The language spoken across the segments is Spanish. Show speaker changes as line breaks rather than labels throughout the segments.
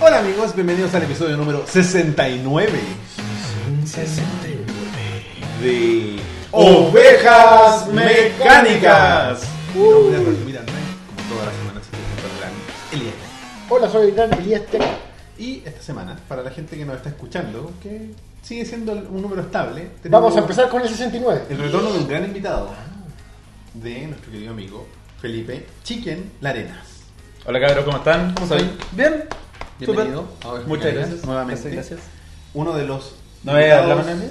Hola amigos, bienvenidos al episodio número 69 de Ovejas Mecánicas. Mi nombre es Rafael Miranda, y como todas las semanas estoy junto al gran Elías.
Hola, soy el gran Elías Tena.
Y esta semana, para la gente que nos está escuchando, que sigue siendo un número estable, tenemos
Vamos a empezar con el 69.
el retorno de un gran invitado de nuestro querido amigo Felipe Chiquen Larenas.
Hola cabros, ¿cómo están?
¿Cómo están?
Bien.
Bienvenido
Súper.
a Ovejas
Muchas
Mecánicas
gracias.
nuevamente.
Gracias.
Uno de los.
¿No me
invitados-
hablaban a mí?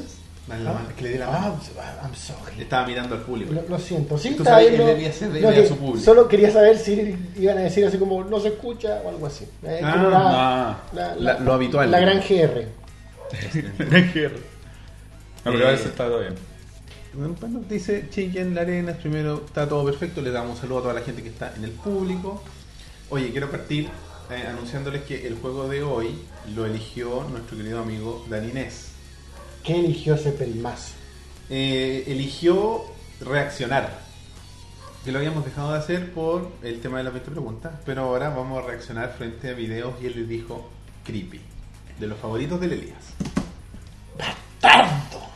Dale la mano, es que le di la mano.
Ah, I'm sorry.
Le Estaba mirando al público.
Lo, lo siento. Sí,
Tú
estaba
sabes,
viendo-
él debía ser de-
no,
de
que
su público.
Solo quería saber si iban a decir así como no se escucha o algo así. Eh,
Ah,
como
ah,
la- lo habitual.
La gran GR.
no, pero
Eh.
eso está todo bien.
Bueno, dice Chicken, la arena, primero está todo perfecto, le damos un saludo a toda la gente que está en el público. Oye, quiero partir eh, anunciándoles que el juego de hoy lo eligió nuestro querido amigo Dan Inés.
¿Qué eligió Seppel más?
Eh, eligió reaccionar, que lo habíamos dejado de hacer por el tema de las 20 preguntas, pero ahora vamos a reaccionar frente a videos y él les dijo creepy, de los favoritos del Elías.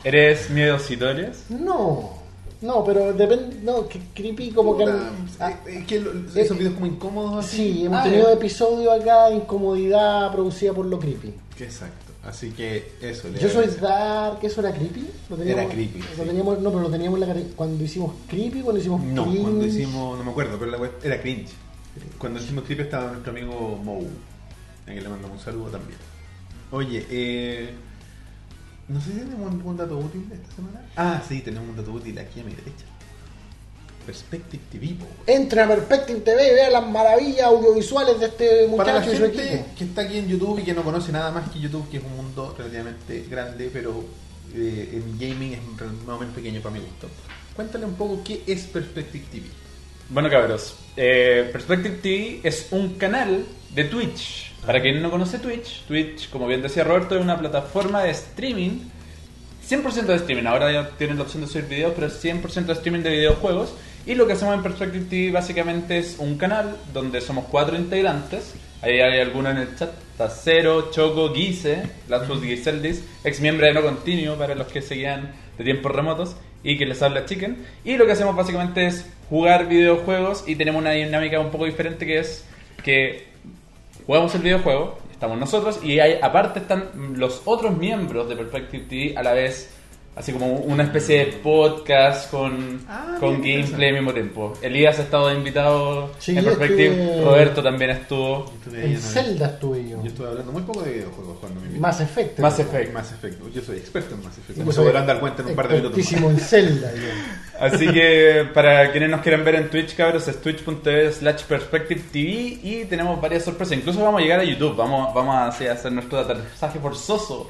¿Eres miedosito, Elias?
No. No, pero depende. No, que creepy como que. han-
Ah,
ah,
eh, eh, que lo- esos videos como incómodos así.
sí, hemos
Ah,
tenido
ya.
episodio acá de incomodidad producida por lo creepy.
Exacto. Así que eso. le
Yo soy
agradezco.
Dark, ¿eso era creepy? Lo
Era creepy,
Lo
sí.
teníamos, no, pero lo teníamos en la cate- cuando hicimos creepy, cuando hicimos
No,
cringe.
cuando hicimos, no me acuerdo, pero la web era cringe. Cuando hicimos clip estaba nuestro amigo Mou, a quien le mandamos un saludo también. Oye, eh, no sé si tenemos algún dato útil de esta semana. Ah, sí, tenemos un dato útil aquí a mi derecha. Perspective TV. po.
Entra a Perspective TV y vea las maravillas audiovisuales de este
Para la
muchacho y su equipo.
gente que está aquí en YouTube y que no conoce nada más que YouTube, que es un mundo relativamente grande, pero eh, en gaming es más o menos pequeño para mi gusto. Cuéntale un poco qué es Perspective TV.
Bueno, cabros, eh, Perspective TV es un canal de Twitch. Para quien no conoce Twitch, Twitch, como bien decía Roberto, es una plataforma de streaming. 100% de streaming. Ahora ya tienen la opción de subir videos, pero es 100% de streaming de videojuegos. Y lo que hacemos en Perspective TV básicamente es un canal donde somos cuatro integrantes. Ahí hay algunos en el chat. Está Cero, Choco, Guise, Lazos Giseldis, ex miembro de No Continuo para los que seguían de tiempos remotos y que les habla Chicken. Y lo que hacemos básicamente es jugar videojuegos y tenemos una dinámica un poco diferente que es que jugamos el videojuego, estamos nosotros y hay, aparte están los otros miembros de Perspective TV a la vez, así como una especie de podcast con,
Ah,
con
bien,
gameplay al mismo tiempo. Elías ha estado de invitado
Sí,
en Perspective,
estuve-
Roberto también estuvo.
Estuve ahí
En
analizando.
Zelda estuve yo.
Yo estuve hablando muy poco de videojuegos cuando me invitaron.
Mass Effect.
Mass
¿no?
Effect.
Mass Effect. Yo soy experto en Mass Effect.
Yo
Me
soy
podrán dar cuenta en un par de minutos.
expertísimo en Zelda. yo.
Así que para quienes nos quieran ver en Twitch, cabros, es twitch.tv slash perspective TV y tenemos varias sorpresas. Incluso vamos a llegar a YouTube, vamos, vamos a así, hacer nuestro aterrizaje forzoso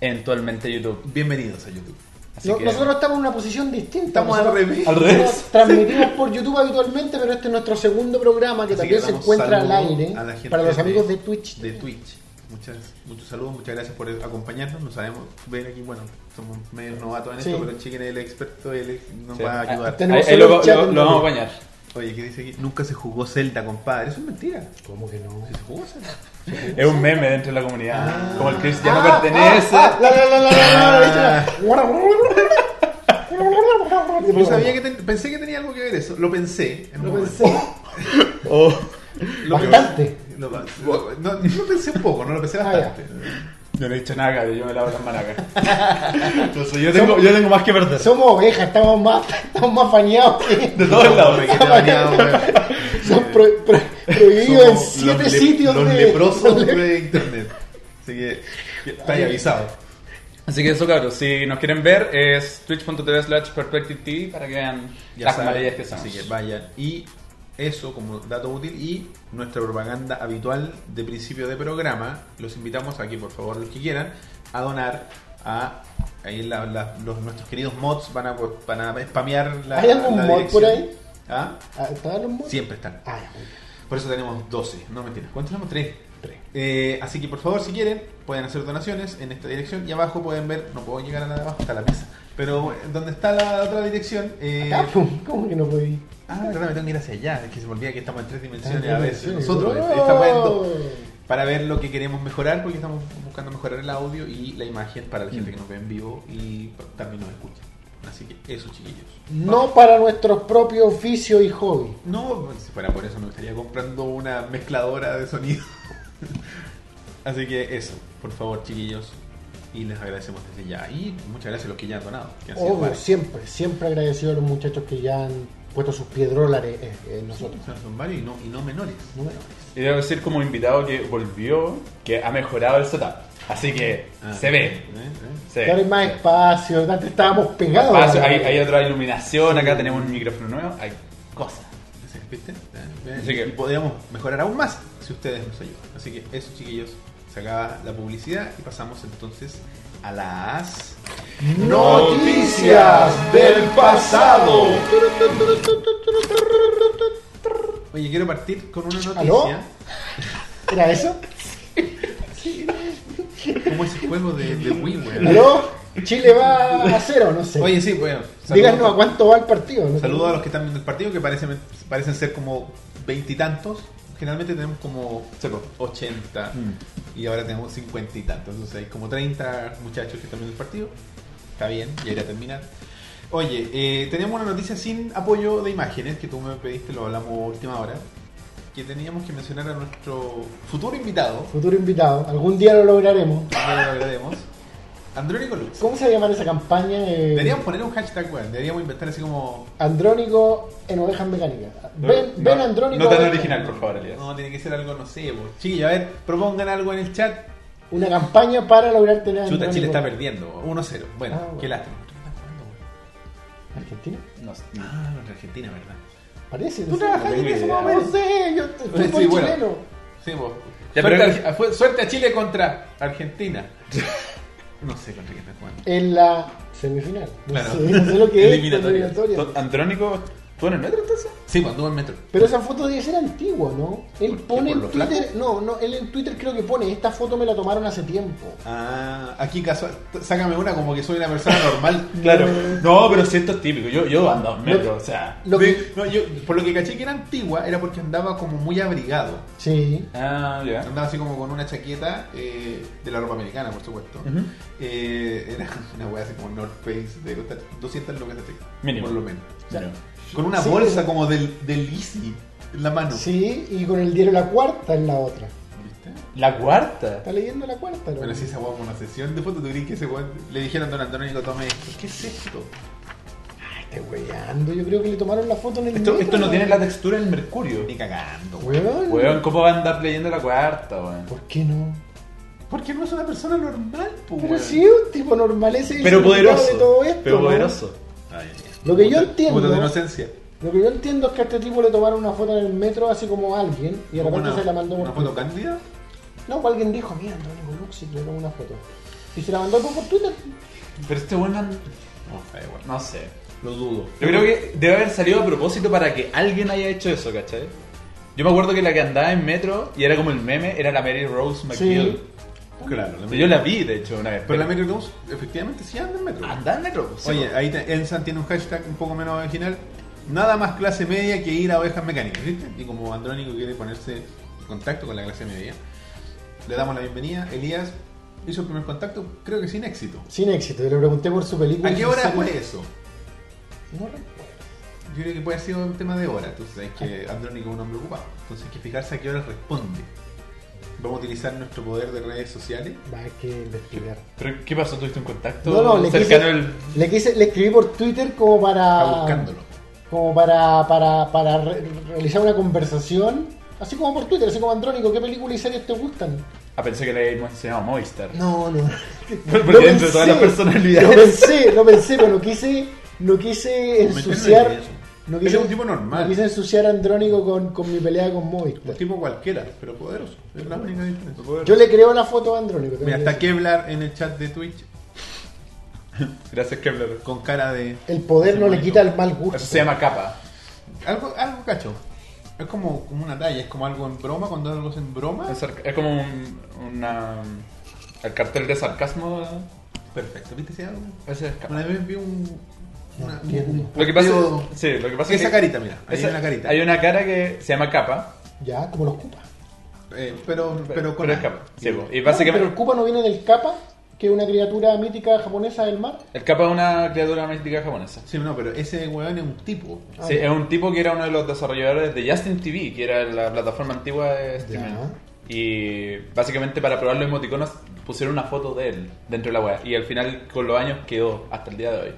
eventualmente a YouTube.
Bienvenidos a YouTube.
Así
No-
que-
Nosotros estamos en una posición distinta.
Estamos al
Nosotros-
revés.
Al revés.
nosotros transmitimos por YouTube habitualmente, pero este es nuestro segundo programa que
Así
también
que
se
damos
encuentra al
saludo
aire
a la gente
para los
de-
amigos de Twitch.
De Twitch. Muchas, muchos saludos, muchas gracias por acompañarnos. No sabemos ver aquí, bueno, somos medio novatos en
Sí.
esto, pero Chicken es el experto, él es- nos
Sí.
va a ayudar.
Ah, tenemos
Ahí- ahí lo,
solo el chat
lo-
en
lo vamos a
vivo.
apañar.
Oye, ¿qué dice aquí? Nunca se jugó Zelda, compadre. Eso es mentira.
¿Cómo que no?
Se jugó Zelda.
Es un meme dentro de la comunidad. Como el Chris ya no
Ah,
pertenece.
ah, ah, la, la, la, la, la, la,
Ah.
Ah.
la, la.
Yo sabía que ten- pensé que tenía algo que ver eso. Lo pensé. en un
Lo
momento.
pensé.
Oh.
Lo
Bastante.
pensé- lo- lo- no, lo pensé un poco, no lo pensé
Ah,
bastante.
Yo no he dicho nada, cabrón, yo me lavo las manos acá. Entonces, yo, tengo, yo tengo más que perder.
Somos ovejas, estamos más, estamos más fañados que.
De todos lados.
Me quedé bañado, weón.
Son pro- pro- prohibidos en
Somos
siete
los le-
sitios
los
de.
leprosos de internet. Así que, que estáis
Ay.
avisados.
Así que eso, cabros, si nos quieren ver es twitch.tv slash perspective TV para que vean
Ya
las
saben.
maravillas que son.
Así que vayan. Y eso como dato útil y nuestra propaganda habitual de principio de programa. Los invitamos aquí, por favor, los que quieran, a donar a... Ahí la- la- los, nuestros queridos mods van a, van a spamear la
¿Hay algún
la
mod por
dirección.
ahí?
¿Ah?
Ah, ¿Estaban los mods?
Siempre están.
Ah, ya, muy bien.
Por eso tenemos 12. No mentiras. ¿Cuántos tenemos? 3.
Tres.
Eh, así que por favor, si quieren, pueden hacer donaciones en esta dirección. Y abajo pueden ver, no puedo llegar a la de abajo, está la mesa. Pero eh, donde está la otra dirección. eh,
Acá, Ah, pum, ¿Cómo que no podí?
Ah, verdad, me tengo que ir hacia allá. Es que se me olvida que estamos en tres dimensiones
Estamos en
a
tres
veces.
dimensiones.
Nosotros,
¡Oh!
esta weá en dos. para ver lo que queremos mejorar, porque estamos buscando mejorar el audio y la imagen para la gente que nos ve en vivo y pa- también nos escucha. Así que eso, chiquillos.
No para nuestros propios vicios y hobby.
No, si fuera por eso me estaría comprando una mezcladora de sonido. Así que eso, por favor, chiquillos. Y les agradecemos desde ya. Y muchas gracias a los que ya han donado. Que han
Oh,
sido
Obvio,
varios.
siempre, siempre agradecido a los muchachos que ya han puesto sus piedrolares en, en nosotros.
O sea, son varios y no, y no menores.
No menores.
Y debo decir como invitado que volvió, que ha mejorado el setup. Así que
Ah,
se ve.
¿eh? ¿eh?
Se
Ahora hay
ve.
más espacio, antes estábamos pegados.
Paso, hay, hay otra iluminación, acá tenemos un micrófono nuevo, hay cosas.
¿Sí? ¿Viste? ¿Eh?
Así que-
Y podríamos mejorar aún más si ustedes nos ayudan. Así que eso, chiquillos. Se acaba la publicidad y pasamos entonces a las...
Noticias del pasado.
Oye, quiero partir con una noticia.
¿Aló? ¿Era eso?
Como ese juego de, de Wii, weón.
¿Aló? Chile va a cero, no sé.
Oye, sí, bueno. saludos-
Díganos a cuánto va el partido. ¿no?
Saludos a los que están viendo el partido, que parecen, parecen ser como veintitantos. Generalmente tenemos como 80
Mm.
y ahora tenemos 50 y tantos. Entonces hay como 30 muchachos que están viendo el partido. Está bien, ya irá a terminar. Oye, eh, tenemos una noticia sin apoyo de imágenes que tú me pediste, lo hablamos a última hora. Que teníamos que mencionar a nuestro futuro invitado,
Futuro invitado, algún día lo lograremos.
no lo agradecemos, Andrónico Lux.
¿Cómo se va a llamar esa campaña? Eh,
Deberíamos poner un hashtag, weón. Deberíamos inventar así como.
Andrónico en ovejas mecánicas. Ven,
No,
ven Andrónico.
No tan
en-
original, por favor, Elías.
No, tiene que ser algo, no sé, po. Chiquillo, a ver, propongan algo en el chat.
Una campaña para lograr tener
Chuta,
Andrónico.
Chile está perdiendo. 1-0. Bueno,
Ah, bueno.
qué lástima.
¿Argentina?
No sé.
Ah, contra Argentina, ¿verdad?
Parece.
Tú trabajas en eso, más o
No
menos.
sé, yo fútbol
Sí, bueno.
chileno.
Sí, po.
Ya,
suerte,
pero-
a, Arge- fue- suerte a Chile contra Argentina. no sé contra quién está jugando.
En la semifinal. No,
Claro.
sé, no sé lo que es.
Eliminatoria.
eliminatoria.
To- Andrónico, ¿tú en el metro entonces?
Sí, pues anduvo en metro.
Pero esa foto debe ser antigua, ¿no? Él
¿Por qué?
pone
¿Por
en
lo
Twitter. No, no, él en Twitter creo que pone. Esta foto me la tomaron hace tiempo.
Ah, aquí casual. Sácame una como que soy una persona normal.
Claro. No, pero si esto es típico. Yo, yo ando en metro,
Lo-
o sea.
Lo
De-
que-
no, yo, por lo que caché que era antigua, era porque andaba como muy abrigado.
Sí.
Ah, ya.
Andaba así como con una chaqueta eh, de la ropa americana, por supuesto.
Ujú.
Eh, era una wea así como North Face de costar 200 lucas de chaqueta.
Mínimo.
Por lo menos.
Mira.
Con una
Sí.
bolsa como del, del Easy en la mano.
Sí, y con el diario La Cuarta en la otra.
¿Viste?
La cuarta.
Está leyendo La Cuarta, ¿no?
Pero si esa weá fue una sesión de foto, ¿tú crees que ese weón le dijeron don Antonio tome esto? ¿Qué es esto?
Ay, te weando. Yo creo que le tomaron la foto en el.
Esto,
metro,
esto no
weón.
tiene la textura del mercurio.
Ni cagando, weón.
Weón.
Weón, ¿cómo va a andar leyendo la cuarta, weón?
¿Por qué no?
Porque no es una persona normal, po,
Pero
weón.
sí, un tipo normal ese. es el
Pero
significado
poderoso.
de todo esto,
pero
¿no?
poderoso.
Ay, ay, ay.
Lo que yo
Puta-
entiendo-
puta de inocencia.
Lo que yo entiendo es que a este tipo le tomaron una foto en el metro así como a alguien y de
Como
repente se la mandó por
¿Una foto cándida?
No, o alguien dijo, mira, Andrónico Luxi, le tomó una foto. Y se la mandó por Twitter.
Pero este weón, an-
No, está igual.
no sé.
Lo dudo.
Yo creo que debe haber salido a propósito para que alguien haya hecho eso, ¿cachai? Yo me acuerdo que la que andaba en metro y era como el meme, era la Mary Rose McGill.
Claro, la
O sea, Yo la vi, de hecho, una vez.
Pero la Mary Rose, efectivamente, sí anda en metro.
Anda en metro. sí,
Oye,
weón.
ahí te- Ensan tiene un hashtag un poco menos original. Nada más clase media que ir a ovejas mecánicas, ¿viste? Y como Andrónico quiere ponerse en contacto con la clase media, le damos la bienvenida. Elías hizo el primer contacto, creo que sin éxito.
Sin éxito, yo le pregunté por su película.
¿A
y
qué hora
sacó-
fue eso?
No recuerdo.
Yo creo que puede haber sido un tema de hora. Entonces, es que Andrónico es un hombre ocupado. Entonces, hay que fijarse a qué hora responde. Vamos a utilizar nuestro poder de redes sociales.
Va, hay que investigar.
¿Pero qué pasó? ¿Tuviste un contacto
No, no, le quise,
cercano al-
le quise- le escribí por Twitter como
Está
para.
buscándolo.
Como para, para, para re- realizar una conversación. Así como por Twitter, así como Andrónico, ¿qué películas y series te gustan?
Ah, pensé que le habíamos enseñado Movistar.
No, no.
Porque
Lo
dentro de todas las personalidades.
Lo pensé, lo pensé, pero no quise, no quise
en
ensuciar.
eso.
No
Él
quise,
es un tipo normal.
no quise ensuciar a Andrónico con, con mi pelea con
Un
Movistar.
tipo cualquiera, pero poderoso. Es la única diferencia.
Yo le creo la foto a Andrónico. tengo
Mira,
que
está
decir.
Kevlar en el chat de Twitch
Gracias, Kevlar.
con cara de.
El poder no le quita el mal gusto.
Eso se llama capa.
Algo, algo cacho. Es como, como una talla, es como algo en broma, cuando algo es en broma.
Es, sarc- es como un, una, el cartel de sarcasmo.
Perfecto, ¿viste si algo?
Ese es capa.
Una vez vi un. Una,
No entiendo.
Lo que pasa,
posteo-
sí, lo que pasa
Esa
es que
carita, mira. Ahí
esa-
hay una carita.
Hay una cara que se llama capa.
Ya, como los cupas.
Eh, pero, pero con.
Pero es capa. Sí, po. y
Pero
básicamente.
el Koopa no viene del Kappa, que es una criatura mítica japonesa del mar.
El capa es una criatura mística japonesa.
Sí, no, pero ese weón es un tipo.
Ah,
Sí,
ya.
es un tipo que era uno de los desarrolladores de Justin TV, que era la plataforma antigua de streaming.
Ya.
Y básicamente para probar los emoticonos pusieron una foto de él dentro de la web. Y al final con los años quedó hasta el día de hoy.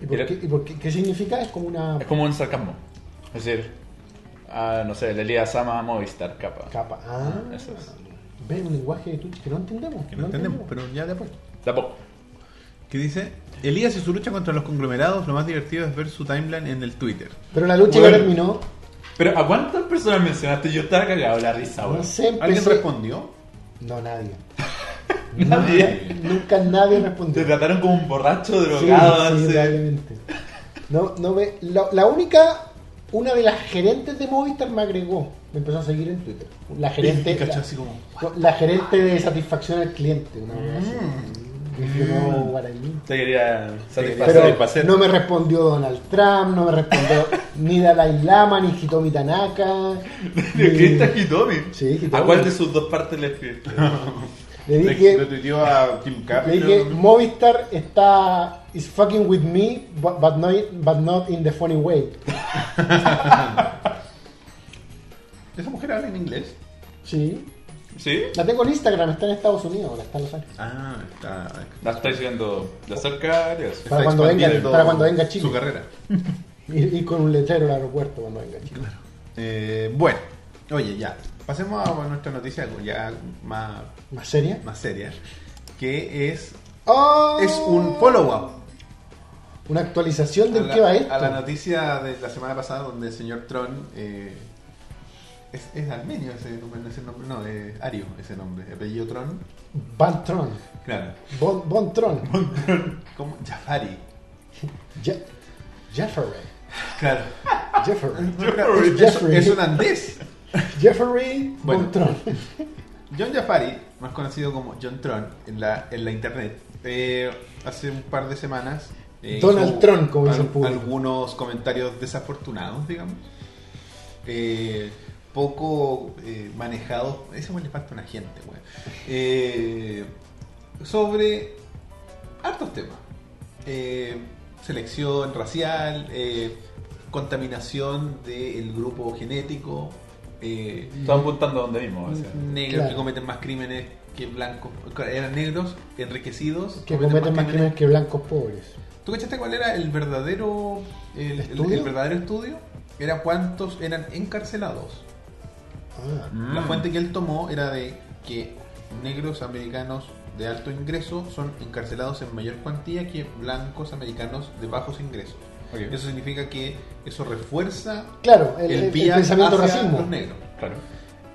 ¿Y, por
Pero-
qué, y por qué, qué significa? Es como una
Es como un sarcasmo. Es decir, ah, no sé, el Elías Sama Movistar capa.
capa. Ah,
Ah, eso es.
Ve un lenguaje de Twitch que no entendemos.
Que no entendemos, pero ya después.
Tampoco.
Que dice: Elías y su lucha contra los conglomerados, lo más divertido es ver su timeline en el Twitter.
Pero la lucha
Bueno.
ya terminó.
Pero ¿a cuántas personas mencionaste? Yo estaba cagado de la risa,
No
weón.
sé,
¿Alguien
empecé-
respondió?
No, nadie.
Nadie.
Nunca- Nunca nadie
Te
respondió.
trataron como un borracho
Sí,
drogado.
sí,
así.
probablemente. No, no ve. La, la única, una de las gerentes de Movistar me agregó. Me empezó a seguir en Twitter. La gerente.
Y cachó
Este, la,
así como.
la gerente de satisfacción al cliente. Una cosa así. Dije, no, guaraní.
Te quería
Te
satisfacer
quería
el paseo.
Pero no me respondió Donald Trump, no me respondió ni Dalai Lama, ni Hitomi Tanaka.
¿De
ni-
qué está Hitomi?
Sí, Hitomi.
¿A cuál de sus dos partes le escribiste?
Le
Le-
dije,
Lo tuiteó a Kim
Le
Carrey.
dije,
creo.
Movistar está is fucking with me, but, but not, but not in the funny way.
¿Esa mujer habla en inglés?
Sí.
¿Sí?
La tengo en Instagram, está en Estados Unidos, ahora está en Los Ángeles.
Ah, está.
La estoy viendo de cerca. Dios.
Para
está
cuando venga-
expandiendo
para cuando venga Chile.
Su carrera.
Ir, ir con un letrero al aeropuerto cuando venga. chico.
Eh, bueno, oye, ya. Pasemos a nuestra noticia ya más,
¿Más seria?
más seria. Que es,
¡Oh!
es un follow-up
Una actualización
a,
del
la-
que va
a la
esto.
noticia de la semana pasada donde el señor Tron. eh, es, es armenio ese nombre, no, ese nombre, no, eh, Ario ese nombre, apellido Tron.
Van Tron.
Claro.
Von, Von Tron.
¿Cómo? Jafari.
Je- Jeffrey.
Claro.
Jeffrey.
Es- es,
Jeffrey.
es un andés.
Jeffrey
Bueno.
Von Tron.
John Jafari, más conocido como John Tron en la, en la internet, eh, hace un par de semanas. eh,
Donald
hizo
Tron, como dice el público.
Algunos comentarios desafortunados, digamos. Eh, poco eh, manejados. Eso me le falta una gente, weón. Eh, sobre hartos temas. Eh, selección racial, eh, contaminación del grupo genético. eh,
Están apuntando donde mismo. o sea.
negros
Claro.
que cometen más crímenes que blancos. Eran negros enriquecidos
Que cometen más crímenes que blancos pobres.
¿Tú cachaste cuál era el verdadero el, el-
¿Estudio?
el verdadero estudio? Era cuántos eran encarcelados.
Ah.
La
Mm.
fuente que él tomó era de que negros americanos de alto ingreso son encarcelados en mayor cuantía que blancos americanos de bajos ingresos.
Ok,
Eso significa que eso refuerza
Claro, el,
el,
el- el
bias
pensamiento
hacia
racismo.
los negros.
Claro.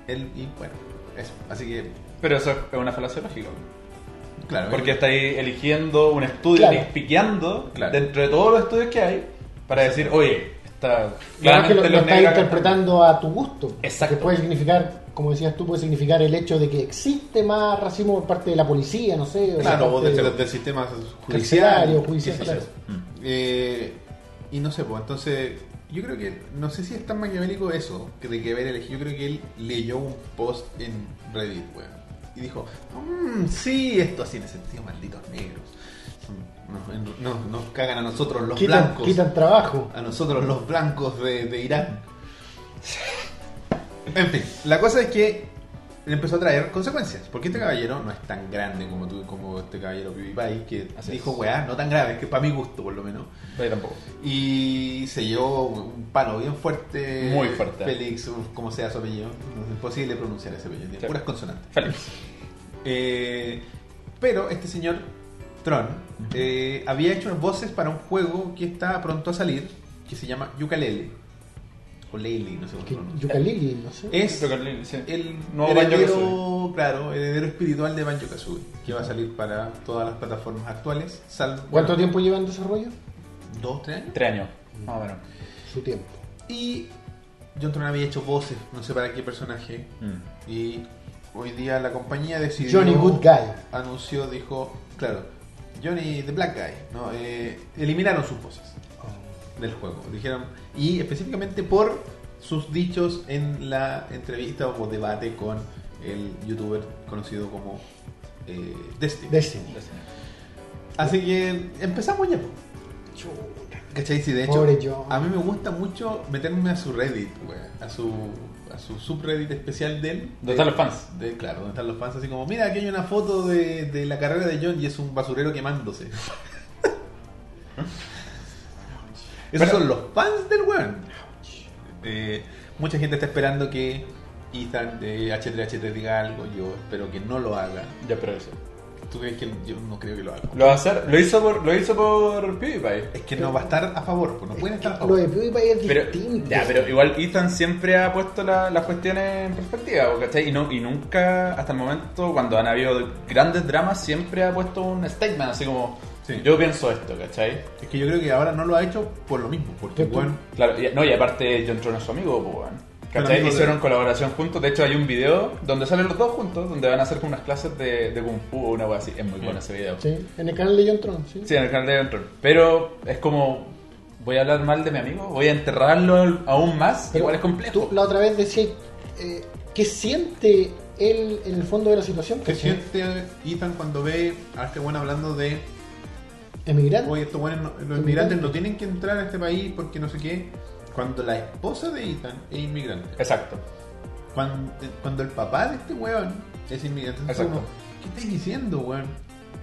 El- y bueno, eso. Así que,
Pero eso es una falacia lógica. weón.
claro.
Porque estáis eligiendo un estudio,
Claro.
estáis piqueando
Claro.
dentro de todos los estudios que hay para decir, oye, está.
Claro
claramente
que lo, lo
los
estás
negros-
interpretando a tu gusto.
Exacto.
Que puede significar, como decías tú, puede significar el hecho de que existe más racismo por parte de la policía, no sé. o este, de
Claro, o
parte
de-
de-
del, sistema
carcelario,
judicial.
judicial,
qué sé yo.
claro.
Mm.
Eh, y no sé, pues entonces yo creo que, no sé si es tan maquiavélico eso, que de que haber elegido, yo creo que él leyó un post en Reddit, weón. Y dijo, mmm, sí, esto así en el sentido, malditos negros. Mm, Son- Nos, en- nos- nos cagan a nosotros los
quitan,
blancos.
quitan trabajo.
A nosotros los blancos de, de Irán. En fin, la cosa es que empezó a traer consecuencias. Porque este caballero no es tan grande como tú, como este caballero PewDiePie, que
Así
dijo
es.
weá, no tan grave, que para mi gusto por lo menos.
Ahí tampoco.
Y se llevó un palo bien fuerte.
Muy fuerte.
Félix, uf, como sea su apellido. Es imposible pronunciar ese apellido, tiene
Sí.
puras consonantes.
Félix.
Eh, pero este señor Tron eh, había hecho unas voces para un juego que está pronto a salir, que se llama Yukalele. O Leili, no sé cómo se
Que
pronuncia.
Yucalili, no sé.
Es
Sí.
el
Nuevo
heredero, claro, heredero espiritual de Banjo Kazooie, que va a salir para todas las plataformas actuales, salvo
¿Cuánto
bueno,
tiempo lleva en desarrollo?
dos, tres años.
Tres años. Más o menos.
Su tiempo.
Y John Tron había hecho voces, no sé para qué personaje,
Mm.
Y hoy día la compañía decidió.
Johnny Good Guy.
Anunció, dijo, claro, Johnny the Black Guy. ¿no? Eh, eliminaron sus voces del juego. Dijeron, y específicamente por sus dichos en la entrevista o debate con el youtuber conocido como eh, Destiny.
Destiny.
Así que empezamos ya. pues. po. ¿Cachai? Sí, de hecho,
Pobre John.
a mí me gusta mucho meterme a su Reddit, weón, a su, a su subreddit especial de él.
¿Dónde están los fans?
De, claro, donde están los fans, así como, mira, aquí hay una foto de, de la carrera de John y es un basurero quemándose. Esos
Pero-
son los fans del weón. Eh, mucha gente está esperando que Ethan eh, de H3H3 diga algo, yo espero que no lo haga.
Ya, pero eso.
¿Tú crees que yo no creo que lo haga?
Lo, va a hacer- lo hizo por, lo hizo por PewDiePie.
Es que no va a estar a favor, pues no pueden estar a
Lo
favor.
de PewDiePie es
Pero,
distinto.
ya, pero igual Ethan siempre ha puesto la- las cuestiones en perspectiva, ¿cachai? Y, no, y nunca, hasta el momento, cuando han habido grandes dramas, siempre ha puesto un statement, así como,
Sí.
yo pienso esto, ¿cachai?
Es que yo creo que ahora no lo ha hecho por lo mismo, porque
Pero Pues tú-
weón,
Claro, y- no, y aparte John Tron es su amigo, pues, weón. ¿Cachai?
amigo de-
Hicieron colaboración juntos, de hecho hay un video donde salen los dos juntos, donde van a hacer como unas clases de, de Kung Fu o una wea así, es muy bueno ese video.
Sí, en el canal de John Tron, sí.
Sí, en el canal de John Tron. Pero es como, voy a hablar mal de mi amigo, voy a enterrarlo aún más,
Pero
igual es complejo.
Tú la otra vez decías, eh, ¿qué siente él en el fondo de la situación?
¿qué
¿cachai?
siente Ethan cuando ve a este weón hablando de
Emigrante.
Oye, estos buenos no- los inmigrantes no tienen que entrar a este país porque no sé qué. Cuando la esposa de Ethan es inmigrante.
Exacto.
Cuando, cuando el papá de este weón es inmigrante. Entonces, como,
Exacto.
¿Qué estás diciendo, weón?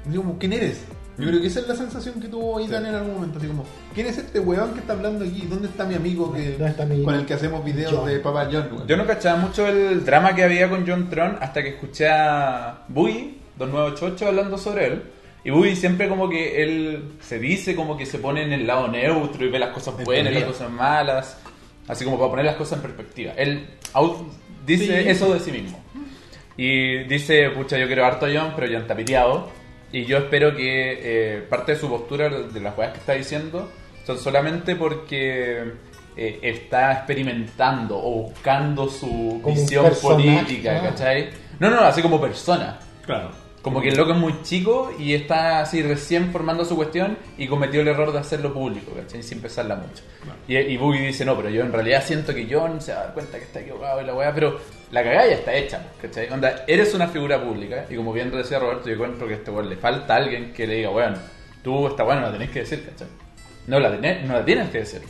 Así como, ¿quién eres? Yo creo que esa es la sensación que tuvo Ethan
Sí.
en algún momento. Así como, ¿quién es este weón que está hablando aquí? ¿Dónde está mi amigo que,
¿Dónde está mi-
con el que hacemos videos
John?
de papá John? weón?
Yo no cachaba mucho el drama que había con John Tron hasta que escuché a Bowie, 2988, hablando sobre él. Y Bowie siempre como que él se dice como que se pone en el lado neutro y ve las cosas buenas y las
Entendía.
cosas malas. Así como para poner las cosas en perspectiva. Él au- dice
Sí.
eso de sí mismo. Y dice, pucha, yo quiero harto a John, pero John está piteado. Y yo espero que eh, parte de su postura, de las cosas que está diciendo, son solamente porque eh, está experimentando o buscando su
Como un
visión
personaje,
política,
ah.
¿cachai? No, no, así como persona.
Claro.
Como que el loco es muy chico y está así recién formando su cuestión y cometió el error de hacerlo público, ¿cachai? Sin pensarla mucho.
Claro.
Y, y Boogie dice, no, pero yo en realidad siento que John se va a dar cuenta que está equivocado y la weá, pero la cagada ya está hecha, ¿cachai? Onda, eres una figura pública y como bien decía Roberto, yo encuentro que a este weón le falta alguien que le diga, weón, tú esta weá no la tenés que decir, ¿cachai? No la, tenés, no la tienes que decir.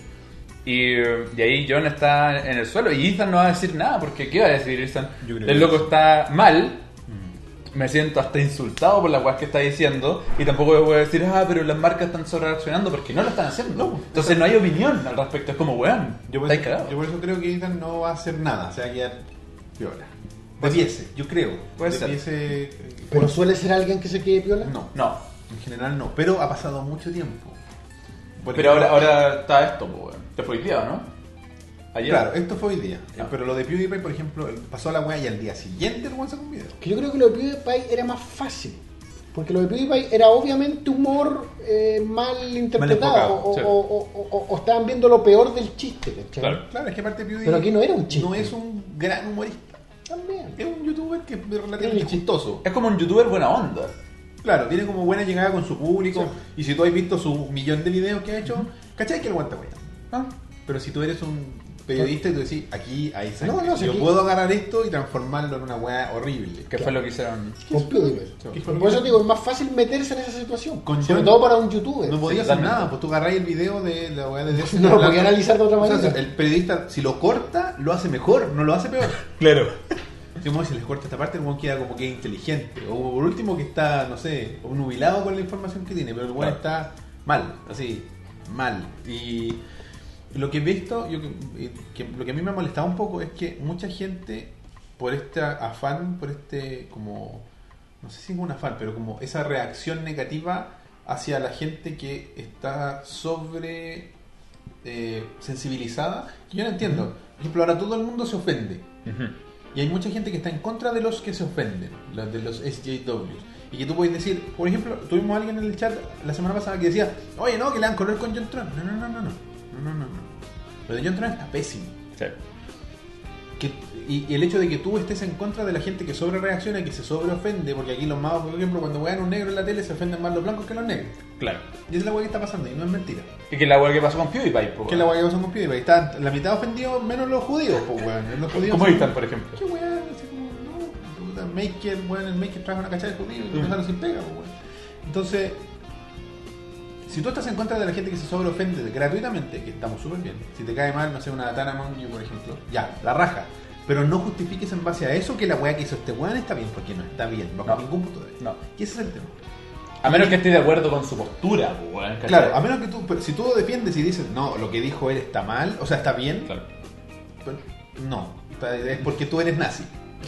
Y, eh, y ahí John está en el suelo y Ethan no va a decir nada porque ¿qué va a decir Ethan?
Yo creo que
El loco
sí.
está mal, me siento hasta insultado por las cosas que está diciendo y tampoco voy a decir, ah, pero las marcas están sobrereaccionando porque no lo están haciendo. Entonces no hay opinión al respecto, es como, weón,
Yo por,
estáis
eso,
cagados.
yo por eso creo que Ethan no va a hacer nada, se va a quedar piola.
Puede
Debiese, yo creo.
Puede ser.
Debiese-
¿Pero suele ser alguien que se quede piola?
pues, No,
No,
en general no, pero ha pasado mucho tiempo. Por
pero ahora,
ejemplo,
ahora está esto, po, weón. Te fue hoy día, ¿no? Ayer.
Claro, esto fue hoy día.
Ah.
Pero lo de PewDiePie, por ejemplo, pasó la weá y al día siguiente el weón sacó un video.
Que yo creo que lo de PewDiePie era más fácil. Porque lo de PewDiePie era obviamente humor eh, mal interpretado.
enfocado,
o,
sí.
o- o- o- o- o estaban viendo lo peor del chiste, ¿cachai?
Claro.
Claro, es que aparte PewDiePie
Pero aquí no era un chiste.
no es un gran humorista.
También.
Es un youtuber que es
Tiene
relativamente
chiste.
chistoso.
Es como un youtuber buena onda.
Claro, tiene como buena llegada con su público. Y si tú has visto su millón de videos que ha hecho, ¿cachai que el weón está weá?
¿Ah?
Pero si tú eres un periodista y tú decís, aquí hay sangre.
No, no, si
yo
aquí-
puedo agarrar esto y transformarlo en una weá horrible.
Que fue lo que hicieron.
Con PewDiePie.
¿Qué fue lo
Por
que-
eso te digo, es más fácil meterse en esa situación.
Con
sobre
John-
todo para un youtuber.
No podía
Sí,
hacer
totalmente.
nada, pues tú agarrás el video de la weá de Destiny
No lo
hablando.
podía analizar de otra
O sea,
manera.
el periodista, si lo corta, lo hace mejor, no lo hace peor.
Claro.
Si como si les corta esta parte, el weón queda como que inteligente. O por último, que está, no sé, nubilado con la información que tiene, pero el weón está mal, así, mal. Y lo que he visto, yo que- eh, que- lo que a mí me ha molestado un poco es que mucha gente, por este afán, por este, como, no sé si es un afán, pero como esa reacción negativa hacia la gente que está sobre eh, sensibilizada, que yo no entiendo. Por ejemplo, ahora todo el mundo se ofende. Y hay mucha gente que está en contra de los que se ofenden, los de los SJWs. Y que tú puedes decir, por ejemplo, tuvimos a alguien en el chat la semana pasada que decía, oye, no, que le dan color con John Tron. No, no, no, no, no, no, no, no. no. Lo de John Tron está pésimo.
Sí.
Que- y, y el hecho de que tú estés en contra de la gente que sobre reacciona, que se sobre ofende, porque aquí los magos, por ejemplo, cuando vean un negro en la tele se ofenden más los blancos que los negros.
Claro.
Y esa es la weá que está pasando, y no es mentira.
Y que la weá que pasó con PewDiePie, po,
Que es la
weón.
weá que pasó con PewDiePie. Están la mitad ofendidos menos los judíos, pues weón. Los judíos
Como
son-
Ethan, por ejemplo.
¿Qué weá? Así como, no, Maker, bueno, el Maker trabaja una cachada de judíos y lo dejaron sin pega, pues, weón. Entonces, si tú estás en contra de la gente que se sobreofende gratuitamente, que estamos súper bien, si te cae mal, no sé, una Tana Moño, por ejemplo, ya, la raja. Pero no justifiques en base a eso que la weá que hizo este weón está bien, porque no está bien, bajo
No.
ningún punto de vista.
No.
Y ese es el tema.
A menos que esté de acuerdo con su postura, pues, weón, ¿cachai?
Claro, a menos que tú, pero si tú lo defiendes y dices, no, lo que dijo él está mal, o sea, está bien,
Claro.
pero- no, está- es porque tú eres nazi.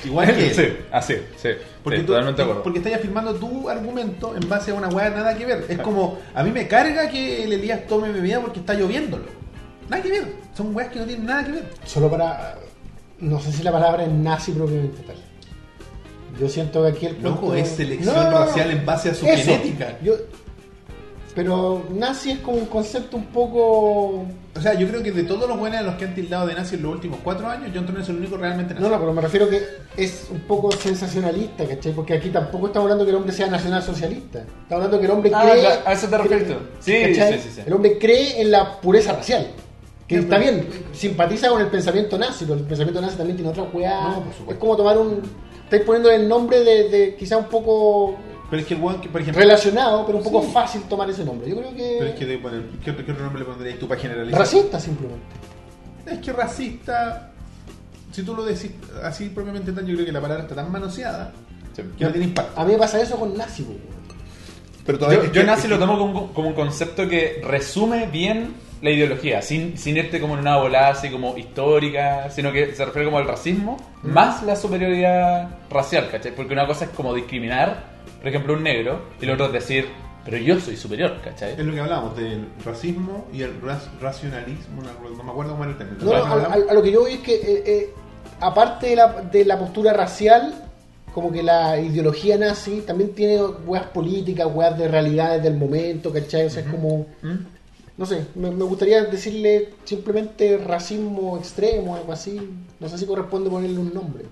Igual que él.
Sí, así, sí.
Porque,
Sí,
tú-
totalmente de acuerdo.
porque estás afirmando tu argumento en base a una weá nada que ver. Es como, a mí me carga que el Elías tome bebida porque está lloviéndolo. Nada que ver. Son weas que no tienen nada que ver.
Solo para. No sé si la palabra es nazi propiamente tal. Yo siento que aquí el.
Loco,
punto-
es selección
No, no, no, no.
racial en base a su
Eso.
genética.
Yo- Pero nazi es como un concepto un poco.
O sea, yo creo que de todos los buenos a los que han tildado de nazi en los últimos cuatro años, John Turner es el único realmente nazi.
No, no, pero me refiero que es un poco sensacionalista, ¿cachai? Porque aquí tampoco estamos hablando que el hombre sea nacionalsocialista. Estamos hablando que el hombre
Ah,
cree.
claro, a eso te
cree-
refieres tú. Sí,
¿cachai?
sí, sí, sí.
El hombre cree en la pureza racial. Que
Ya,
está
pero-
bien, simpatiza con el pensamiento nazi, pero el pensamiento nazi también tiene otra weá.
No, por supuesto.
es como tomar un. Estáis poniendo el nombre de, de quizá un poco
Pero es que el weón que, por ejemplo.
relacionado, pero un poco
Sí.
fácil tomar ese nombre. Yo creo que.
Pero es que, de poner- ¿qué, otro- qué otro nombre le pondrías tú para generalizar?
Racista simplemente.
Es que racista. Si tú lo decís así propiamente tal, yo creo que la palabra está tan manoseada
Sí.
que no tiene impacto.
A mí me pasa eso con nazi, weón.
Pero
Yo,
es
yo
que-
nazi
es
lo
que-
tomo como, como un concepto que resume bien la ideología, sin, sin irte como en una volada así como histórica, sino que se refiere como al racismo,
Mm.
más la superioridad racial, ¿cachai? Porque una cosa es como discriminar, por ejemplo, un negro, y lo otro es decir, pero yo soy superior,
Es
¿cachai?
lo que hablábamos del racismo y el ras- racionalismo. No, no me acuerdo cómo era el término.
No, no, a, a- a lo que yo voy es que, eh, eh, aparte de la, de la postura racial, como que la ideología nazi también tiene weas políticas, weas de realidades del momento, ¿cachai? O sea, es como.
¿Mm?
No sé, me, me gustaría decirle simplemente racismo extremo, algo así. No sé si corresponde ponerle un nombre.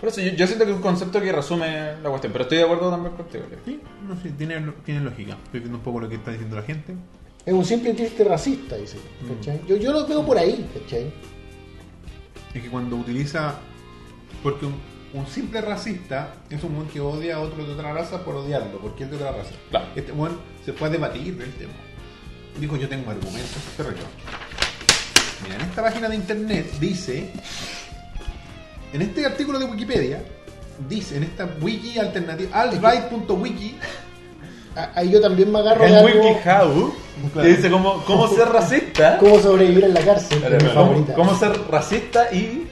Por eso yo, yo siento que es un concepto que resume la cuestión, pero estoy de acuerdo también contigo. Leo.
Sí, no sé, tiene, tiene lógica. Estoy viendo un poco lo que está diciendo la gente.
Es un simple y triste racista, dice. ¿cachai? Yo, yo lo veo por ahí, ¿cachai?
Es que cuando utiliza. Porque un, un simple racista es un buen que odia a otro de otra raza por odiarlo, porque es de otra raza.
Claro.
Este buen se fue a debatir del tema. Dijo: Yo tengo argumentos, pero yo. Mira, en esta página de internet dice. En este artículo de Wikipedia, dice, en esta wiki alternativa, altright.wiki,
A- Ahí yo también me agarro de
En
algo
WikiHow
Claro.
te dice cómo, cómo ser racista,
cómo sobrevivir en la cárcel, que es mi
Claro, cómo,
favorita.
cómo ser racista y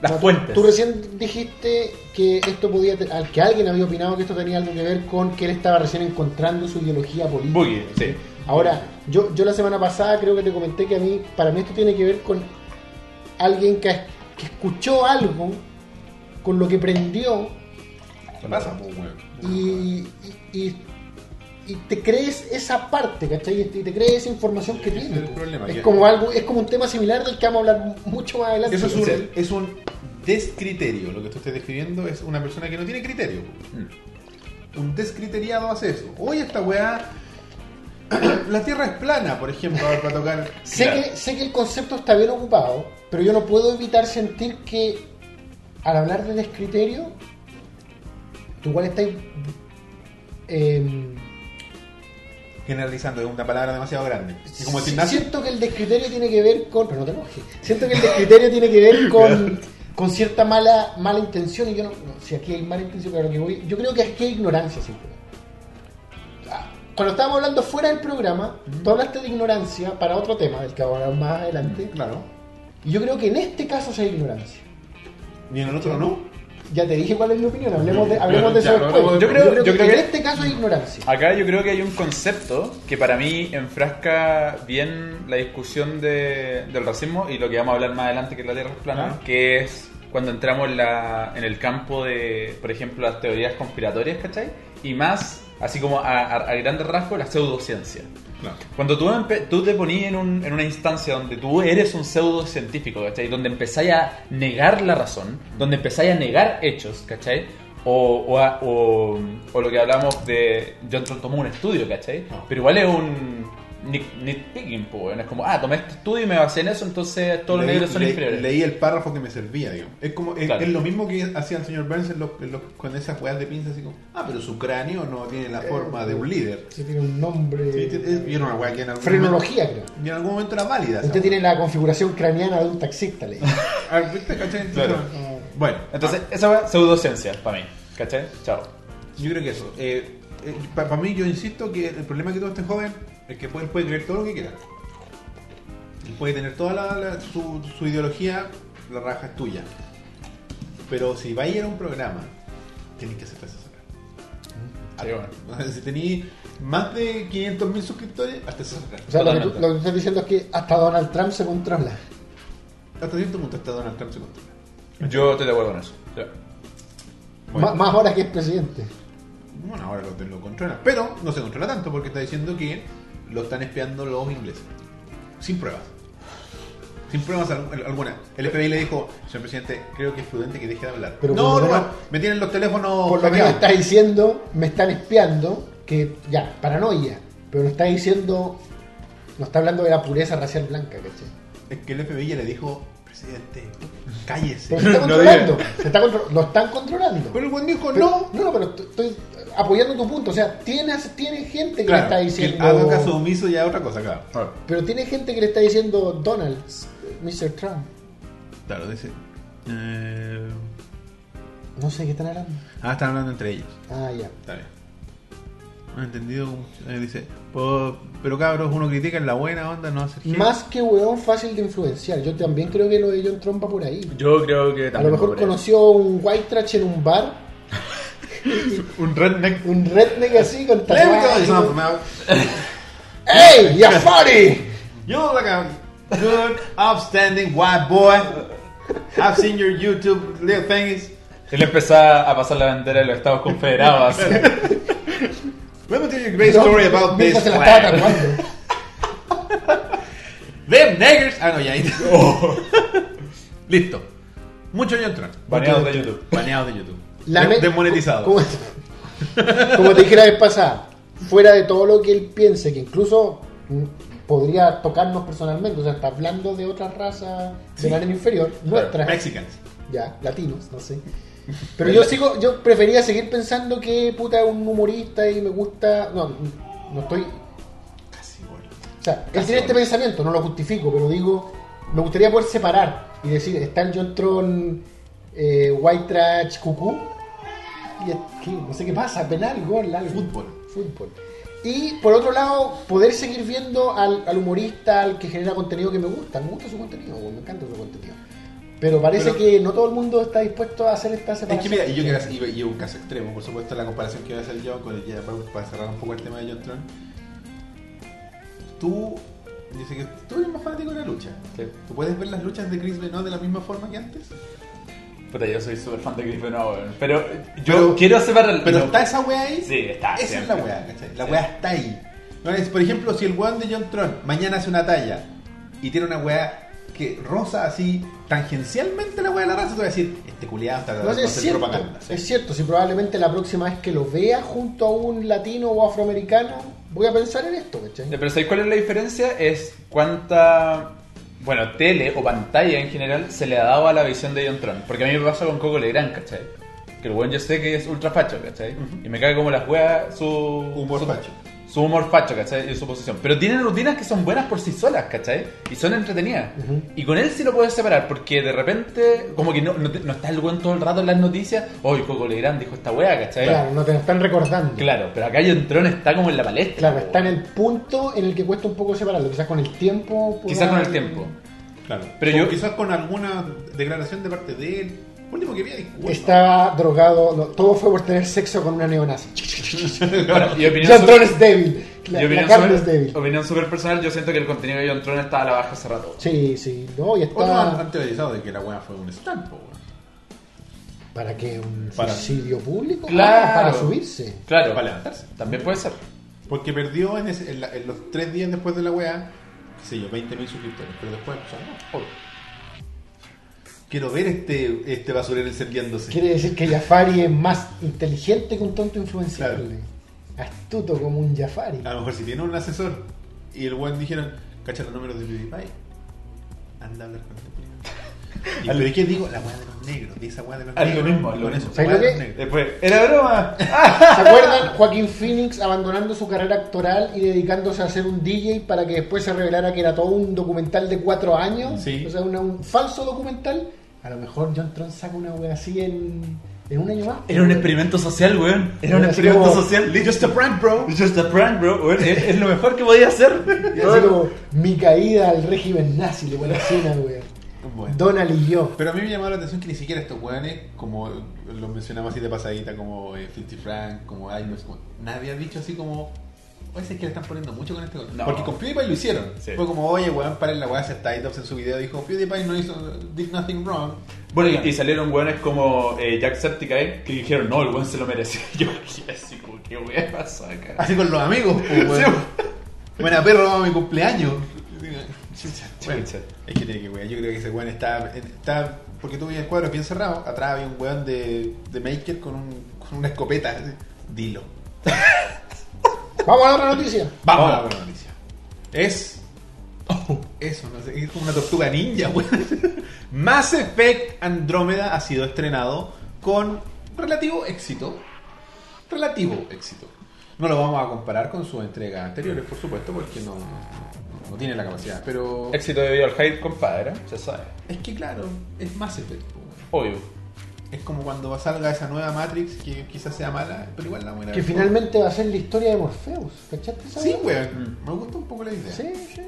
las
Tú-
fuentes.
Tú recién dijiste que esto podía te- al que alguien había opinado que esto tenía algo que ver con que él estaba recién encontrando su ideología política.
Boogie, sí.
Ahora, yo, yo la semana pasada creo que te comenté que a mí, para mí esto tiene que ver con alguien que, que escuchó algo, con lo que prendió
¿Qué pasa? po, weón?
y, y- y- y te crees esa parte, ¿cachai? Y te crees esa información que
Ese es
tiene.
el problema,
es
que-
como algo, es como un tema similar del que vamos a hablar mucho más adelante.
Eso es un,
Sí.
es un descriterio. Lo que tú estás describiendo es una persona que no tiene criterio.
Mm.
Un descriteriado hace eso. Oye, esta weá. La tierra es plana, por ejemplo, a ver, para tocar.
Sé,
Claro.
que, sé que el concepto está bien ocupado, pero yo no puedo evitar sentir que al hablar de descriterio, tú igual estás em,
Generalizando, es una palabra demasiado grande. Es como
si-
decir nazi.
Siento que el descriterio tiene que ver con. Pero no te enojes. Siento que el descriterio tiene que ver con, con cierta mala, mala intención. Y yo no, no, Si aquí hay mala intención, pero lo que voy. Yo creo que aquí hay ignorancia simplemente. Ah, Cuando estábamos hablando fuera del programa, tú hablaste de ignorancia para otro tema, del que vamos a hablar más adelante.
Claro.
Y yo creo que en este caso sí hay ignorancia.
Y en el otro no.
Ya te dije cuál es mi opinión, hablemos de, hablemos de eso
Ya,
después.
hablemos de-
Yo creo,
yo
que,
creo
en
que-
este caso hay ignorancia.
Acá yo creo que hay un concepto que para mí enfrasca bien la discusión de- del racismo y lo que vamos a hablar más adelante que es la tierra es plana,
Ajá.
que es cuando entramos en, la- en el campo de, por ejemplo, las teorías conspiratorias, ¿cachai? Y más, así como a, a- a grandes rasgos, la pseudociencia.
Claro.
Cuando tú, empe- tú te ponías en, un- en una instancia donde tú eres un pseudocientífico, ¿cachai? Donde empezáis a negar la razón, donde empezáis a negar hechos, ¿cachai? O, o, a- o- o lo que hablamos de Johnson tomó un estudio, ¿cachai?
Ah.
Pero igual es un, nit- nitpicking, pues, weón. Es como, ah, tomé este estudio y me basé en eso, entonces todos los
Leí-
negros son
le-
inferiores.
Leí el párrafo que me servía, digamos. Es como es,
Claro.
es lo mismo que hacía el señor Burns en los- en los- con esas weas de pinza, así como, ah, pero su cráneo no tiene la forma de un líder.
Usted tiene un nombre.
Sí, te- es- y era una wea que en algún
Frenología, creo.
momento- y en algún momento era válida. esa
Usted
wea.
tiene la configuración craniana de un taxista, le digo. Eh,
Ah, ¿viste? ¿Cachai?
Claro.
Entonces, Bueno, Ah,
Entonces, esa es pseudociencia para mí. ¿Cachai? Chao.
Yo creo que eso. Eh, Para mí, yo insisto que el problema que tuvo este joven es que puede, puede creer todo lo que quiera. Él puede tener toda la, la- su, su ideología, la raja es tuya. Pero si va a ir a un programa, tenés que aceptar esa
Sí, bueno.
saca. Si tenéis más de 500.000 suscriptores, hasta esa saca.
O sea, lo que, tú,
Totalmente.
lo que tú estás diciendo es que hasta Donald Trump se controla.
Hasta cierto punto, hasta Donald Trump se controla.
Yo estoy de acuerdo con eso. Sí.
Bueno.
Má- Más horas que es presidente.
Bueno, ahora lo, lo controla. Pero no se controla tanto porque está diciendo que lo están espiando los ingleses. Sin pruebas. Sin pruebas al- alguna. El FBI le dijo, señor presidente, creo que es prudente que deje de hablar.
Pero
no,
por
no,
lo
no,
menos-
me tienen los teléfonos
Por lo que me
hackeados".
estás diciendo, me están espiando, que ya, paranoia. Pero no está diciendo, no está hablando de la pureza racial blanca, ¿cachai?
Es que el FBI ya le dijo, presidente, cállese.
Pero se está
No
controlando. se está contro- lo están controlando.
Pero el buen dijo,
Pero-
no.
no, no, pero t- estoy apoyando tu punto. O sea, tienes, tiene gente que
Claro,
le está
que haga caso
diciendo.
omiso ya es otra cosa, claro.
Pero tiene gente que le está diciendo Donald, Mr. Trump.
Claro, dice... eh,
No sé de qué están hablando.
Ah, están hablando entre ellos.
Ah, ya.
Está bien. No he entendido. cómo- eh, dice, "Po- pero cabros, uno critica en la buena onda, no hace
Más que hueón fácil de influenciar. Yo también creo que lo de John Trump va por ahí.
Yo creo que también.
A lo mejor
podría.
conoció un white trash en un bar,
un redneck.
un redneck así con
There we go, it's
tatuajes.
not now.
¡Ey! ¡Ya Fari!
You're like a good, upstanding white boy. I've seen your YouTube little things.
Él empezaba a pasar la bandera de los Estados Confederados. así.
Let me tell you a great story about this
se la estaba
flag.
tatuando.
Them niggers. Ah, no, ya. ahí-
Oh.
Listo. Mucho John Trump.
Baneado de YouTube.
Baneado de YouTube.
La
De-
me-
Desmonetizado.
Como, como te dije la vez pasada, fuera de todo lo que él piense, que incluso mm, podría tocarnos personalmente, o sea, está hablando de otras razas
Sí.
del área inferior, nuestras,
Mexicans.
ya, latinos, no sé. Pero yo sigo, yo prefería seguir pensando que puta es un humorista y me gusta. No, no estoy.
Casi, bueno.
O sea, él tiene este pensamiento, no lo justifico, pero digo, me gustaría poder separar y decir, está el John Tron eh, White Trash Cucú. Y es que no sé qué pasa, penal, gol, algo.
Fútbol.
Fútbol. Y por otro lado, poder seguir viendo al, al humorista, al que genera contenido que me gusta. Me gusta su contenido, me encanta su contenido. Pero parece
Pero-
que no todo el mundo está dispuesto a hacer esta
Es que
separación.
mira, y yo que era- iba- y un caso extremo, por supuesto, la comparación que voy a hacer yo con el ya para, para cerrar un poco el tema de John Tron. Tú, dice que tú eres más fanático de la lucha.
Sí.
¿Tú puedes ver las luchas de Chris Benoit de la misma forma que antes?
Puta, yo soy súper fan de Chris Benoit, weón. Pero yo
Pero-
quiero separar.
Pero
no.
está esa wea ahí.
Sí, está,
Esa
siempre.
es la wea, ¿cachai? La
Sí.
wea está ahí. No es- por ejemplo, si el weón de John Tron mañana hace una talla y tiene una wea que roza así tangencialmente la wea de la raza, te voy a decir, este culiado está
No,
tratando
sí,
de
es
hacer
cierto,
propaganda. ¿sí?
es cierto, si probablemente la próxima vez que lo vea junto a un latino o afroamericano, voy a pensar en esto, ¿cachai?
Ya, Pero ¿sabes cuál es la diferencia? Es cuánta, bueno, tele o pantalla en general se le ha dado a la visión de John Tron. Porque a mí me pasa con Coco Legrand, ¿cachai? Que el buen yo sé que es ultra facho, ¿cachai? Y me cae como las weas su...
Humor
su-
facho.
Su humor facho, ¿cachai? Y su posición. Pero tienen rutinas que son buenas por sí solas, ¿cachai? Y son entretenidas.
Ujú.
Y con él sí lo puedes separar, porque de repente, como que no, no, te- no está el buen todo el rato en las noticias. "Oh, Hoy Coco Legrand dijo esta wea, ¿cachai?
Claro, no te lo están recordando.
Claro, pero acá John Tron está como en la palestra.
Claro,
po,
está en el punto en el que cuesta un poco separarlo, quizás con el tiempo. pues, pueda-
Quizás con el tiempo.
Claro.
Pero
O
yo-
quizás con alguna declaración de parte de él. Último que había disculpa.
Estaba drogado, no, todo fue por tener sexo con una neonazi.
Bueno, y opinión
John
sobre-
Tron es débil, la,
y
la
opinión,
carne es
super,
débil.
opinión super personal, yo siento que el contenido de John Tron está a la baja hace rato.
Sí, sí, no, y
Otro han,
está...
han teorizado de que la weá fue un stunt, po, weón.
¿Para qué? ¿Un
Para-
suicidio público?
Claro.
Ah, Para subirse.
Claro,
Para levantarse.
También puede ser.
Porque perdió en, ese- en la- en los tres días después de la weá, qué sé yo, 20.000 suscriptores. Pero después empezó, no, obvio. Quiero ver este, este basurero incendiándose.
Quiere decir que Jafari es más inteligente que un tonto influenciable.
Claro. Ah.
Astuto como un Jafari.
A lo mejor si tiene un asesor Y el weón dijeron, cacha los números de PewDiePie, anda a hablar con este culiao". Y
Al-
pero ¿y qué digo? La weá de los negros, de esa weá de los
Al-
negros.
lo mismo,
y
lo
con
mismo.
eso,
¿Sabes
weá
lo
de los
que?
negros.
Después, era broma.
¿Se acuerdan? Joaquín Phoenix abandonando su carrera actoral y dedicándose a ser un DJ para que después se revelara que era todo un documental de cuatro años.
Sí.
O sea, una- un falso documental. A lo mejor John Tron saca una wea así en, en un año más.
Era un experimento social, weón. Era un
Así
experimento
como-
social.
Just a prank, bro.
It's just a prank, bro. weón. Es, es lo mejor que podía hacer.
Y así como mi caída al régimen nazi, le wea así una wea.
Bueno.
Donald y yo.
Pero a mí me llamó la atención que ni siquiera estos weones, como los mencionaba así de pasadita, como eh, 50 Frank, como Aymes, como- nadie ha dicho así como, oye, es que le están poniendo mucho con este weón.
No.
Porque con PewDiePie lo hicieron.
Sí.
Fue como, oye, weón, paren la weá, se está Dobbs en su video, dijo, PewDiePie no hizo, did nothing wrong.
Bueno, y, y salieron weones como eh, Jacksepticeye que dijeron, no, el weón se lo merece. Yo dije así, como, ¿qué weón pasó acá?
Así con los amigos, pues,
Sí,
weón. Buena perro, vamos a mi cumpleaños. Bueno,
chucha.
es que tiene que weón. Yo creo que ese weón está, está. Porque tú veías el cuadro bien cerrado. Atrás había un weón de, de Maker con, un, con una escopeta. así. Dilo.
Vamos a la otra noticia.
Vamos a la
Vamos.
buena noticia. Es.
Oh.
Eso, no sé, es como una tortuga ninja, weón. Mass Effect Andrómeda ha sido estrenado con relativo éxito. Relativo éxito. No lo vamos a comparar con sus entregas anteriores, por supuesto, porque no, no- no tiene la capacidad. Pero
Éxito debido al hype, compadre. ¿eh? Se sabe.
es que, claro, es Mass Effect. po, weón.
Obvio.
Es como cuando salga esa nueva Matrix, que quizás sea mala, pero igual la buena.
Que finalmente va a ser la historia de Morpheus. ¿Cachaste esa
Sí,
wea?
weón. Me gusta un poco la idea.
Sí, sí.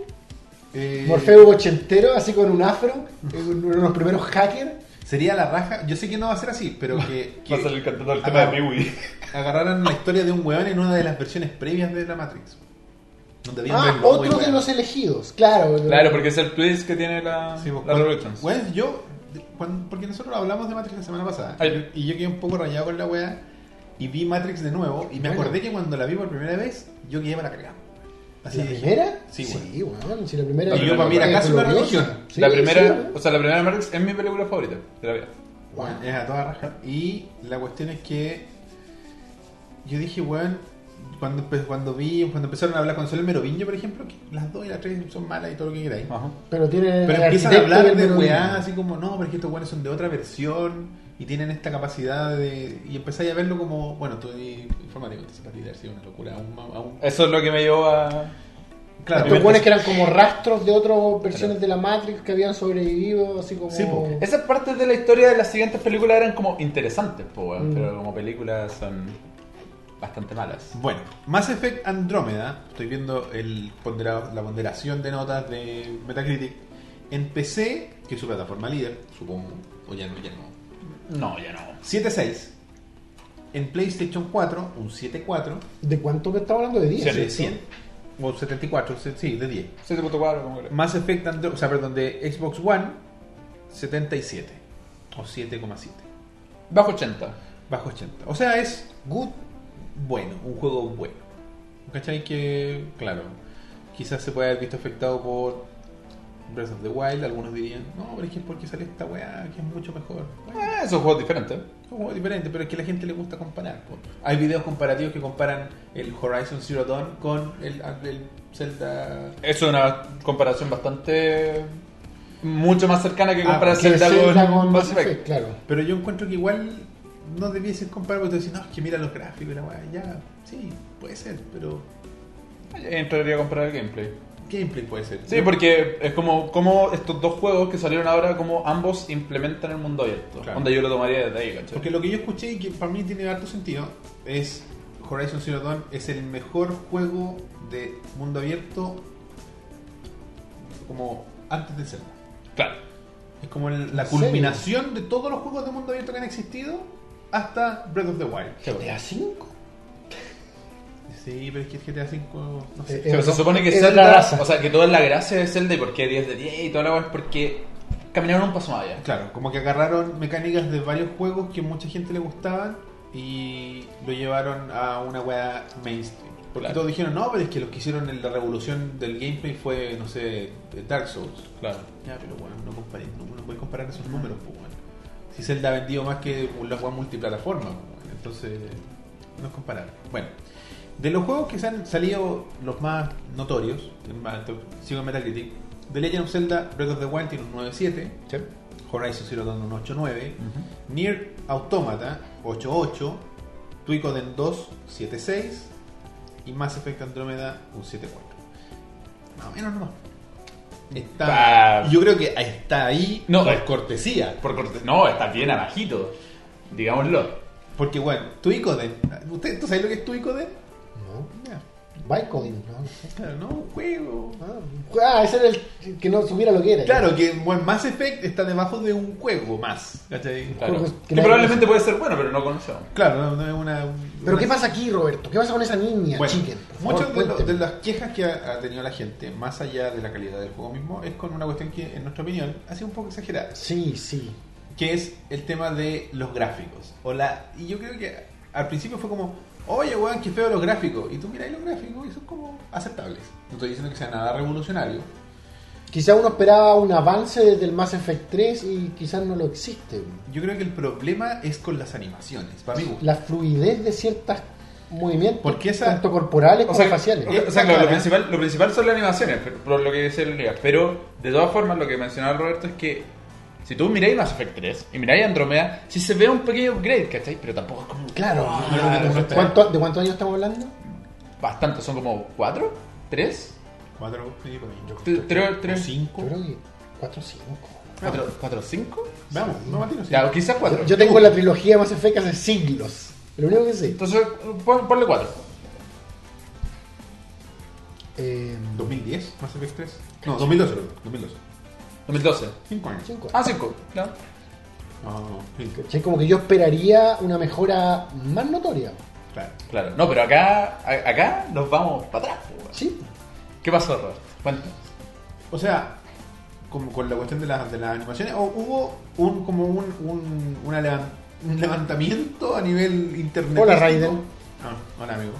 Eh,
Morfeo ochentero, así con un afro, eh, uno de los primeros hackers.
Sería la raja. Yo sé que no va a ser así, pero que. que
Va a salir cantando el tema de
agar-
Peewee.
Agarraran la historia de un weón en una de las versiones previas de la Matrix. Donde había un
Ah,
reloj muy
otro de
weón.
los elegidos, claro.
Claro, porque es el twist que tiene la,
Sí, pues,
la
cuando-
Revolutions.
weón, yo. cuando- porque nosotros hablamos de Matrix la semana pasada.
Ay.
Y yo quedé un poco rayado con la weá. Y vi Matrix de nuevo. Y me
Bueno.
acordé que cuando la vi por primera vez, yo quedé para cagar. Así
¿La
dije,
primera?
Sí, weón.
Sí, weón, si la primera.
Y yo para mí
era
es
casi una
gloriosa.
religión.
Sí,
la
sí,
primera,
weón.
o sea, la primera Matrix es mi película favorita de la vida.
Bueno, es a toda raja. Y la cuestión es que yo dije, weón, cuando, empe- cuando vi, cuando empezaron a hablar con Sol Merovinio, por ejemplo, que las dos y las tres son malas y todo lo que queráis.
Ajá.
Pero tiene.
Pero
el
empiezan a
arquitecto
hablar
del
de
Merovingo.
weá, así como, no, porque estos weones son de otra versión y tienen esta capacidad de. Y empezáis a verlo como, bueno, tú eres informático, entonces para ti debe haber sido una locura. Aún, más- aún-
Eso es lo que me llevó a.
claro,
Estos weones que eran como rastros de otras versiones de la Matrix que habían sobrevivido, así como.
Sí, po.
Es-
Esas partes de la historia de las siguientes películas eran como interesantes, po, weón,
Mm.
pero como películas son bastante malas.
Bueno, Mass Effect Andrómeda, estoy viendo el pondera- la ponderación de notas de Metacritic. En PC, que es su plataforma líder, supongo, o ya no, ya no.
No, ya no.
7.6. En PlayStation 4, un 7.4.
¿De cuánto que estamos hablando? De 10.
Sí.
De 100. O 74, se- sí, de 10.
7.4, como que-
Mass Effect Andro- o sea, perdón, de Xbox One, 77. O 7,7.
Bajo 80.
Bajo 80. O sea, es good, bueno, un juego bueno. ¿Cachai? Que, claro, quizás se puede haber visto afectado por Breath of the Wild. Algunos dirían, no, pero es que es porque sale esta weá, que es mucho mejor. Bueno,
Eh, es un juego diferente.
es un juego diferente, pero es que a la gente le gusta comparar. po. Hay videos comparativos que comparan el Horizon Zero Dawn con el, el Zelda.
Es una comparación bastante. mucho más cercana que
Ah,
comparar
Que
Zelda
Zelda
con
con
Mass
Mass
Effect.
Effect, claro.
Pero yo encuentro que igual no debiesen comparar porque tú decís, no, es que mira los gráficos, y la weá, ya, sí, puede ser, pero
Eh, Entraría a comparar el gameplay.
gameplay puede ser.
Sí, porque es como, como estos dos juegos que salieron ahora, como ambos implementan el mundo abierto.
Claro.
Onda yo lo tomaría desde ahí, ¿cachai?
Porque lo que yo escuché y que para mí tiene harto sentido es Horizon Zero Dawn es el mejor juego de mundo abierto como antes de Zelda.
Claro.
Es como el- la
¿En serio?
culminación de todos los juegos de mundo abierto que han existido hasta Breath of the Wild.
GTA 5.
Sí, pero es que el GTA V no sé.
Eh, eh.
Pero se supone que
es
Zelda,
la raza.
o sea, que toda la gracia de Zelda y por qué 10 de 10 y toda la cosa es porque caminaron un paso más allá.
Claro, como que agarraron mecánicas de varios juegos que mucha gente le gustaban y lo llevaron a una weá mainstream. Porque
Claro.
todos dijeron, no, pero es que los que hicieron en la revolución del gameplay fue, no sé, Dark Souls.
Claro.
Ya, pero bueno, no comparé, no, no puedes comparar esos números, pues bueno. Si Zelda ha vendido más que la weá multiplataforma, pues, bueno. entonces no es comparar. Bueno, De los juegos que se han salido los más notorios, el más- sigo en Metacritic, The Legend of Zelda Breath of the Wild tiene un 9.7, Horizon Zero Dawn un 8.9, Nier Automata 8.8, Suikoden 2 7.6 y Mass Effect Andromeda un 7.4. Más o menos nomás. Está,
Pa-
yo creo que está ahí
Ah. No,
por
eh.
cortesía.
Por corte- No, está bien abajito, digámoslo.
Porque, bueno, Suikoden, ¿usted, ¿tú sabes lo que es Suikoden?
No.
Ya,
Bitcoin, no, no sé.
claro, no, un juego.
Ah, Ah, ese era el que no supiera lo que era.
Claro, que bueno, Mass Effect está debajo de un juego más. ¿cachai?
Claro.
Juegos que
Que
nadie
probablemente puede ser bueno, pero no conocemos.
Claro, no, no es una.
Pero
una-
¿qué pasa aquí, Roberto? ¿Qué pasa con esa niña,
Bueno,
chicken? Por favor,
muchas de, lo-
cuénteme.
de las quejas que ha, ha tenido la gente, más allá de la calidad del juego mismo, es con una cuestión que, en nuestra opinión, ha sido un poco exagerada,
Sí, sí.
que es el tema de los gráficos. O la, y yo creo que al principio fue como, oye, weón, qué feo los gráficos. Y tú miras los gráficos y son como aceptables. No estoy diciendo que sea nada revolucionario.
Quizá uno esperaba un avance desde el Mass Effect 3 y quizás no lo existe.
Yo creo que el problema es con las animaciones, para mi gusto.
La fluidez de ciertos movimientos,
Porque esa-
tanto corporales como faciales.
eh,
o sea, claro,
Cara.
lo, principal, lo principal son las animaciones, pero- por lo que decía Lea. Pero de todas formas, lo que mencionaba Roberto es que si tú miráis Mass Effect 3 y miráis Andromeda, sí se ve un pequeño upgrade, ¿cachai? Pero tampoco es como
Claro.
Ah, no, no, no, no, no.
¿Cuánto- ¿De cuántos años estamos hablando?
bastante, son como 4, 3,
Cuatro, sí, por ahí.
Tres- tres- tres.
O cinco.
Yo creo que 4 o 5.
4, 4, 5.
Veamos, no matino, sí.
Ya, o quizás 4.
Yo tengo la trilogía Mass Effect hace siglos. Lo único que sé.
Entonces, pon- ponle 4.
Eh,
2010, Mass Effect 3. No, 2012, perdón, 2012.
2012.
5 años.
cinco.
Ah, 5. Ya.
No, cinco.
¿Cachai? Como que yo esperaría una mejora más notoria.
Claro.
Claro. No, pero acá, a- acá nos vamos para atrás. pues, weón.
Sí.
¿Qué pasó, Roberto? Cuéntanos.
O sea, como con la cuestión de las, de las animaciones, o hubo un como un, un, una levan- un levantamiento a nivel internet.
Hola, Raiden.
Ah, hola, amigo.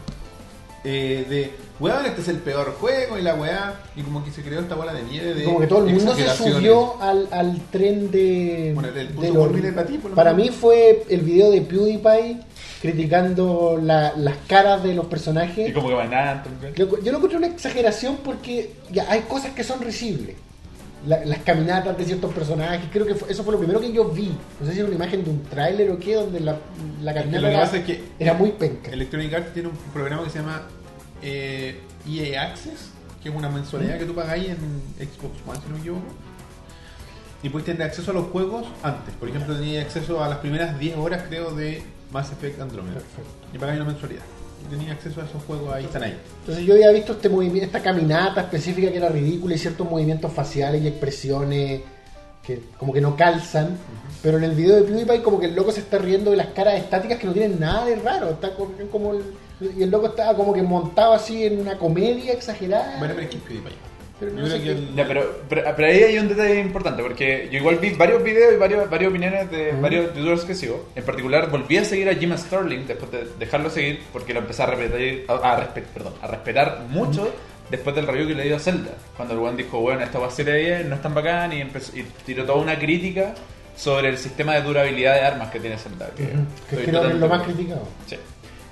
Eh, de, weón, este es el peor juego y la weá. Y como que se creó esta bola de nieve de.
Como que todo el mundo se
exageraciones.
subió al, al tren de.
Bueno, el- el
de
punto
lo-
culmine para ti, por lo
para mí
menos.
fue el video de PewDiePie criticando la- las caras de los personajes.
Y como que Manhattan, weón.
Yo, yo lo encontré una exageración porque ya, hay cosas que son risibles. La- las caminatas de ciertos personajes, creo que fue- eso fue lo primero que yo vi. No sé si era una imagen de un tráiler o qué, donde la, la
que
caminata
lo que
era,
pasa es que-
era muy penca.
Electronic Arts tiene un programa que se llama eh, EA Access, que es una mensualidad que tú pagáis en Xbox One, si no me equivoco. Y puedes tener acceso a los juegos antes. Por ejemplo, tenías acceso a las primeras 10 horas, creo, de Mass Effect Andromeda.
Perfecto.
Y pagáis una mensualidad. Y tenías acceso a esos juegos, ahí están ahí.
Entonces yo había visto este movimiento, esta caminata específica que era ridícula y ciertos movimientos faciales y expresiones que como que no calzan. Pero en el video de PewDiePie como que el loco se está riendo de las caras estáticas que no tienen nada de raro. Está como, como el- y el loco estaba como que montado así en una comedia exagerada.
Bueno, pero es que es PewDiePie.
Pero no
Yo
sé
creo que
qué-
el-
Ya, pero, pero, pero ahí hay un detalle importante, porque yo igual vi varios videos y varios, varias opiniones de
Ujú.
varios youtubers que sigo. En particular, volví a seguir a Jim Sterling después de dejarlo seguir, porque lo empecé a, repetir, a, a respe- perdón, a respetar mucho después del review que le dio a Zelda. Cuando el weón dijo, bueno, esta va a ser de 10, no es tan bacán, y, empezó- y tiró toda una crítica sobre el sistema de durabilidad de armas que tiene Zelda. que
Ujú, que
estoy
creo que es lo
totalmente-
más criticado.
Sí.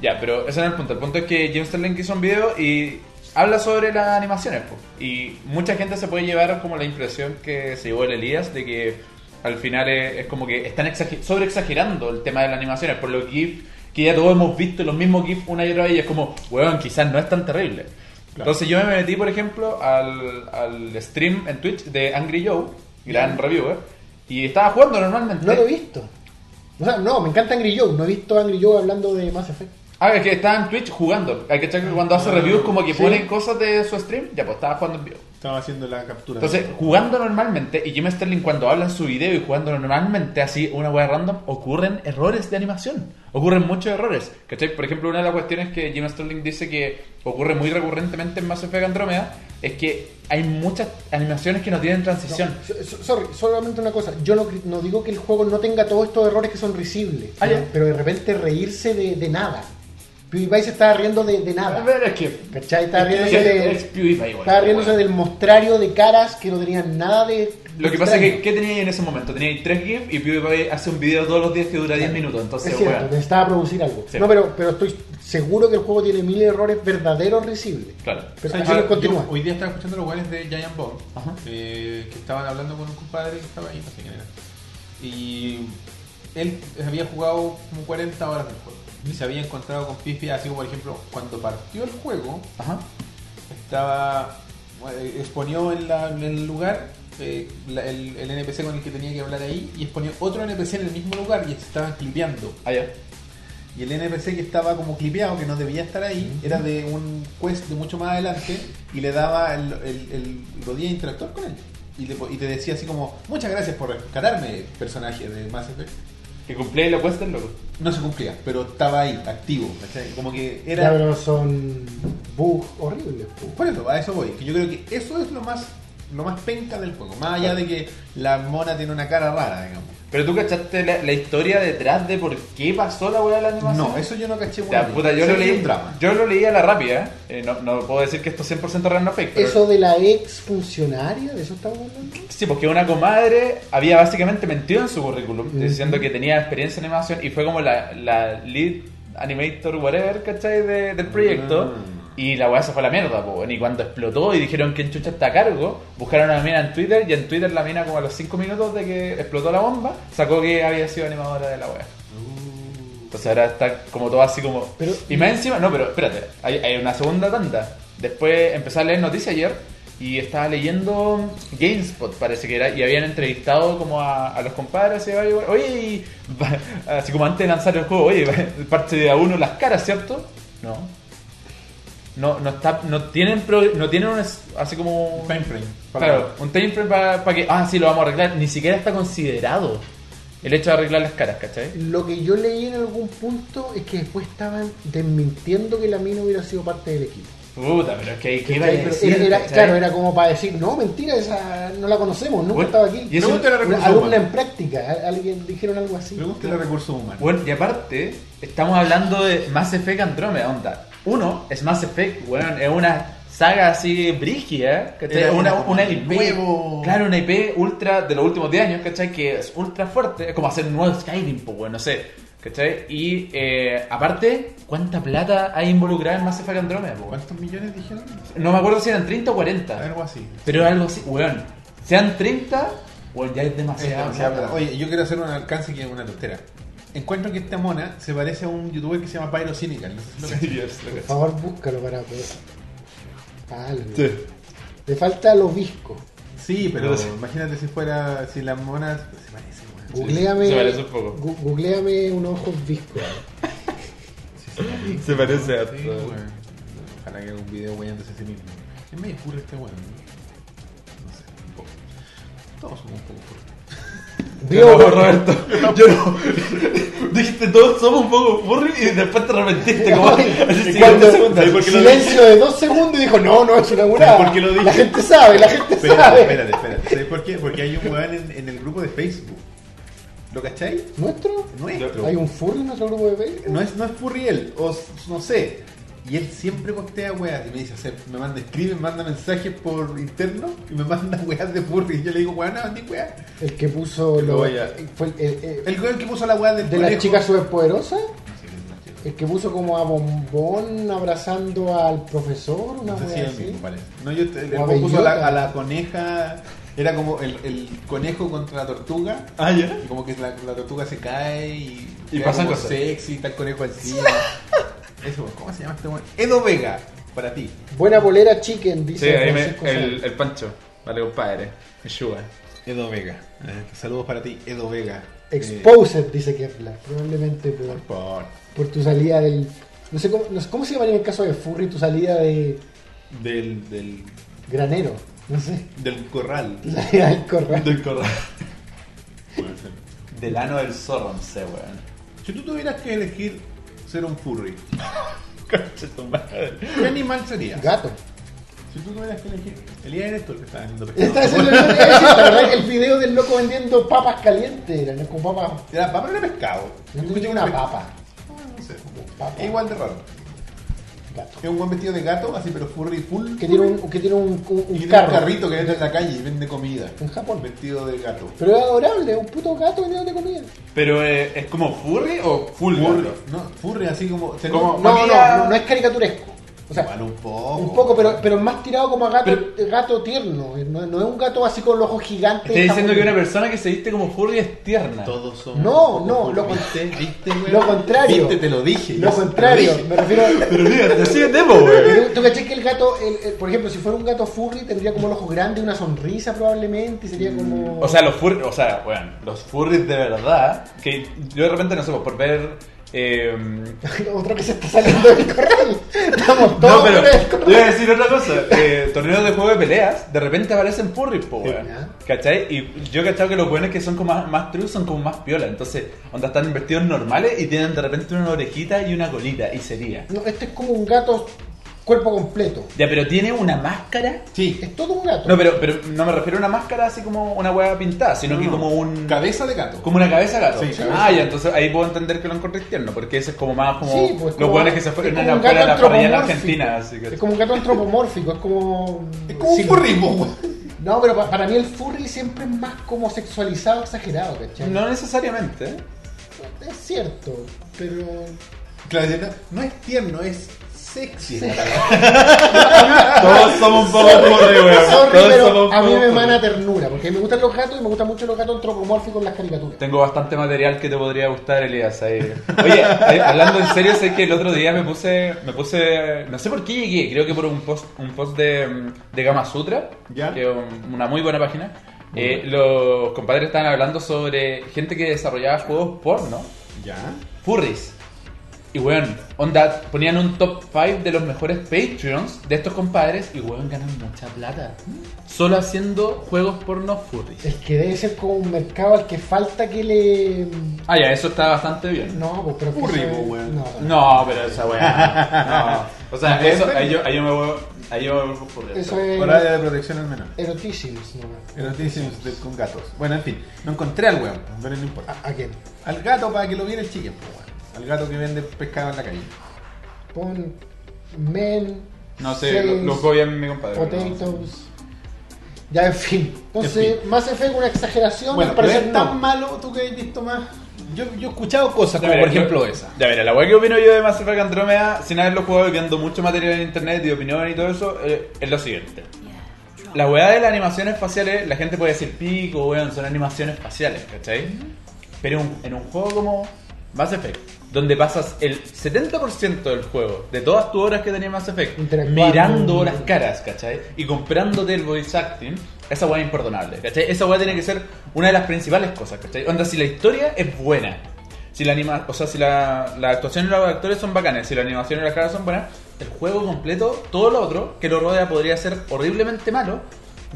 Ya, pero ese no es el punto. El punto es que James Sterling hizo un video y habla sobre las animaciones. po. Y mucha gente se puede llevar como la impresión que se llevó el Elías de que al final es, es como que están exager- sobreexagerando el tema de las animaciones por los GIFs que ya todos hemos visto, los mismos GIFs una y otra vez. Y es como, weón, quizás no es tan terrible.
Claro.
Entonces yo me metí, por ejemplo, al, al stream en Twitch de Angry Joe, gran reviewer, y estaba jugando normalmente.
No lo he visto. O sea, no, me encanta Angry Joe. No he visto Angry Joe hablando de Mass Effect.
Ah, es que está en Twitch jugando. Hay que checar que cuando hace reviews como que
Ah, Sí.
pone cosas de su stream. Ya, pues estaba jugando en vivo.
Estaba haciendo la captura.
Entonces, jugando normalmente, y Jim Sterling cuando habla en su video y jugando normalmente así, una wea random, ocurren errores de animación. Ocurren muchos errores. ¿Cachai? Por ejemplo, una de las cuestiones que Jim Sterling dice que ocurre muy recurrentemente en Mass Effect Andromeda es que hay muchas animaciones que no tienen
No,
transición.
so- so- sorry, solamente una cosa. Yo no, cri- no digo que el juego no tenga todos estos errores que son risibles.
Ah, ya.
Pero de repente reírse de, de nada. PewDiePie se estaba riendo de, de nada.
Pero es que.
¿Cachai? Estaba
es
riéndose, de-
es PewDiePie, igual.
estaba riéndose del mostrario de caras que no tenían nada de.
Lo que pasa es que,
extraño.
¿qué teníais en ese momento? Teníais tres GIFs y PewDiePie hace un video todos los días que dura 10 minutos, entonces,
Es cierto,
weón.
necesitaba producir algo.
Sí.
No, pero, pero estoy seguro que el juego tiene mil errores verdaderos risibles.
Claro.
Pero
Ah,
así
yo
continúa.
hoy día estaba escuchando los guanes de Giant Bomb
Ajá.
eh, que estaban hablando con un compadre que estaba ahí, no sé quién era. Y él había jugado como 40 horas del juego. Y se había encontrado con Pifi, así como por ejemplo, cuando partió el juego,
Ajá.
estaba eh, exponió en, la- en el lugar eh, la- el, el NPC con el que tenía que hablar ahí y exponió otro NPC en el mismo lugar y se estaban clipeando.
Allá.
Y el NPC que estaba como clipeado, que no debía estar ahí, era de un quest de mucho más adelante y le daba el, el- el- podía interactuar con él. Y, le po- y te decía así como, muchas gracias por rescatarme, personaje de Mass Effect.
Que cumplí la cuesta, loco.
No se cumplía, pero estaba ahí, activo. ¿cachai? Como que era...
Ya, pero son bugs horribles. pues.
Por eso, a eso voy. Que yo creo que eso es lo más lo más penca del juego. Más allá de que la mona tiene una cara rara, digamos.
Pero tú cachaste la, la historia detrás de por qué pasó la weá de la animación.
No, eso yo no caché.
Ya,
bueno.
puta, yo
Sé
lo
que
leí.
es un drama.
Yo lo leí a la rápida. eh, no, no puedo decir que esto es 100% real no fake. pero-
Eso de la ex funcionaria, de eso estamos hablando.
Sí, porque una comadre había básicamente mentido en su currículum,
Ujú.
diciendo que tenía experiencia en animación y fue como la, la lead animator, whatever, ¿cachai? De- del proyecto.
Ah.
Y la weá se fue a la mierda, po. weón. Y cuando explotó y dijeron que chucha está a cargo, buscaron a la mina en Twitter y en Twitter la mina, como a los 5 minutos de que explotó la bomba, sacó que había sido animadora de la weá. Entonces ahora está como todo así como.
Pero-
y más encima, no, pero espérate, hay, hay una segunda tanda. Después empecé a leer noticias ayer y estaba leyendo GameSpot, parece que era, y habían entrevistado como a, a los compadres y varios, Oye, y va- así como antes de lanzar el juego, oye, parte de a uno las caras, ¿cierto? No. No, no, está, no tienen, pro- no tienen un es- así como.
Un time frame. Para-
Claro, un timeframe para que. Ah, sí, lo vamos a arreglar. Ni siquiera está considerado el hecho de arreglar las caras, ¿cachai?
Lo que yo leí en algún punto es que después estaban desmintiendo que la mina hubiera sido parte del equipo.
Puta, pero es que ¿qué iba a
¿Cachai? Pero
decir?
era- era-
¿cachai?
claro, era como para decir, no, mentira, esa no la conocemos, nunca
Bueno,
estaba aquí.
y eso-
Una
Pregúntale a recursos
alumna
humanos.
en práctica, a- alguien dijeron algo así.
Pregúntale a recursos humanos.
Bueno, y aparte, estamos hablando de Mass Effect Andromeda, onda. Uno es Mass Effect, weón, es una saga así brígida, ¿eh? ¿cachai?
Era-
una,
era como
una
algo
IP.
nuevo.
Claro, una IP ultra de los últimos 10 años, ¿cachai? Que es ultra fuerte, es como hacer un nuevo Skyrim, pues, weón, no sé. ¿cachai? Y eh, aparte, ¿cuánta plata hay involucrada en Mass Effect Andromeda, po, weón?
¿Cuántos millones dijeron?
No me acuerdo si eran 30 o 40.
Algo así.
Pero algo así, weón. Sean 30, weón, ya es
Es
demasiado.
demasiada plata. Eh, Oye, yo quiero hacer un alcance que es una tontera. Encuentro que esta mona se parece a un youtuber que se llama Pyro Cynical. No sé si lo cachas.
Por favor, búscalo para poder. Algo. Le falta el obisco.
Sí, pero
Sí.
imagínate si fuera. Si las monas. Se parece, weón.
Googleame,
se parece un poco.
gu- googleame unos ojos viscos.
Se parece a
Sí, weón. Ojalá que haga un video weyándose a sí mismo. ¿Qué me ocurre este weón? No No sé, un poco. Todos somos un poco furros.
Vio,
no, Roberto, yo no. Dijiste todos somos un poco furry y después te arrepentiste como
Ay,
hace
cuando-
50 segundos.
¿Sabes por qué lo
silencio de dos segundos y dijo, no, no, es una burrada.
por qué lo dije?
La gente sabe, la gente
Espérate,
sabe.
espérate, espérate. ¿Sabes por qué? Porque hay un weón en, en el grupo de Facebook. ¿Lo cacháis?
¿Nuestro?
Nuestro.
¿Hay un furry en nuestro grupo de Facebook?
No es, no es furry él, o s- no sé. Y él siempre postea weas y me dice, hacer, me manda, escribe, me manda mensajes por interno y me manda weas de furry. Y yo le digo, weón, no, ni wea.
El que puso
Lo
lo,
voy a-
fue el, el- el-
El weón que puso la wea del
de las
conejo-
chicas superpoderosas,
No sé, de las chicas.
el que puso como a bombón abrazando al profesor, una
No sé si
wea
era el
así.
mismo, parece. No, yo te- el
O
weón puso a
bellota.
la, a la coneja. Era como el, el conejo contra la tortuga.
Ah, ya.
Y como que la, la tortuga se cae y.
Y
queda
pasan
como
cosas.
sexy, está el conejo encima. Eso, ¿cómo se llama este weón? Edo Vega, para ti.
Buena polera chicken, dice
Sí, ahí me,
Francisco
el,
Sáenz.
el pancho. Vale, compadre. Me sugar.
Edo Vega. Eh, saludos para ti, Edo Vega.
Exposed, dice Kefla, probablemente por,
Eh, por-
por tu salida del... No sé cómo, no sé cómo se llamaría en el caso de Furry tu salida de
del, del,
granero, no sé,
del corral.
tu salida del corral.
Del corral. Del ano del zorro, no sé, weón.
Si tú tuvieras que elegir ser un furry,
Concha tu madre.
¿qué animal serías?
Gato.
Si tú tuvieras que elegir, Elías eres tú el que está vendiendo
Esta es
pescado.
el, verdad que el video del loco vendiendo papas calientes, eran como papas...
¿Era papa o era pescado?
Yo
Yo
tenía
escuché
una
pe-
papa.
No sé,
Papa.
es igual de raro.
Gato.
Es un buen vestido de gato, así pero furry full.
Que tiene un, que tiene un, un-
y
un
tiene un
carro.
carrito que vende en la calle y vende comida.
En Japón.
Vestido de gato.
Pero es adorable, es un puto gato vendiéndote comida.
Pero eh, es como furry o full
Furry.
gato?
No, furry así como.
Como-
No, no,
Comida-
no, no es caricaturesco. O sea,
Bueno, un poco.
un poco, pero, pero más tirado como a gato,
Pero-
gato tierno. Eh, No, no es un gato así con los ojos gigantes.
Estoy diciendo
japonés.
que una persona que se viste como furry es tierna.
Todos somos.
No,
un poco
no,
furry,
lo con-
¿Viste? ¿Viste, güey?
lo contrario.
Viste, te lo dije.
Lo
yo se- te
contrario,
dije.
me refiero a...
Pero mira, así es demo, güey.
¿Tú, tú cachai que el gato, el- el- por ejemplo, si fuera un gato furry, tendría como los ojos grandes, una sonrisa probablemente, y sería como...
O sea, los furries, o sea, weón, los furries de verdad, que yo de repente no sé, por ver... eh,
Otro que se está saliendo del corral. Estamos todos
no, pero
fuera del
yo
corral.
voy a decir otra cosa. Eh, torneos de juego de peleas, de repente aparecen furries, po, weón.
Ya.
¿Cachai? Y yo he cachado que los weones que son como más, más true son como más piola. Entonces, onda, están vestidos normales y tienen de repente una orejita y una colita, y sería.
No, este es como un gato cuerpo completo.
Ya, pero tiene una máscara.
Sí.
Es todo un gato.
No, pero, pero no me refiero a una máscara así como una hueá pintada, sino que
No, no.
como un...
Cabeza de gato.
Como una cabeza de gato.
Sí, cabeza.
ah, ya, entonces ahí puedo entender que lo encontré tierno, porque ese es como más como
Sí, pues,
los
como-
buenos que se
es
fueron
como un
afuera de la
gato
parrilla en
antropomórfico.
Argentina. Así que,
Es como un gato antropomórfico, es como...
Es como
Sí.
un furry, po, güey.
No, pero pa- para mí el furry siempre es más como sexualizado, exagerado, ¿cachai?
No necesariamente. ¿eh?
Es cierto, pero...
Claudeta, no es tierno, es sexy.
Todos somos un poco furry, weón. Todos somos
Sorry, pero
un
a mí
poco
me
furry.
emana ternura, porque me gustan los gatos y me gustan mucho los gatos antropomórficos en las caricaturas.
Tengo bastante material que te podría gustar, Elías. ahí. Oye, eh, hablando en serio, sé que el otro día me puse, me puse, no sé por qué llegué, creo que por un post, un post de, mm, de Gama Sutra,
Ya.
que es un- una muy buena página. Eh, los compadres estaban hablando sobre gente que desarrollaba juegos porno,
Ya.
furries. Y weón, onda, ponían un top 5 de los mejores Patreons de estos compadres y weón ganan mucha plata. Solo haciendo juegos porno furries.
Es que debe ser como un mercado al que falta que le.
Ah, ya, eso está bastante bien.
No, pues, pero. que
Furry,
eso-
pues, weón.
No.
No, pero esa weá. No. O sea, eso, ahí yo, ahí yo me voy. Ahí yo me voy por dentro.
Eso es.
Horario de protección al menor.
Erotísimos, no.
Erotísimos de- con gatos. Bueno, en fin. No encontré al weón, pues, pero no importa.
¿A, a quién?
Al gato para que lo viera el chicken, po, weón. Al gato que vende pescado en la calle.
Pon. Men.
No sé,
sex,
lo, lo copia mi compadre.
Potatoes. Ya, en fin. Entonces,
En
más efecto una exageración,
Bueno,
al
pero
parecer
es tan
no.
malo tú que has visto más. Yo, yo he escuchado cosas
Ya
como,
verá,
por ejemplo,
yo-
esa.
Ya verá, la weá que opino yo de Mass Effect Andromeda, sin haberlo jugado y viendo mucho material en internet y opinión y todo eso, eh, es lo siguiente. La weá de las animaciones faciales, la gente puede decir pico, weón, son animaciones faciales, ¿cachai? Pero un- en un juego como Mass Effect, donde pasas el 70% del juego, de todas tus horas que tenía Mass Effect,
Interactuando.
mirando las caras, ¿cachai? Y comprándote el voice acting, esa weá es imperdonable, ¿cachai? Esa weá tiene que ser una de las principales cosas, ¿cachai? Onda, si la historia es buena, si la anima, o sea, si la, la actuación de los actores son bacanes, si la animación y las caras son buenas, el juego completo, todo lo otro que lo rodea podría ser horriblemente malo,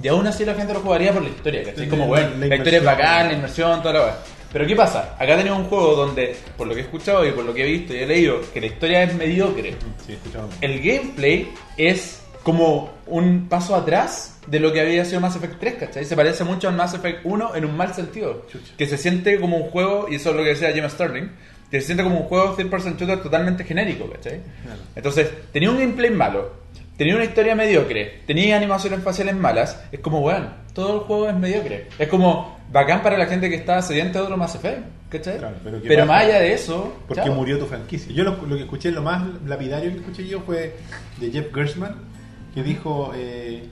y aún así la gente lo jugaría por la historia, ¿cachai?
Sí,
Como,
la-
bueno,
la
la, historia es
inmersión.
bacán, la inmersión, toda la weá. Pero ¿qué pasa? Acá tenemos un juego donde, por lo que he escuchado y por lo que he visto y he leído, que la historia es mediocre
Sí, he escuchado.
el gameplay es como un paso atrás de lo que había sido Mass Effect 3, ¿cachai? Se parece mucho a Mass Effect 1 en un mal sentido.
Chucha.
Que se siente como un juego, y eso es lo que decía James Sterling, que se siente como un juego third person shooter totalmente genérico, ¿cachai?
Claro.
Entonces, tenía un gameplay malo, tenía una historia mediocre, tenía animaciones faciales malas, es como, bueno, todo el juego es mediocre. Es como bacán para la gente que está sediente de otro Mass Effect, ¿cachai?
Claro, pero
pero
¿qué pasa?
más allá de eso...
Porque
chao.
murió tu franquicia. Yo lo, lo que escuché, lo más lapidario que escuché yo fue de Jeff Gershman, que dijo, eh,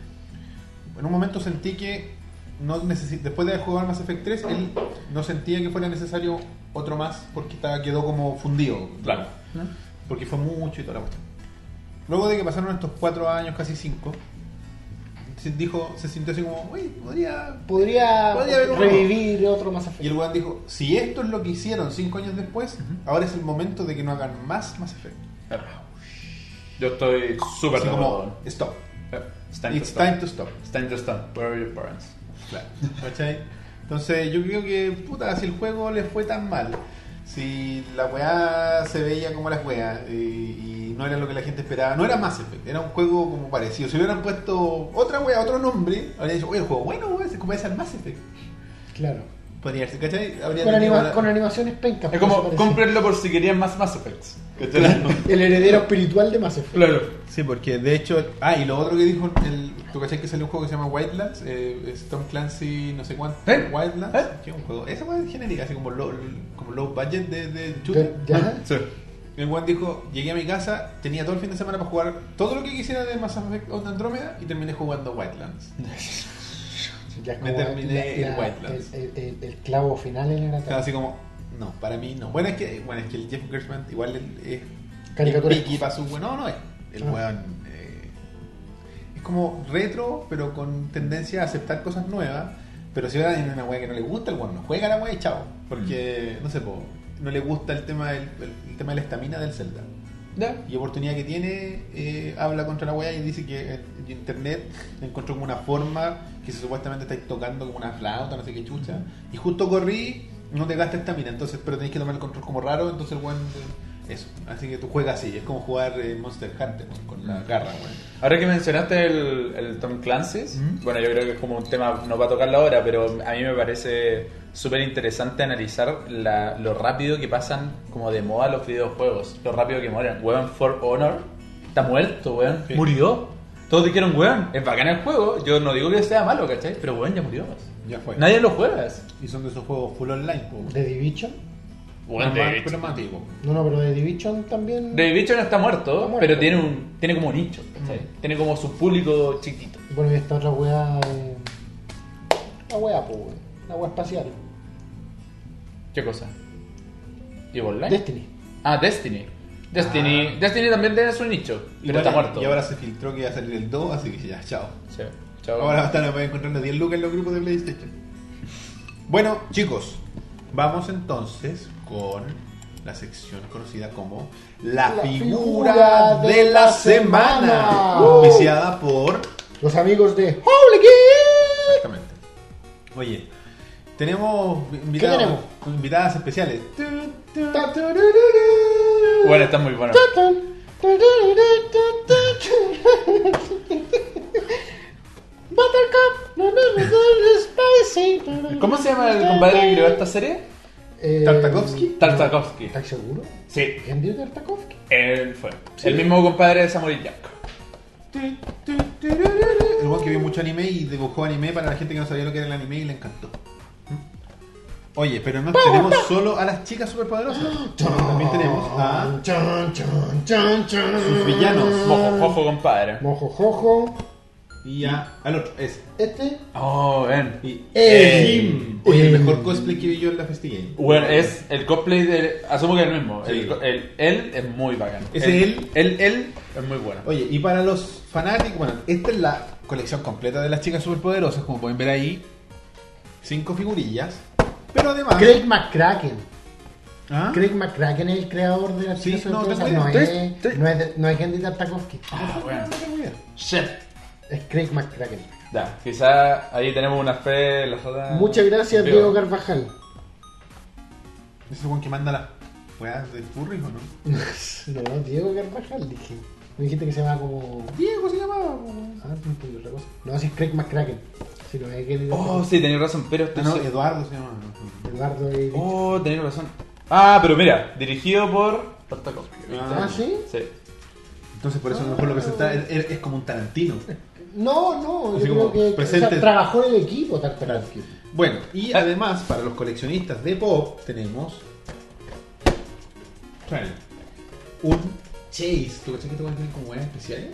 en un momento sentí que no necesi- después de jugar Mass Effect 3, él no sentía que fuera necesario otro más porque estaba, quedó como fundido.
Claro. ¿no?
Porque fue mucho y toda la cuestión. Luego de que pasaron estos cuatro años, casi cinco, se dijo, se sintió así como, uy, podría...
Podría,
Podría haber uno.
revivir otro más
Y el
efecto.
weón dijo, si esto es lo que hicieron cinco años después, ahora es el momento de que no hagan más Mass Effect.
Yo estoy súper
Así
de
como,
acuerdo. Eh,
stop.
It's time
It's
to stop.
time to stop.
It's time to stop. Where are your parents?
Claro. ¿Cachai? Entonces yo creo que, puta, si el juego les fue tan mal, si la weá se veía como las weá y, y no era lo que la gente esperaba, no era Mass Effect, era un juego como parecido. Si hubieran puesto otra weá, otro nombre, habrían dicho, oye, el juego bueno, weá, se parece al Mass Effect.
Claro.
Podría ser, ¿cachai? Habría
Con,
tenido
anima-
una-
con animaciones pencas.
Es
por eso
como,
parece.
cómprenlo por si querían más Mass Effects. ¿Cachai?
El heredero espiritual de Mass Effect.
claro.
Sí, porque de hecho. Ah, y lo otro que dijo. El, ¿Tú cachai que salió un juego que se llama Wildlands? Eh, es Tom Clancy, no sé cuánto.
¿Eh?
Wildlands.
¿Eh?
Que es un juego. Esa weá es genérica, así como low, como low budget de, de shooter.
Ya, ya.
Sí. El Juan dijo: Llegué a mi casa, tenía todo el fin de semana para jugar todo lo que quisiera de Mass Effect on Andrómeda y terminé jugando Wildlands.
Ya es
Me
como
terminé el Whitelands.
El, el- el- el clavo final en la
Estaba
nata.
así como. No, para mí no. Bueno, es que, bueno, es que el Jeff Gershman igual es- es.
Caricatura.
piqui para su. No, no es. El
Ah.
weón. eh, es como retro, pero con tendencia a aceptar cosas nuevas. Pero si ahora hay una weá que no le gusta, el weón no juega la weá y chao. Porque,
Mm.
no sé, po, no le gusta el tema del, el, el tema de la estamina del Zelda.
Ya.
Y oportunidad que tiene, eh, habla contra la weá y dice que eh, internet encontró como una forma que se supuestamente estáis tocando como una flauta, no sé qué chucha. Y justo corrí, no te gasta estamina, entonces, pero tenéis que tomar el control como raro, entonces el weón. eh, Eso. Así que tú juegas así, es como jugar eh, Monster Hunter weón, con la garra, weón.
Ahora que mencionaste el, el Tom Clancy's,
Mm.
bueno, yo creo que es como un tema, no va a tocarlo ahora, pero a mí me parece súper interesante analizar la- lo rápido que pasan como de moda los videojuegos, lo rápido que mueren. Weón For Honor está muerto, weón,
Sí.
murió. Todos dijeron, weón, es bacán el juego, yo no digo que sea malo, ¿cachai? Pero weón, ya murió.
Ya fue.
Nadie lo juega. así.
Y son de esos juegos full online, po, weón.
¿De Division?
Weón,
Pero más-
David.
pero más antiguo.
No, no, pero de Division también.
David Bicho no está muerto,
Está muerto.
pero tiene un tiene como un nicho, ¿cachai? Tiene como su público chiquito.
Bueno, y esta otra weá. eh, La weá, pues, weón. La weá espacial.
¿Qué cosa? ¿Y online?
Destiny.
Ah, Destiny. Destiny, Destiny también tiene su nicho, pero
Igual,
está muerto.
Ah. Y ahora se filtró que iba a salir el 2, así que ya, chao.
Sí, chao.
Ahora están a encontrando 10 lucas en los grupos de PlayStation. Bueno, chicos, vamos entonces con la sección conocida como La,
La
figura, de la semana, Uh.
semana.
oficiada por.
Los amigos de Holy Geek.
Exactamente. Oye, tenemos invitados,
tenemos?
invitadas especiales.
Ta-
Bueno, está muy bueno.
Buttercup, no, no, no, no, spicy.
¿Cómo se llama el compadre que creó esta serie?
Eh,
Tartakovsky?
Tartakovsky.
¿Estás seguro?
Sí,
¿Quién dio Tartakovsky?
él fue. El mismo compadre de Samurai Jack.
El guan que vio mucho anime y dibujó anime para la gente que no sabía lo que era el anime y le encantó. ¿Mm? Oye, pero no tenemos solo a las chicas superpoderosas. También tenemos a
Chan, chan, chan, chan.
sus
Ah.
villanos.
Ojo, ojo, compadre.
Mojo, jojo.
Y a, al otro, ese.
Este.
Oh, ven.
Y
Eh,
Jim. Oye, el
eh.
mejor cosplay que vi yo en la FestiGame.
Bueno, es el cosplay de. Asumo que es el mismo.
Sí.
El, co- el- él es muy bacán.
¿Es él?
Él, él es muy bueno.
Oye, y para los fanáticos, bueno, esta es la colección completa de las chicas superpoderosas, como pueden ver ahí. Cinco figurillas. Pero además...
Craig McCracken.
¿Ah?
Craig McCracken es el creador de la
Sí,
chica
no,
sorpresa.
tengo
No,
idea.
es,
Estoy- estoy-
no es de- no es Henry Tartakovsky.
Ah, bueno.
No tengo idea.
Shit.
Es Craig McCracken.
Ya, quizá ahí tenemos una fe en la
Ah,
sala.
Muchas gracias,
Digo,
Diego Carvajal.
¿Es el guan que manda las weas de furry o no?
No, Diego Carvajal, dije. Me dijiste que se llama como.
Diego se llamaba.
Ah, no, pues, otra cosa. No, si es Craig McCracken. Si no es Henry
Oh, sí, tenéis razón, pero estoy
No, Ah, no,
seguro.
Eduardo se llamaba.
Eduardo eh, y.
Oh, tenéis razón. Ah, pero mira, dirigido por Tartakovsky. ¿viste?
Ah,
¿sí?
Sí.
Entonces por eso a lo mejor lo presenta es, es- es como un Tarantino.
No, no,
Así
yo
como
creo que o sea,
presente.
trabajó en el equipo Tartakovsky.
Bueno, y además para los coleccionistas de pop tenemos Traen. un Chase. ¿Tú crees que te van a tener como weas especiales?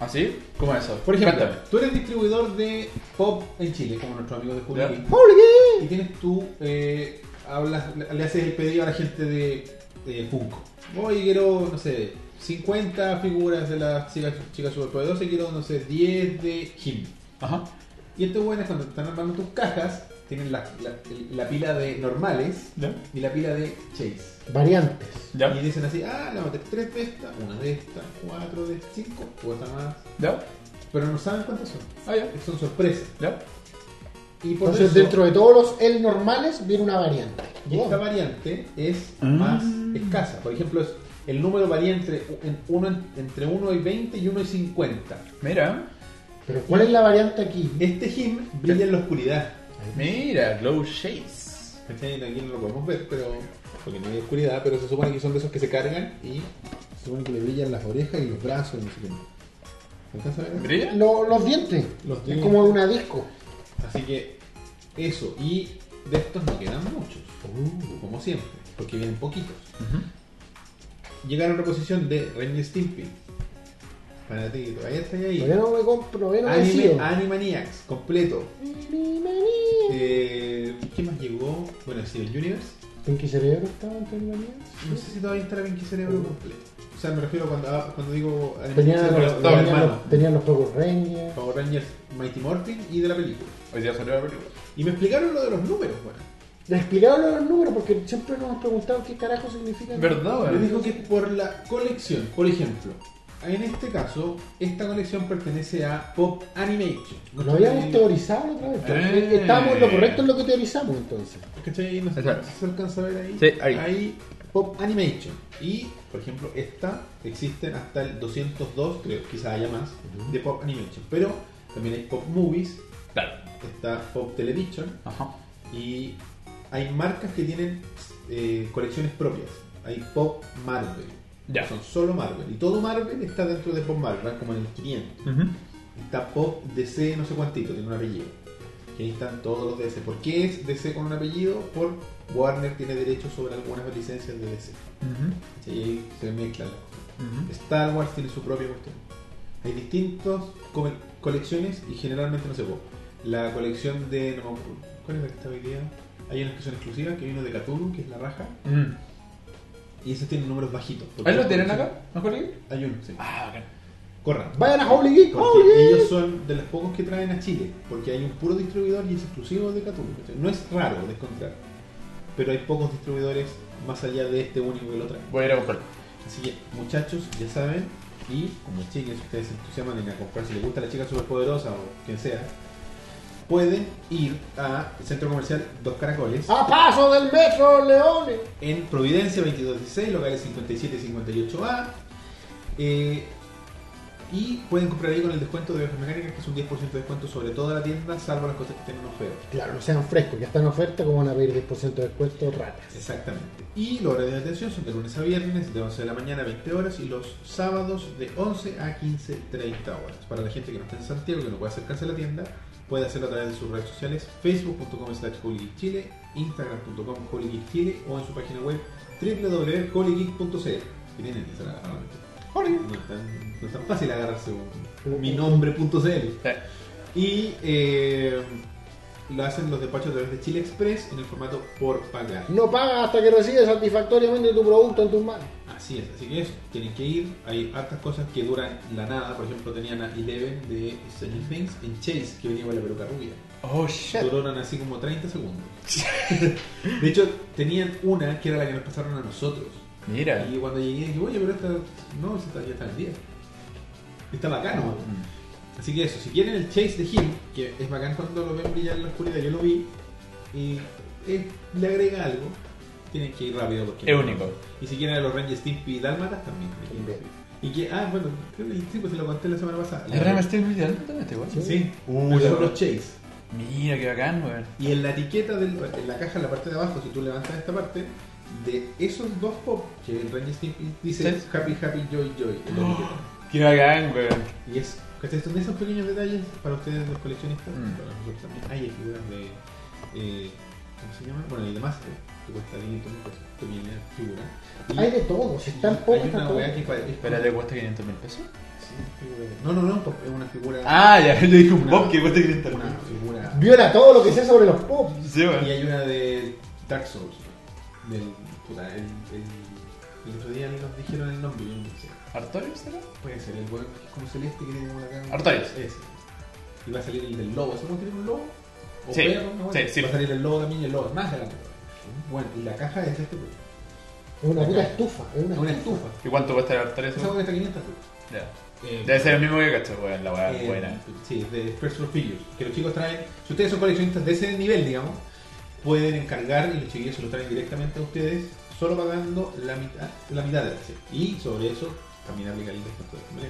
¿Ah, sí? ¿Cómo es eso?
Por ejemplo,
Cuéntame.
tú eres distribuidor de pop en Chile, como nuestros amigos de
Ya.
Julio.
¡Holy Geek!
Y tienes tú, eh, hablas, le le haces el pedido a la gente de, de Funko. Oye, quiero, no sé, 50 figuras de las chicas, chicas superpoderosas y quiero, no sé, 10 de Jim.
Ajá.
Y estos buenos cuando están armando tus cajas, tienen la, la- la pila de normales
Ya.
y la pila de Chase.
Variantes.
Ya.
Y dicen así, ah, la maté tres de esta, una de esta, cuatro de cinco, cuota más.
Ya.
Pero no saben cuántas son.
Ah, ya.
Son sorpresas.
Ya.
Y por
Entonces,
eso,
dentro de todos los el normales, viene una variante.
Y esta
Wow.
variante es
Mm.
más escasa. Por ejemplo, es- el número varía entre 1 entre uno y 20 y 1 y 50.
Mira.
Pero, ¿cuál es la variante aquí?
Este gym brilla en la oscuridad.
Mira, Glow Shades.
¿Cachai? Aquí no lo podemos ver, pero. Porque no hay oscuridad, pero se supone que son de esos que se cargan y
Se supone que le brillan las orejas y los brazos y no sé qué. ¿Me alcanza a ver?
¿Brilla?
Lo- los dientes.
Los
Es
dientes.
como una disco.
Así que eso, y de estos no quedan muchos, como siempre, porque vienen poquitos. Llegaron a una posición de Ren y Stimpy. Fanatito, ahí está ahí.
Todavía no me compro, todavía no me
Anime,
decido.
Animaniacs, completo.
Mi manía.
Eh, ¿Qué más llegó? Bueno, sí, el Universe.
Pinky Cerebro estaba en Animaniacs?
No sé si todavía está la Pinky Cerebro completo. O sea, me refiero cuando, a- cuando digo
Tenían,
Animaniacs,
los,
los- los
tenían,
hermanos.
los, tenían los Power Rangers.
Power Rangers, Mighty Morphin y de la película.
Hoy día salió la película.
Y me explicaron lo de los números, bueno.
Les explicaron los números porque siempre nos han preguntado qué carajo significan.
¿Verdad,
Me
weón?
dijo que por la colección, por ejemplo, en este caso, esta colección pertenece a Pop Animation.
Lo habíamos teorizado la otra vez.
Eh.
Estábamos en lo correcto en lo que teorizamos entonces.
¿Cachai? No sé
Exacto.
si se alcanza a ver ahí.
Sí, ahí.
Pop Animation. Y, por ejemplo, esta existen hasta el 202, creo, quizás haya más, de Pop Animation. Pero también hay Pop Movies,
Claro.
está Pop Television
Ajá.
y hay marcas que tienen eh, colecciones propias. Hay Pop Marvel.
Ya.
Son solo Marvel. Y todo Marvel está dentro de Pop Marvel, van como en el 500. Está Pop DC no sé cuántito, tiene un apellido. Y ahí están todos los DC. ¿Por qué es DC con un apellido? Por Warner tiene derecho sobre algunas licencias de DC. Y ahí se mezclan las cosas. Star Wars tiene su propia cuestión. Hay distintos come- colecciones y generalmente no sé po, La colección de. No, me acuerdo, ¿Cuál es la que está hoy día? Hay unas que son exclusivas, que vino de Cthulhu, que es la raja,
Mm.
y esas tienen números bajitos. porque-
¿Ahí lo tienen acá? ¿No colgué?
Hay uno, sí.
Ah, bacán.
Corran.
Vayan a Holy Geek.
Porque
Holy Geek.
ellos son de los pocos que traen a Chile, porque hay un puro distribuidor y es exclusivo de Cthulhu. ¿cachai? No es raro de encontrar, pero hay pocos distribuidores más allá de este único que lo trae.
Voy a ir a comprarlo.
Así que, muchachos, ya saben, y como chicas, ustedes se entusiasman en ir a comprar, si les gusta la chica superpoderosa o quien sea, pueden ir a el Centro Comercial Dos Caracoles
A paso del metro, leones.
en Providencia 2216, locales 57 y 58A. eh, y pueden comprar ahí con el descuento de Ovejas Mecánicas, que es un 10% de descuento sobre toda la tienda, salvo las cosas que estén en oferta.
Claro, no sean frescos, ya están en oferta, como van a pedir 10% de descuento ratas.
Exactamente. Y los horarios de atención son de lunes a viernes de 11 de la mañana a 20 horas y los sábados de 11 a 15.30 horas. Para la gente que no está en Santiago, que no puede acercarse a la tienda, puede hacerlo a través de sus redes sociales, facebook.com slash holygeekchile, instagram.com holygeekchile o en su página web www.holygeek.cl que tienen que ser agarrados. No es tan, no es tan fácil agarrarse un, mi nombre.cl y eh, lo hacen los despachos a través de Chile Express en el formato por pagar.
No pagas hasta que recibes satisfactoriamente tu producto en tus manos.
Así es, así que eso, tienen que ir. Hay hartas cosas que duran la nada. Por ejemplo, tenían a Eleven de Stranger Things en Chase, que venía con la peluca rubia.
Oh, shit.
Duraron así como 30 segundos. de hecho, tenían una que era la que nos pasaron a nosotros.
Mira.
Y cuando llegué dije, oye, pero esta no, si está, ya está en día. Está bacano.
Mm,
Así que eso, si quieren el Chase de Hill, que es bacán cuando lo ven brillar en la oscuridad, yo lo vi, y eh, le agrega algo, tienen que ir rápido porque...
Es único.
Y si quieren a los Rangers Stimpy y Dálmatas también. tienen que ir rápido. Y que, ah, bueno, creo que sí, pues se lo conté la semana pasada.
La verdad me estoy olvidando también este weón.
Sí,
Uh,
pero
la
son
verdad.
los Chase.
Mira, qué bacán, weón.
Y en la etiqueta, del, en la caja, en la parte de abajo, si tú levantas esta parte, de esos dos pop que el Ranger Stimpy dice
Sí. Oh.
Happy Happy Joy Joy. en la etiqueta.
Qué bacán, weón.
Y es, ¿cachai? Son de esos pequeños detalles para ustedes los coleccionistas,
Mm.
para nosotros también. Ah, Hay figuras de, eh, ¿cómo se llama? Bueno, el de Master, que cuesta 500 mil pesos, pequeña figura. Y
Hay de todo, si están
hay
pocos,
una
están
weá
pocos.
que pa- es
Espérate, cuesta 500 mil pesos.
Sí, figura de- No, no, no, es una figura...
Ah, ya, le dije un
una-
bob que cuesta 500
Una
mil.
figura...
Viola todo lo que sé sobre los pop.
Sí,
Y
weón.
hay una de Dark Souls, del... puta, el... el- el otro día nos dijeron el nombre, yo no sé.
¿Artorius será?
Puede ser el weón que es como celeste que tiene como la cara.
Artorias.
Ese. Y va a salir el del lobo. ¿Ese weón tiene un lobo? ¿O
Sí,
perro, no?
sí, sí.
Va a salir el lobo también y el lobo es más grande. Bueno, y la caja es de este weón.
Es una puta
Acá.
estufa, es una
Es una estufa.
¿Y cuánto cuesta el Artorius?
Esa weón está 500
Ya.
Eh,
Debe ser el mismo que cacho, weón. La weá
eh,
buena.
Sí, de Personal Figures. Que los chicos traen. Si ustedes son coleccionistas de ese nivel, digamos, pueden encargar y los chiquillos se los traen directamente a ustedes, solo pagando la mitad, la mitad del precio. Y sobre eso, también aplica el descuento de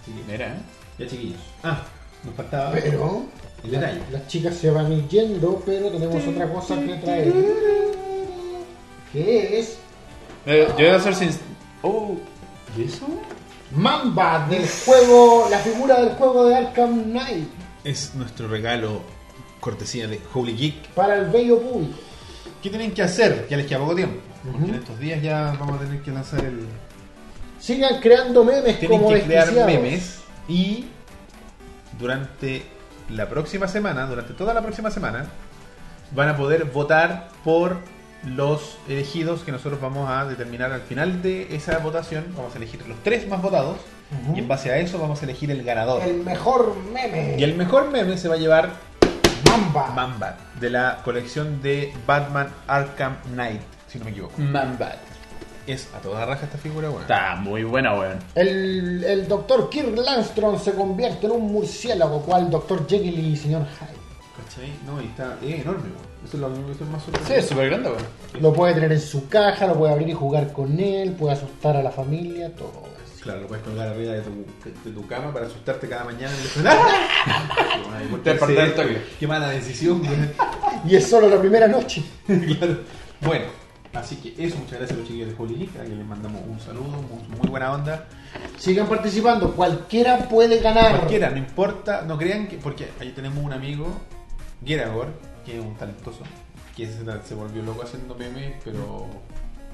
Así que-
Mira, ¿eh?
Ya chiquillos. Ah, Nos faltaba
Pero
el detalle.
las chicas se van yendo, pero tenemos otra cosa que traer. Que es
Eh, Yo debo ser sincero. Oh, ¿y eso?
Mamba del juego, la figura del juego de Arkham Knight
Es nuestro regalo cortesía de Holy Geek.
para el bello público.
¿Qué tienen que hacer? Ya les queda poco tiempo. Porque
Ujú.
en estos días ya vamos a tener que lanzar el.
Sigan creando memes
Tienen
como
que crear
desquiciados.
memes y durante la próxima semana, durante toda la próxima semana, van a poder votar por los elegidos que nosotros vamos a determinar al final de esa votación. Vamos a elegir los tres más votados
Ujú.
y en base a eso vamos a elegir el ganador.
El mejor meme.
Y el mejor meme se va a llevar
Mamba.
Mamba de la colección de Batman Arkham Knight, si no me equivoco.
Mm.
Mambat.
Es a toda raja esta figura, weón.
Está muy buena, weón.
El, el doctor Kirk Langstrom se convierte en un murciélago, cual doctor Jekyll y señor Hyde.
¿Cachai? No, y está es enorme, weón. Eso es lo eso es más
Sí,
sorprendente.
es súper grande, weón.
Lo puede tener en su caja, lo puede abrir y jugar con él, puede asustar a la familia, todo. eso.
Claro, lo puedes colgar arriba de tu, de tu cama para asustarte cada mañana y después. ¡Ah! Ay,
Te desperté al toque.
Qué mala decisión, güey.
Y es solo la primera noche.
Claro. Bueno, así que eso, muchas gracias a los chiquillos de Holy Geek, a quienes les mandamos un saludo, muy, muy buena onda.
Sigan participando, cualquiera puede ganar.
Cualquiera, no importa, no crean que. Porque ahí tenemos un amigo, Geragor, que es un talentoso, que se, se volvió loco haciendo memes, pero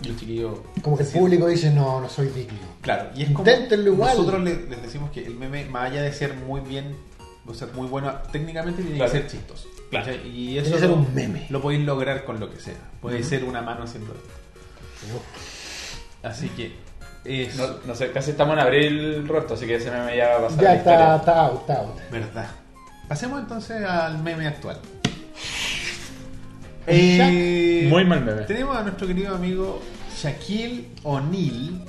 los chiquillos.
Como que el
Sí.
público dice, no, no soy digno.
Claro, y es como.
Inténtenlo igual.
Nosotros le- les, decimos que el meme, más allá de ser muy bien, o sea, muy bueno técnicamente, tiene
Claro.
que ser chistoso.
Claro.
¿Cachai? Y
Tiene
eso
que ser
lo-
un meme.
Lo podéis lograr con lo que sea. Podéis ser una mano haciendo esto. Así que. Es
No, no sé, casi estamos en abril roto, así que ese meme ya va a pasar. a
Ya
la
está,
historia.
está out, está out.
verdad. Pasemos entonces al meme actual.
Shaq.
Eh,
Muy mal meme.
Tenemos a nuestro querido amigo Shaquille O'Neal.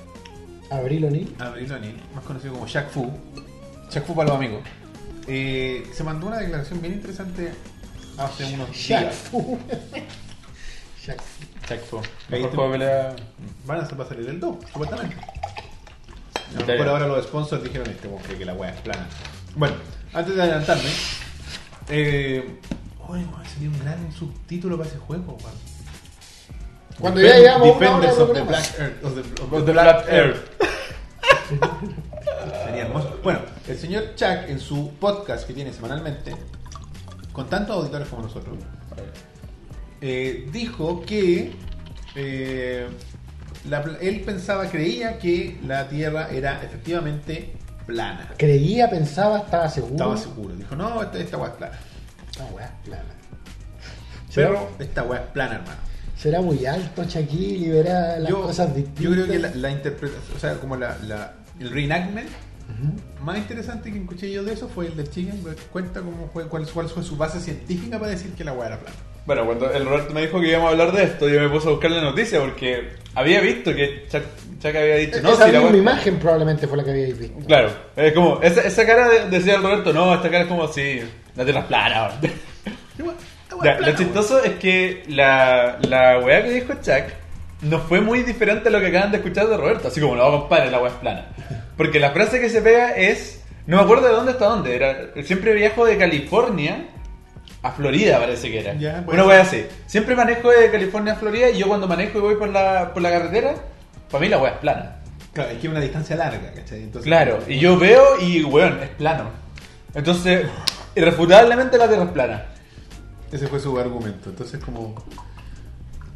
Abril O'Neil.
Abril O'Neal, más conocido como Jack Fu, Jack Fu para los amigos, eh, se mandó una declaración bien interesante hace unos
Shaq
días.
Fu. Shaq Fu.
Jack Fu.
Ahí
Mejor
te-
juego de pelea.
Van a va a salir el 2, supuestamente. A lo
Dale.
mejor ahora los sponsors dijeron este weón cree que la weá es plana. Bueno, antes de adelantarme, eh, uy, weón, sería un gran subtítulo para ese juego, weón.
Cuando
Defend-
ya llegamos a una hora de
Defenders of the
programa.
Black Earth. Of the, of
Of
the
the
Black
Black
Earth.
Earth.
Sería hermoso. Bueno, el señor Chuck en su podcast que tiene semanalmente, con tantos auditores como nosotros, eh, dijo que eh, la pla- él pensaba, creía que la Tierra era efectivamente plana.
Creía, pensaba, estaba seguro.
Estaba seguro. Dijo, no, esta, esta weá es plana.
Ah, weá, plana. ¿Será,
Pero esta weá es plana, hermano.
será muy alto, Shaquille, y verá las
Yo,
cosas distintas.
yo creo que la, la interpretación, o sea, como la, la- el reenactment más interesante que escuché yo de eso fue el de Chicken, pues, cuenta cómo fue, cuál, cuál fue su base científica para decir que la weá era plana.
Bueno, cuando el Roberto me dijo que íbamos a hablar de esto, yo me puse a buscar la noticia porque había visto que Chuck, Chuck había dicho, no,
Esa
si la
misma
web-
imagen probablemente fue la que habíais visto.
Claro, es como, esa, esa cara de- decía el Roberto, no, esta cara es como si la tierra es plana. weón".
La weá- la weá
Ya,
es plana,
lo chistoso es que la, la weá que dijo Chuck no fue muy diferente a lo que acaban de escuchar de Roberto. Así como, no, compadre, la weá es plana. Porque la frase que se pega es, no me acuerdo de dónde hasta dónde, era, siempre viajo de California a Florida, parece que era.
Ya, puede
Una weá así. Siempre manejo de California a Florida y yo cuando manejo y voy por la, por la carretera, para mí la weá es plana.
weón. Claro, es que es una distancia larga, ¿cachai? Entonces,
Claro, y yo veo y, weón, es plano. Entonces, irrefutablemente la tierra es plana.
Ese fue su argumento. Entonces, como.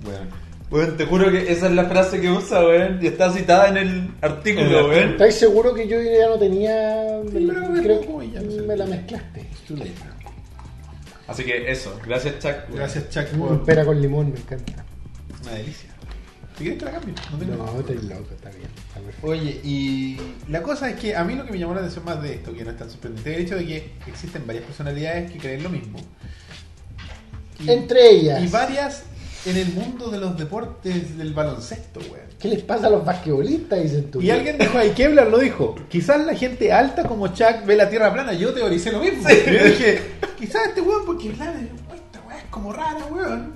Bueno.
Weón, te juro que esa es la frase que usa, weón, y está citada en el
En el
artículo, weón.
¿Estáis seguro que yo ya no tenía...
Sí, pero me
creo
pongo y ya
que
no sé.
me la mezclaste.
Así que eso, gracias Chuck. weón.
Gracias, Chuck,
Mm,
por
Pera con limón, me encanta.
una delicia. Si quieres, te la cambio. No tengo
No, estoy loco, está bien. está perfecto.
Oye, y la cosa es que a mí lo que me llamó la atención más de esto, que no es tan sorprendente, es el hecho de que existen varias personalidades que creen lo mismo. Y-
Entre ellas.
Y varias en el mundo de los deportes del baloncesto, weón.
¿Qué les pasa a los basquetbolistas? Dicen tú.
Y alguien dijo ahí, Kevlar lo dijo. Quizás la gente alta como Chuck ve la tierra plana. Yo teoricé lo mismo. Yo dije, quizás este weón, porque claro, esta weá es como rara, weón.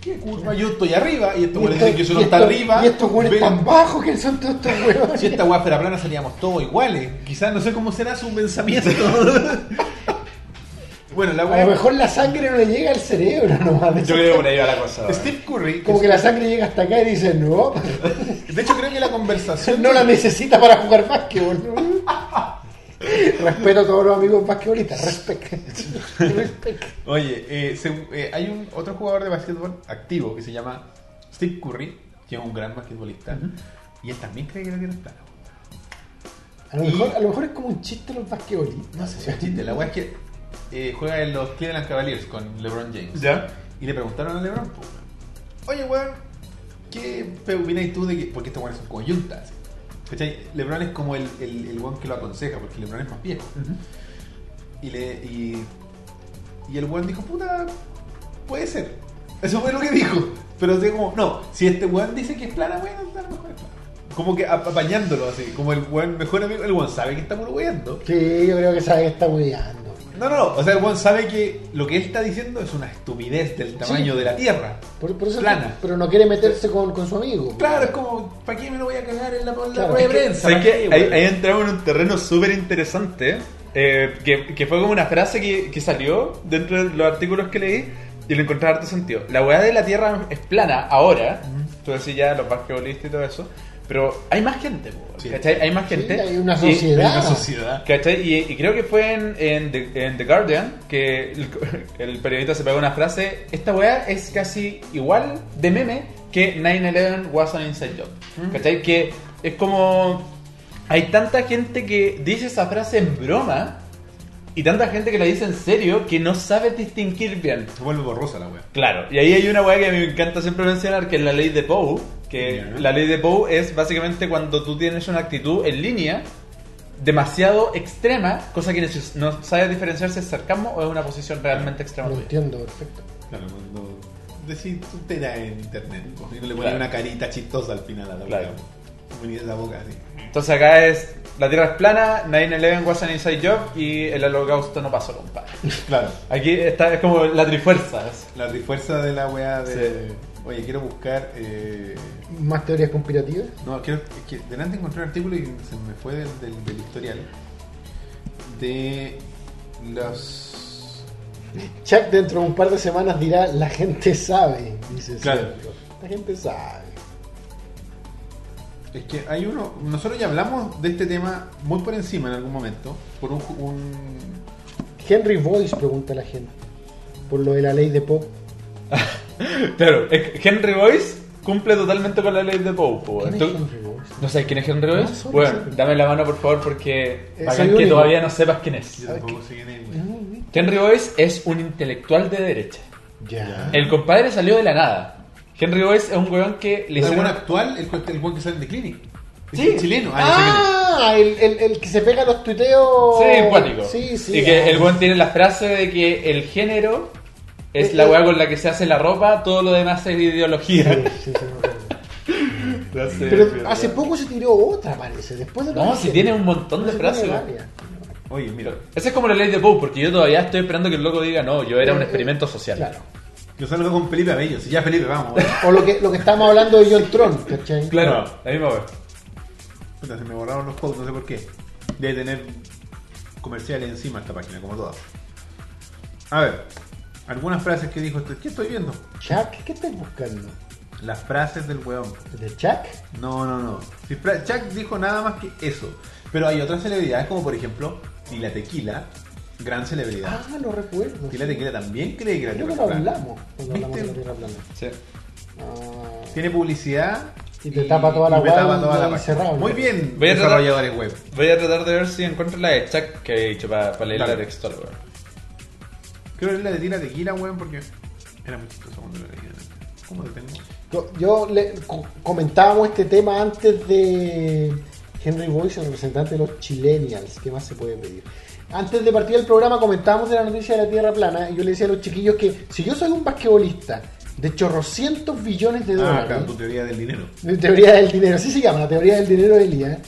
¿Qué curva? Yo estoy arriba y estos
Y
weones dicen que yo no
y
está
esto-
arriba.
Y estos güeyes
ven-
tan bajos que son todos estos güeyes.
Si esta weá fuera plana seríamos todos iguales. Quizás no sé cómo será su pensamiento. Bueno, la
A lo
wea.
mejor la sangre no le llega al cerebro nomás.
Yo creo que por ahí va la cosa. weón.
Steve Curry.
Como que la sangre llega hasta acá y dice, no,
De hecho, creo que la conversación.
no la necesita para jugar básquetbol. Respeto a todos los amigos basquetbolistas, respect. Respect.
Oye, eh, se- eh, hay un otro jugador de básquetbol activo que se llama Steve Curry, que es un gran basquetbolista. Y él también cree que la tierra es plana.
A lo, mejor, a lo mejor es como un chiste los basquetbolistas.
No sé si es chiste, la weá es que eh, juega en los Cleveland Cavaliers con LeBron James.
¿Ya?
Y le preguntaron a LeBron, po, weón, oye weón, ¿qué pe- opinas tú de que.? Porque este estos weones son como yuntas. así. ¿Cachai? LeBron es como el, el, el weón que lo aconseja, porque LeBron es más viejo. Y le. Y, y el weón dijo, puta, puede ser. Eso fue lo que dijo. Pero así como, no, si este weón dice que es plana, bueno, a lo mejor es plana. Como que ap- apañándolo así, como el weón mejor amigo, el weón sabe que está puro weando.
Sí, yo creo que sabe que está hueveando.
No, no, no, o sea, el weón sabe que lo que él está diciendo es una estupidez del tamaño de la tierra.
Por, por eso
Plana.
pero no quiere meterse con, con su amigo.
Claro, es como, ¿para qué me lo voy a cagar en la, en la
Claro,
rueda de
es que-
prensa?
¿Sabes
¿Para
qué?
qué,
Ahí,
weón?
ahí entramos en un terreno súper interesante, eh, que, que fue como una frase que, que salió dentro de los artículos que leí y lo encontré harto sentido. La hueá de la Tierra es plana ahora, tú decís ya los basquetbolistas y todo eso, pero hay más gente, po,
Sí.
¿cachai? Hay más
Sí,
gente.
hay una
y-
sociedad.
Hay una sociedad.
¿Cachai? Y, y creo que fue en, en The, en The Guardian que el, el periodista se pegó una frase, esta weá es casi igual de meme que 9-11 was an inside job. ¿Cachai? Que es como... Hay tanta gente que dice esa frase en broma y tanta gente que la dice en serio que no sabe distinguir bien.
Se vuelve borrosa la weá.
Claro, y ahí hay una weá que a mí me encanta siempre mencionar, que es la ley de Poe, que
Ya.
la ley de Poe es básicamente cuando tú tienes una actitud en línea demasiado extrema, cosa que neces- no sabes diferenciar si es sarcasmo o es una posición realmente extrema.
Lo
tuya.
entiendo, perfecto.
Claro, cuando decís tonteras en internet, po, y no le pones
Claro.
una carita chistosa al final a la
Claro.
weá. po. Unir la boca así.
Entonces acá es, la Tierra es plana, 9-11 was an inside job y el holocausto no pasó, compadre.
Claro,
Aquí está, es como la trifuerza. es-
la trifuerza de la weá de.
Sí.
Oye, quiero buscar. Eh...
Más teorías conspirativas.
No, quiero. Es que delante encontré un artículo y se me fue del, del, del historial. De. Los.
Chuck dentro de un par de semanas dirá, la gente sabe, dice
Claro.
siempre. La gente sabe.
Es que hay uno. Nosotros ya hablamos de este tema muy por encima en algún momento. Por un. ju- un...
Henry Boyce pregunta a la gente. Por lo de la ley de Poe.
Claro, es- Henry Boyce cumple totalmente con la ley de Poe. po,
¿Quién es
tú-
Henry Boyce?
¿No sabes quién es Henry
No,
Boyce?
sorry,
bueno,
sorry.
dame la mano por favor porque
Eh, soy
bacán que
único.
todavía no sepas quién es.
Yo
¿Sabes
tampoco sé quién es, güey.
Henry Boyce es un intelectual de derecha.
Ya.
El compadre salió de la nada. Henry Boyce es un weón que
El
le hicieron...
buen actual, el, cu- el buen que sale de Clinic. Es
Sí.
el chileno. Ah, no sé quién es.
Ah, el, el, el que se pega los tuiteos.
Sí, cuático.
Sí, sí.
Y que
ah.
el weón tiene la frase de que el género es
Eh,
la
eh.
weá con la que se hace la ropa, todo lo demás es ideología.
Sí, sí, sí, me acuerdo. Pero hace poco se tiró otra, parece. Después de
No, si tiene un montón de frases.
frase
weón.
Oye, mira.
Esa es como la ley de Poe, porque yo todavía estoy esperando que el loco diga, no, yo era un experimento social.
Eh, Claro.
Yo salgo con Felipe Abello. Si ya Felipe, vamos. güey.
O lo que, lo que estábamos hablando de John Tron, ¿cachai?
Claro, la misma weá.
Puta, se me borraron los posts, no sé por qué. Debe tener comerciales encima esta página, como todas. A ver, algunas frases que dijo este. ¿Qué estoy viendo?
Chuck, ¿qué estás buscando?
Las frases del weón.
¿De Chuck?
No, no, no. Si Fra- Chuck dijo nada más que eso. Pero hay otras celebridades, como por ejemplo, Tila Tequila, gran celebridad.
Ah, no recuerdo.
Tila Tequila también cree que la
Creo que
Tierra
lo
es plana.
hablamos cuando hablamos de la
¿Viste?
Tierra plana.
Sí.
Ah,
Tiene publicidad.
Y te tapa toda la
y me
web
tapa toda
y
la
ahí
página.
cerrado.
Muy bien,
Voy a tratar-
desarrolladores web.
Voy a tratar de ver si encuentro la de Chuck que he dicho para leer la
Dale.
textual, weón.
Creo que es la de Tila Tequila, weón, porque era muy chistoso cuando lo leí. ¿Cómo te tengo?
Yo, yo le, co- comentábamos este tema antes de Henry Boyce, el representante de los Chilenials. ¿Qué más se puede pedir? Antes de partir del programa comentábamos de la noticia de la Tierra plana y yo le decía a los chiquillos que si yo soy un basquetbolista de chorrocientos billones de
Ah,
dólares,
claro, tu teoría del dinero.
Mi teoría del dinero, así se llama, la teoría del dinero de Elías.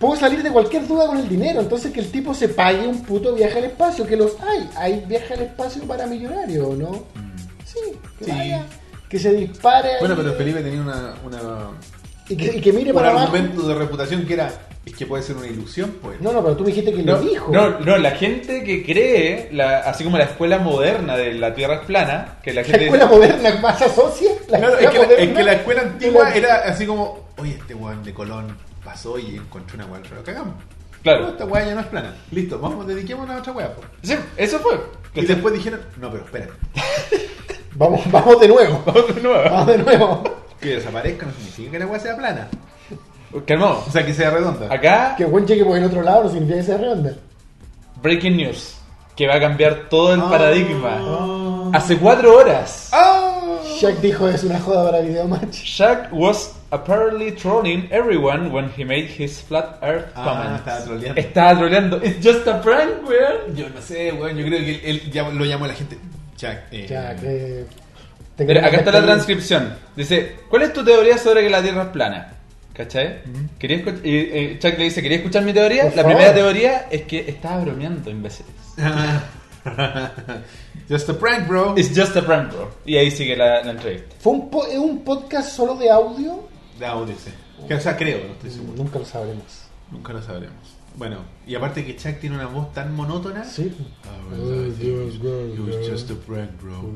Puedo salir de cualquier duda con el dinero, entonces que el tipo se pague un puto viaje al espacio, que los hay. Hay viaje al espacio para millonarios, ¿no? Sí, que
Mm. Sí.
vaya, que se dispare.
Bueno,
ahí.
pero Felipe tenía una, una
Y que, y que mire
Por
para abajo.
argumento de reputación que era. Es que puede ser una ilusión, pues.
No, no, pero tú me dijiste que
No,
lo dijo.
no, no, la gente que cree, la- así como la escuela moderna de la Tierra es plana, que la
La
gente
escuela moderna más asocia. La
Claro, es,
escuela
que la, es
moderna
que la escuela antigua
la-
era así como, oye, este weón de Colón pasó y encontró una weá, pero cagamos. No,
Claro.
esta weá ya no es plana. Listo, vamos, dediquémonos a otra weá. po.
Sí, eso fue.
Y después dijeron, no, pero espera,
Vamos, vamos de nuevo.
Vamos de nuevo.
Vamos de nuevo.
que desaparezca no significa que la weá sea plana.
Calmó.
O sea, que sea redonda.
Acá,
Que buen llegue por el otro lado no significa que sea redonda.
breaking news, que va a cambiar todo el
Ah.
paradigma. Hace cuatro horas.
¡Ah!
Jack dijo es una joda para videomatch.
Shaq was apparently trolling everyone when he made his flat earth
Ah,
comments.
estaba troleando.
Estaba troleando. It's just a prank, weón.
Yo no sé, weón, yo creo que él, él llam- lo llamó la gente. Jack, eh,
Jack, eh, te
Mira, acá
queremos
está la
ver
transcripción. Dice, ¿cuál es tu teoría sobre que la Tierra es plana? ¿Cachai? Quería escu- y, eh, Chuck le dice, ¿quería escuchar mi teoría?
Por
la
favor.
primera teoría es que estaba bromeando, imbéciles.
Just a prank, bro.
It's just a prank, bro. Y ahí sigue la, la entrevista.
¿Fue un, po- es un podcast solo de audio?
De audio, sí. Que, o sea, creo, no estoy seguro.
Nunca lo sabremos.
Nunca lo sabremos. Bueno, y aparte que Chuck tiene una voz tan monótona.
Sí.
Ah, verdad,
Ay,
sí.
Dios,
It was
Dios.
just a prank, bro.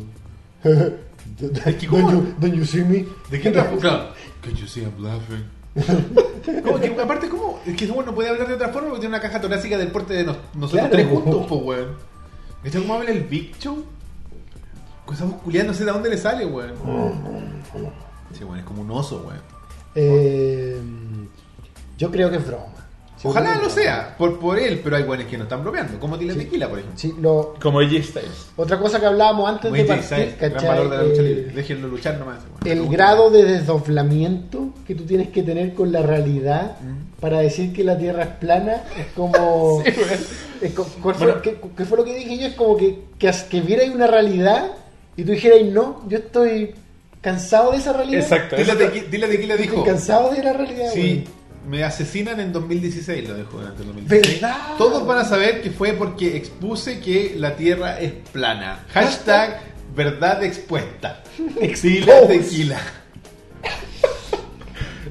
don't,
que ¿cómo?
you, don't you see me?
¿De qué otra forma? Can you see I'm laughing? Como que, aparte, ¿cómo? Es que ese weón no puede hablar de otra forma porque tiene una caja torácica del porte de nos- nosotros
Claro,
tres
po.
juntos, po, weón. ¿Cachai cómo habla el Big Show? Con esa voz culiada, no sé de dónde le sale, weón. Sí, weón, es como un oso, weón.
Eh, yo creo que es broma. Sí, yo
Ojalá lo
creo que es broma.
sea, por, por él, pero hay weones que no están bromeando, como Tila Tequila, por ejemplo.
Sí, lo,
Como AJ Styles.
otra cosa que hablábamos antes
Como AJ
de partir,
Styles, gran
¿cachai?
valor de la lucha
Eh,
libre. Déjenlo luchar nomás. ese weón.
el
Segundo.
grado de desdoblamiento que tú tienes que tener con la realidad
Mm.
para decir que la Tierra es plana es como... es co- ¿cuál fue-
Bueno.
qué, qué fue lo que dije yo? Es como que, que, as- que vierais una realidad y tú dijeras, no, yo estoy cansado de esa realidad.
Exacto.
Tila
eso-
Tequi- Tila Tequila
Estoy
dijo.
cansado de la realidad.
Sí,
güey.
me asesinan en 2016, lo dejo durante el 2016.
¿Verdad?
Todos van a saber que fue porque expuse que la Tierra es plana. Hashtag verdad expuesta. Tila tequila.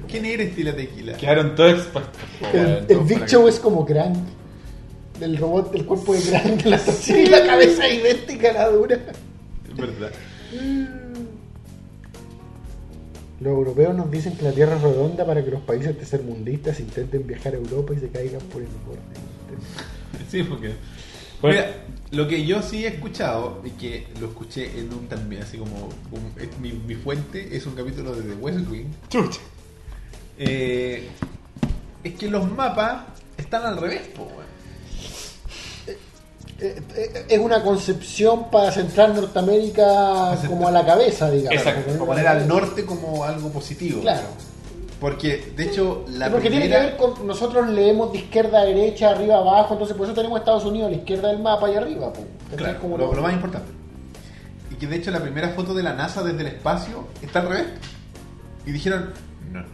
¿Quién eres Tila Tequila?
Quedaron todos expuestos.
El, el Big Show es como Grant. El robot, el cuerpo de Grant, la,
Sí.
la cabeza idéntica a la dura.
¿Verdad?
Mm. Los europeos nos dicen que la Tierra es redonda para que los países tercermundistas intenten viajar a Europa y se caigan por el borde.
Sí, porque.
Pues-
Bueno.
Mira, lo que yo sí he escuchado y que lo escuché en un también, así como un- es- mi, mi fuente es un capítulo de The West Wing.
Chucha.
eh, es que los mapas están al revés, po, weón.
Eh, eh, Es una concepción para centrar Norteamérica como a la cabeza, digamos.
Exacto,
Como
Para poner al norte como algo positivo.
Claro.
Porque, de hecho, la
Porque tiene
primera...
que ver con nosotros leemos de izquierda a derecha, arriba a abajo, entonces por eso tenemos Estados Unidos a la izquierda del mapa y arriba. pues. Entonces,
Claro,
como
lo,
lo-
lo más importante. Y que, de hecho, la primera foto de la NASA desde el espacio está al revés. Y dijeron... No, no,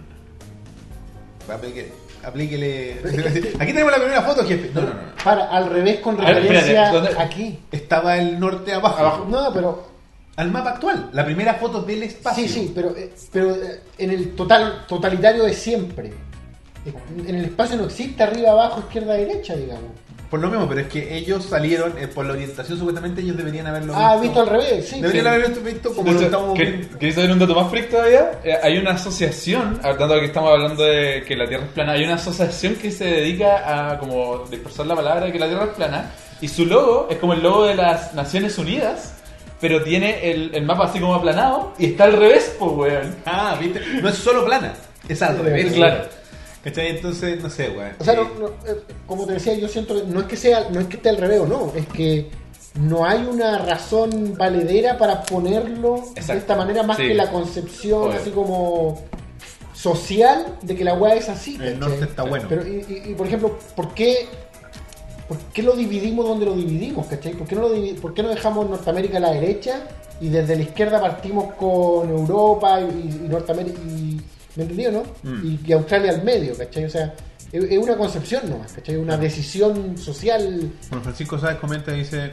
no. Aplique- aplíquele... Aquí tenemos la primera foto, jefe. No, no, no. no.
Para, al revés con
A ver,
referencia
espérate, ¿dónde-
aquí.
Estaba el norte abajo.
No, pero.
Al mapa actual. La primera foto del espacio.
Sí, sí, pero, eh, pero eh, en el total totalitario de siempre. En el espacio no existe arriba, abajo, izquierda, derecha, digamos.
Por lo mismo, pero es que ellos salieron... eh, por la orientación, supuestamente, ellos deberían haberlo
Ah, visto al revés, sí.
Deberían
sí.
haberlo visto como
De
lo
hecho,
estamos
¿quer-
viendo.
¿Queréis saber un dato más freak todavía? Eh, hay una asociación, ah, tanto que estamos hablando de que la Tierra es plana, hay una asociación que se dedica a como dispersar la palabra de que la Tierra es plana y su logo es como el logo de las Naciones Unidas, pero tiene el, el mapa así como aplanado y está al revés, pues weón.
Ah, ¿viste? No es solo plana, es al
Sí,
revés.
sí.
Claro.
¿Cachai? Entonces, no sé, weón.
O sea, no-
Eh,
no, eh, como te decía, yo siento que no es que sea, no es que esté al revés o no, es que no hay una razón valedera para ponerlo de
Exacto.
esta manera más
Sí.
que la concepción
Obvio.
así como social de que la weá es así.
El
¿cachai?
norte está bueno.
Pero, y, y- y, por ejemplo, ¿por qué, ¿por qué lo dividimos donde lo dividimos? ¿cachai? ¿Por, qué no lo divi- ¿Por qué no dejamos Norteamérica a la derecha y desde la izquierda partimos con Europa y, y Norteamérica? Y, ¿Me entendí o no?
Mm.
Y, y Australia al medio, ¿cachai? O sea, es, es una concepción nomás, ¿cachai? Una decisión social.
Juan Francisco Sáez comenta, dice,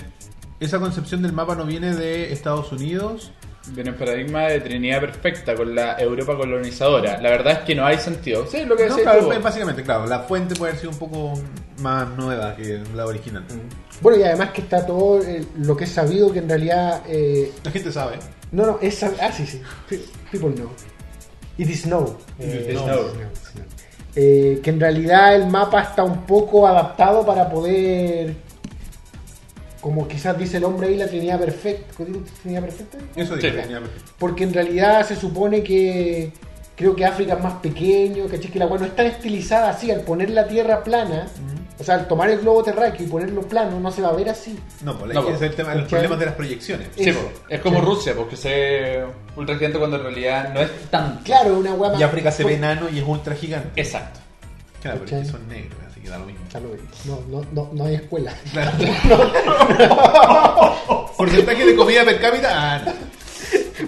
esa concepción del mapa no viene de Estados Unidos,
Viene el paradigma de Trinidad perfecta con la Europa colonizadora. La verdad es que no hay sentido. Sí, lo que
No,
decías
claro,
tú.
b- básicamente, claro, la fuente puede haber sido un poco más nueva que la original.
Mm.
Mm.
Bueno, y además que está todo eh, lo que es sabido que en realidad. eh,
La gente sabe.
no, no, es. sab- Ah, sí, sí. Pe- People know. It is know. Eh,
is
no,
know.
no, no. Eh, que en realidad el mapa está un poco adaptado para poder. Como quizás dice el hombre ahí, la Trinidad perfecta. ¿Cómo digo Trinidad perfecta?
Eso dije,
Sí.
tenía perfecto.
Porque en realidad se supone que creo que África es más pequeño, ¿cachai? Que la agua no es tan estilizada así, al poner la tierra plana, o sea, al tomar el globo terráqueo y ponerlo plano, no se va a ver así.
No, pues
No,
ese
pues,
es el tema, los
¿cachai?
problemas de las proyecciones. pues.
Sí,
Eso.
po. es como Rusia, porque se ve ultra gigante cuando en realidad no es tan.
Claro, una agua más.
Y África se ve enano y es ultra gigante.
Exacto.
Claro, pero es que
¿Cachai?
son negros, así que da lo mismo.
Ya lo veo. No, no, no, no hay escuela.
Claro. Porcentaje de comida per cápita. Ah,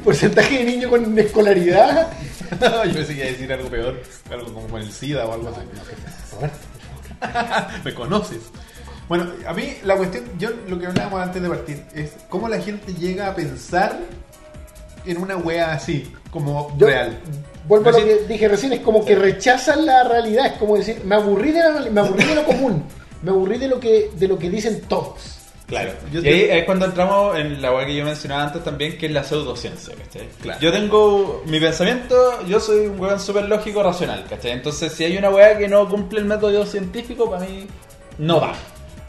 Porcentaje de niños con escolaridad.
no. Yo pensé que iba a decir algo peor, algo como el SIDA o algo así.
Ahora,
Me conoces. Bueno, a mí la cuestión, yo lo que hablábamos antes de partir, es cómo la gente llega a pensar en una wea así, como
yo
real.
Vuelvo a lo
Recién-
que dije recién, es como que rechazan la realidad, es como decir, me aburrí de, la reali- me aburrí de lo común, me aburrí de lo que, de lo que dicen todos.
Claro.
Yo
y
te-
ahí es cuando entramos en la web que yo mencionaba antes también, que es la pseudociencia, ¿cachai?
Claro.
Yo tengo mi pensamiento, yo soy un weón súper lógico, racional, ¿cachai? Entonces, si hay una weá que no cumple el método científico, para mí no va,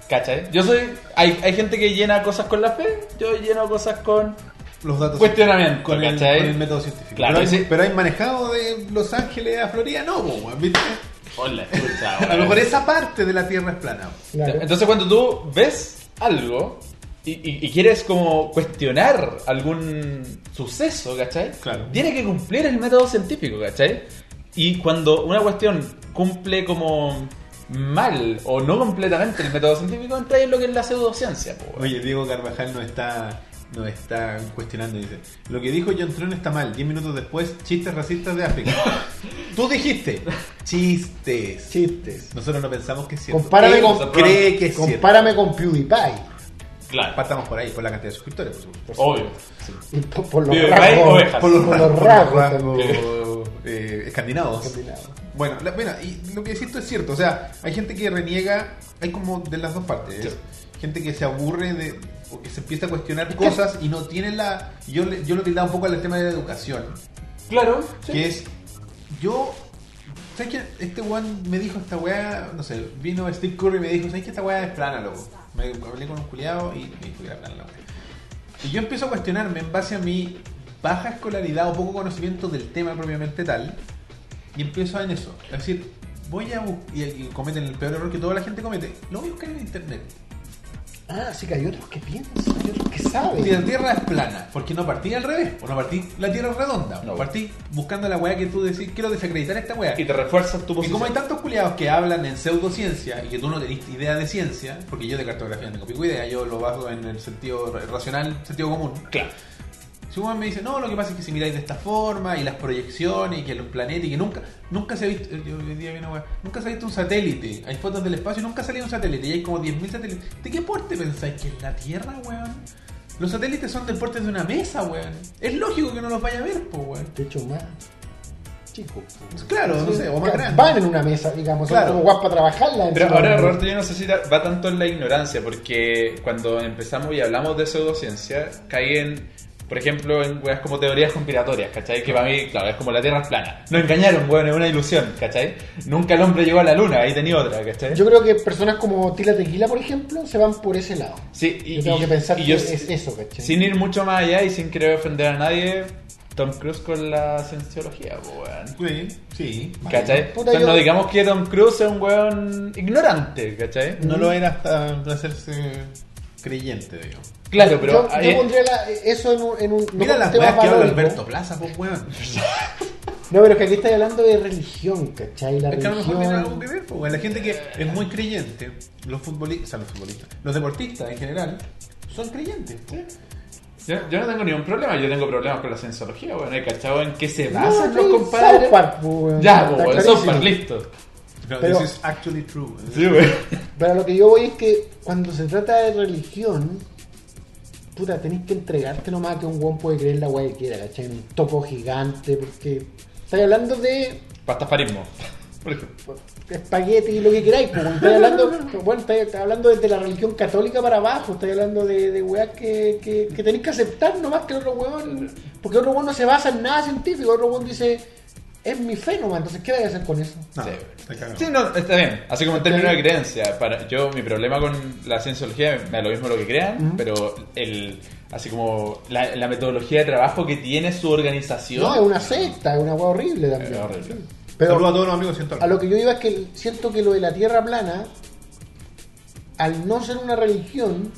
¿cachai? Yo soy. Hay, hay gente que llena cosas con la fe, yo lleno cosas con.
Los datos.
Cuestionamiento,
Con el,
¿cachai?
con el método científico.
Claro,
pero, hay,
sí.
pero hay manejado de Los Ángeles a Florida, no, po, weón, ¿viste?
Hola, escucha,
A lo mejor esa parte de la Tierra es plana.
Claro.
Entonces cuando tú ves algo y, y- y quieres como cuestionar algún suceso, ¿cachai?
Claro.
Tiene que cumplir el método científico, ¿cachai? Y cuando una cuestión cumple como mal o no completamente el método científico, entra ahí en lo que es la pseudociencia. po, weón.
Oye, Diego Carvajal nos está, nos está cuestionando. Dice: Lo que dijo John Tron está mal. Diez minutos después, chistes racistas de África. Tú dijiste chistes.
Chistes.
Nosotros no pensamos que es cierto.
Compárame
Él
con-
cree que es cierto.
Compárame con PewDiePie.
Claro,
Partamos por ahí, por la cantidad de suscriptores, por supuesto.
obvio. sí.
Y Por, por los
Vive
rasgos,
ovejas.
por los, por los rasgos.
rasgos, eh, escandinavos. Bueno, la, bueno, y lo que decís tú es cierto. O sea, hay gente que reniega, hay como de las dos partes. ¿eh?
Sí.
Gente que se aburre de, o que se empieza a cuestionar cosas y no tiene la. Yo, le- yo lo tildaba un poco al tema de la educación.
Claro, sí.
Que es. Yo. ¿Sabes qué? Este weón me dijo esta weá. No sé, vino Steve Curry y me dijo: ¿Sabes qué? Esta weá es plana, loco. Me hablé con un culiado y me dijo que era plana, la weá. Y yo empiezo a cuestionarme en base a mi baja escolaridad o poco conocimiento del tema propiamente tal. Y empiezo en eso. Es decir, voy a buscar. Y, y cometen el peor error que toda la gente comete. Lo voy a buscar en internet.
Ah, sí que hay otros que piensan, hay otros que
Si la
saben.
tierra es plana, porque no partí al revés, o no partí la tierra es redonda,
No.
partí buscando la weá que tú decís, quiero desacreditar esta weá.
Y te refuerzas tu
Y como hay
posición.
tantos culiados que hablan en pseudociencia y que tú no tenés idea de ciencia, porque yo de cartografía no tengo pico idea, yo lo baso en el sentido ra- racional, sentido común.
Claro.
Si un weón me dice, no, lo que pasa es que si miráis de esta forma y las proyecciones y que los planetas y que nunca, nunca se ha visto, eh, yo hoy día vi una weá, nunca se ha visto un satélite, hay fotos del espacio y nunca ha salido un satélite y hay como 10.000 satélites. ¿De qué porte pensáis que es la Tierra, weón? Los satélites son del porte de una mesa, weón. Es lógico que no los vaya a ver, po, weón.
De hecho, más chicos.
Pues claro, no sé, o más
Ca-
grande.
Van en una mesa, digamos, son
Claro.
como guapas para trabajarla.
Pero
encima.
ahora, Roberto, yo no sé si ta- va tanto en la ignorancia, porque cuando empezamos y hablamos de pseudociencia, caí en, por ejemplo, en weas como teorías conspiratorias, ¿cachai? Que para mí, claro, es como la Tierra es plana. Nos engañaron, weón, es una ilusión, ¿cachai? Nunca el hombre llegó a la luna, ahí tenía otra, ¿cachai?
Yo creo que personas como Tila Tequila, por ejemplo, se van por ese lado.
sí, y,
yo tengo que pensar
y
que
yo
es eso, ¿cachai?
Sin ir mucho más allá y sin querer ofender a nadie, Tom Cruise con la cienciología, weón.
Sí, sí.
¿Cachai?
puta,
Entonces,
yo-
no digamos que Tom Cruise es un weón ignorante, ¿cachai?
No lo era hasta hacerse creyente, digamos.
Claro, pero...
yo, yo
ahí-
pondría la- eh, eso en un, en un no
Mira
como
las
tema
weas que habla
valórico.
Alberto Plaza, pues weón.
No, pero es que aquí estáis hablando de religión, ¿cachai? La
Es que a lo mejor
religión.
tiene algo que ver, pues weón. La gente que es muy creyente, los futbolistas, o sea, los futbolistas, los deportistas en general, son creyentes. pues.
Yo, yo no tengo ningún problema, yo tengo problemas con la cienciología, bueno, he cachado en qué se
No,
basan
sí,
los compadres.
South Park, weón,
Ya,
está
pues,
clarísimo.
South Park, listo.
No,
Pero-
this is actually true.
Sí, güey.
Pero a lo que yo voy es que cuando se trata de religión, puta, tenés que entregarte nomás que un guan puede creer la weá que quiera, ¿cachai? Un topo gigante, porque. Estáis hablando de
Pastafarismo. Por ejemplo.
Pues, espagueti y lo que queráis, pues, weón. estáis hablando, bueno, estáis, estáis hablando desde la religión católica para abajo, estáis hablando de, de weas que, que, que tenéis que aceptar nomás que el otro weón, porque el otro weón no se basa en nada científico, el otro weón dice, es mi fe nomás, entonces ¿qué voy a hacer con eso?
No,
Sí.
está cagado.
Sí, no, está bien. Así como en términos de creencia, para, yo mi problema con la cienciología me da lo mismo lo que crean, pero el así como la, la metodología de trabajo que tiene su organización.
No, es una secta, es una wea horrible también.
Es horrible.
Pero-
Saludos a todos los amigos científicos.
A lo que yo iba es que siento que lo de la tierra plana, al no ser una religión,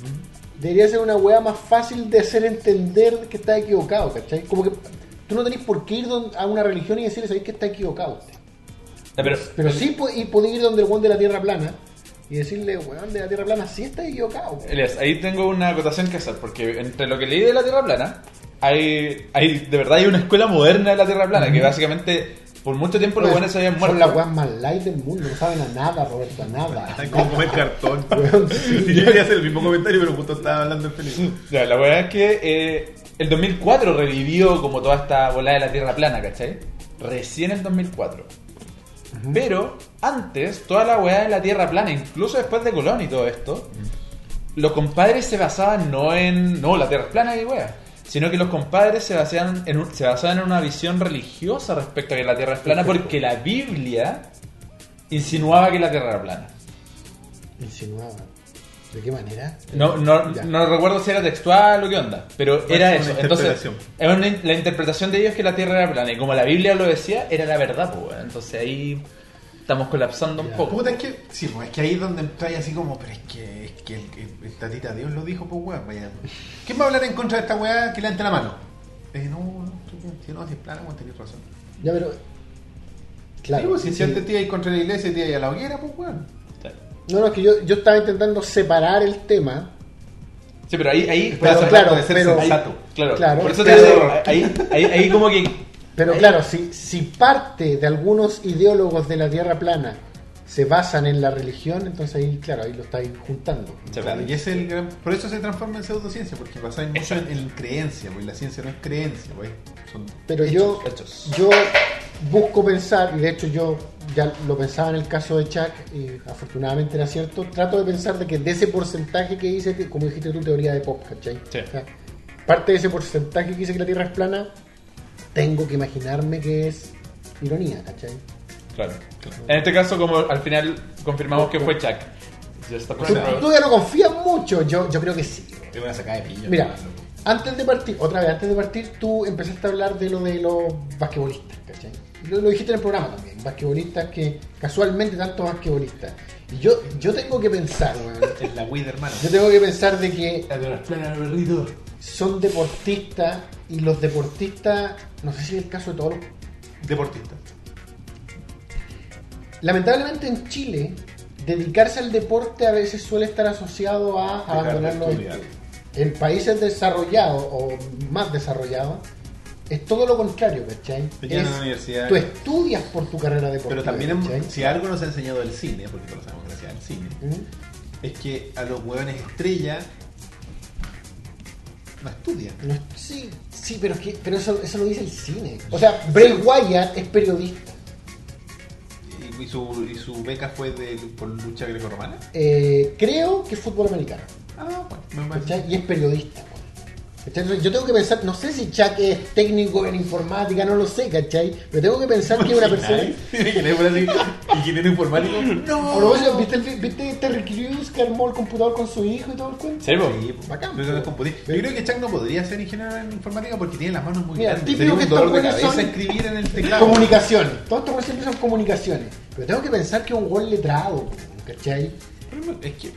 debería ser una weá más fácil de hacer entender que está equivocado, ¿cachai? Como que tú no tenés por qué ir don- a una religión y decirle sabéis que está equivocado.
No, pero,
Pero sí po- y podés ir donde el weón de la tierra plana y decirle, weón de la tierra plana, sí está equivocado. weón".
Elias, ahí tengo una acotación que hacer, porque entre lo que leí de la Tierra plana, hay, hay de verdad hay una escuela moderna de la Tierra plana, que básicamente por mucho tiempo los buenos se habían
Son las
muerto.
weas más light del mundo, no saben a nada, Roberto, a nada.
Están como comer cartón.
Weón,
Sí, yo quería hacer el mismo comentario, pero justo estaba hablando en feliz.
Ya, la verdad es que eh, el 2004 revivió como toda esta volada de la Tierra plana, ¿cachai? Recién el 2004. Pero antes, toda la weá de la Tierra plana, incluso después de Colón y todo esto, los compadres se basaban no en. No, la Tierra es plana y weá. Sino que los compadres se basaban, en, un- se basaban en una visión religiosa respecto a que la Tierra es plana, porque la Biblia insinuaba que la Tierra era plana.
Insinuaba. ¿De qué manera?
No, no,
Ya.
no recuerdo si era textual o qué onda, pero
Fue
era
una
eso. Entonces,
interpretación.
era una- la interpretación de ellos es que la Tierra era plana y como la Biblia lo decía, era la verdad, pues, weón. entonces ahí estamos colapsando un
Ya.
poco.
Puta, es que, sí, pues, es que ahí es donde entráis así como, pero es que, es que el, el- el tatita Dios lo dijo, pues weón, vaya. ¿Quién va a hablar en contra de esta weá que le ante la mano? Eh, no, no, estoy bien, si no, si es plana, weón, tenés razón.
Ya, pero...
Claro,
pues,
Claro.
si
sí.
si antes te ibas contra la iglesia y te ibas a la hoguera, pues weón.
No, no, es que yo, yo estaba intentando separar el tema.
Sí, pero ahí, ahí
Pero
estás
claro,
tratando de ser
pero-
sensato. Claro,
claro,
por eso te
pero-
digo, ahí, ahí, ahí como que... Eh.
Pero claro, si, si parte de algunos ideólogos de la Tierra plana se basan en la religión, entonces ahí, claro, ahí lo estáis juntando.
Sí,
Claro,
pues,
y es el gran- Por eso se transforma en pseudociencia, porque basáis mucho en, en creencia, pues la ciencia no es creencia, pues. Son...
Pero yo,
hechos.
yo busco pensar, y de hecho yo ya lo pensaba en el caso de Chuck, y afortunadamente era cierto, trato de pensar de que de ese porcentaje que dice, que, como dijiste tu teoría de pop, ¿cachai?
Sí.
O sea, parte de ese porcentaje que dice que la Tierra es plana, tengo que imaginarme que es ironía, ¿cachai?
Claro. En este caso, como al final confirmamos que fue Chuck. Ya está
Tú,
probado.
tú ya no confías mucho, yo, yo creo que sí.
Te voy a sacar de pillo.
Mira, antes de partir, otra vez, antes de partir, tú empezaste a hablar de lo de los basquetbolistas, ¿cachai? Lo, lo dijiste en el programa también, basquetbolistas que casualmente tantos basquetbolistas. Y yo, yo tengo que pensar, weón,
Es la weed, hermano.
yo tengo que pensar de que
La de las planas, perrito.
son deportistas y los deportistas, no sé si es el caso de todos los
Deportista.
Lamentablemente en Chile, dedicarse al deporte a veces suele estar asociado a
Dejar de
abandonar los
estudiar.
estudios. En países desarrollados o más desarrollados, es todo lo contrario, ¿cachai?
Te llevan a la
Es-
universidad.
Tú estudias por tu carrera deportiva.
Pero también,
¿cachai?
si algo nos ha enseñado el cine, porque todos sabemos gracias al cine,
¿Mm?
es que a los hueones estrella no estudian.
No es- sí, sí, pero, es que, pero eso, eso lo dice el cine. O sea, Bray Wyatt es periodista.
Y, y su, y su beca fue de, por lucha grecorromana.
Eh, creo que es fútbol americano.
Ah, bueno, me
¿cachai? Y es periodista. weón. ¿Cachai? Entonces, yo tengo que pensar, no sé si Chuck es técnico en informática, no lo sé, ¿cachai? Pero tengo que pensar que una persona...
Ingeniero informático.
A propósito, ¿viste, el vi- ¿Viste Terry Crews que armó el computador con su hijo y todo el cuento?
Sí, po.
Sí, pues,
Bacán,
yo creo que
po.
es computi- Yo creo que Chuck no podría ser ingeniero en informática porque tiene las manos muy
Mira,
grandes.
típico
Sería
que
un
estos
dolor de
güeyes
cabeza
son-
escribir en el teclado.
Comunicaciones. Todos estos siempre son comunicaciones. Pero tengo que pensar que es un gol letrado, ¿cachai?
Es que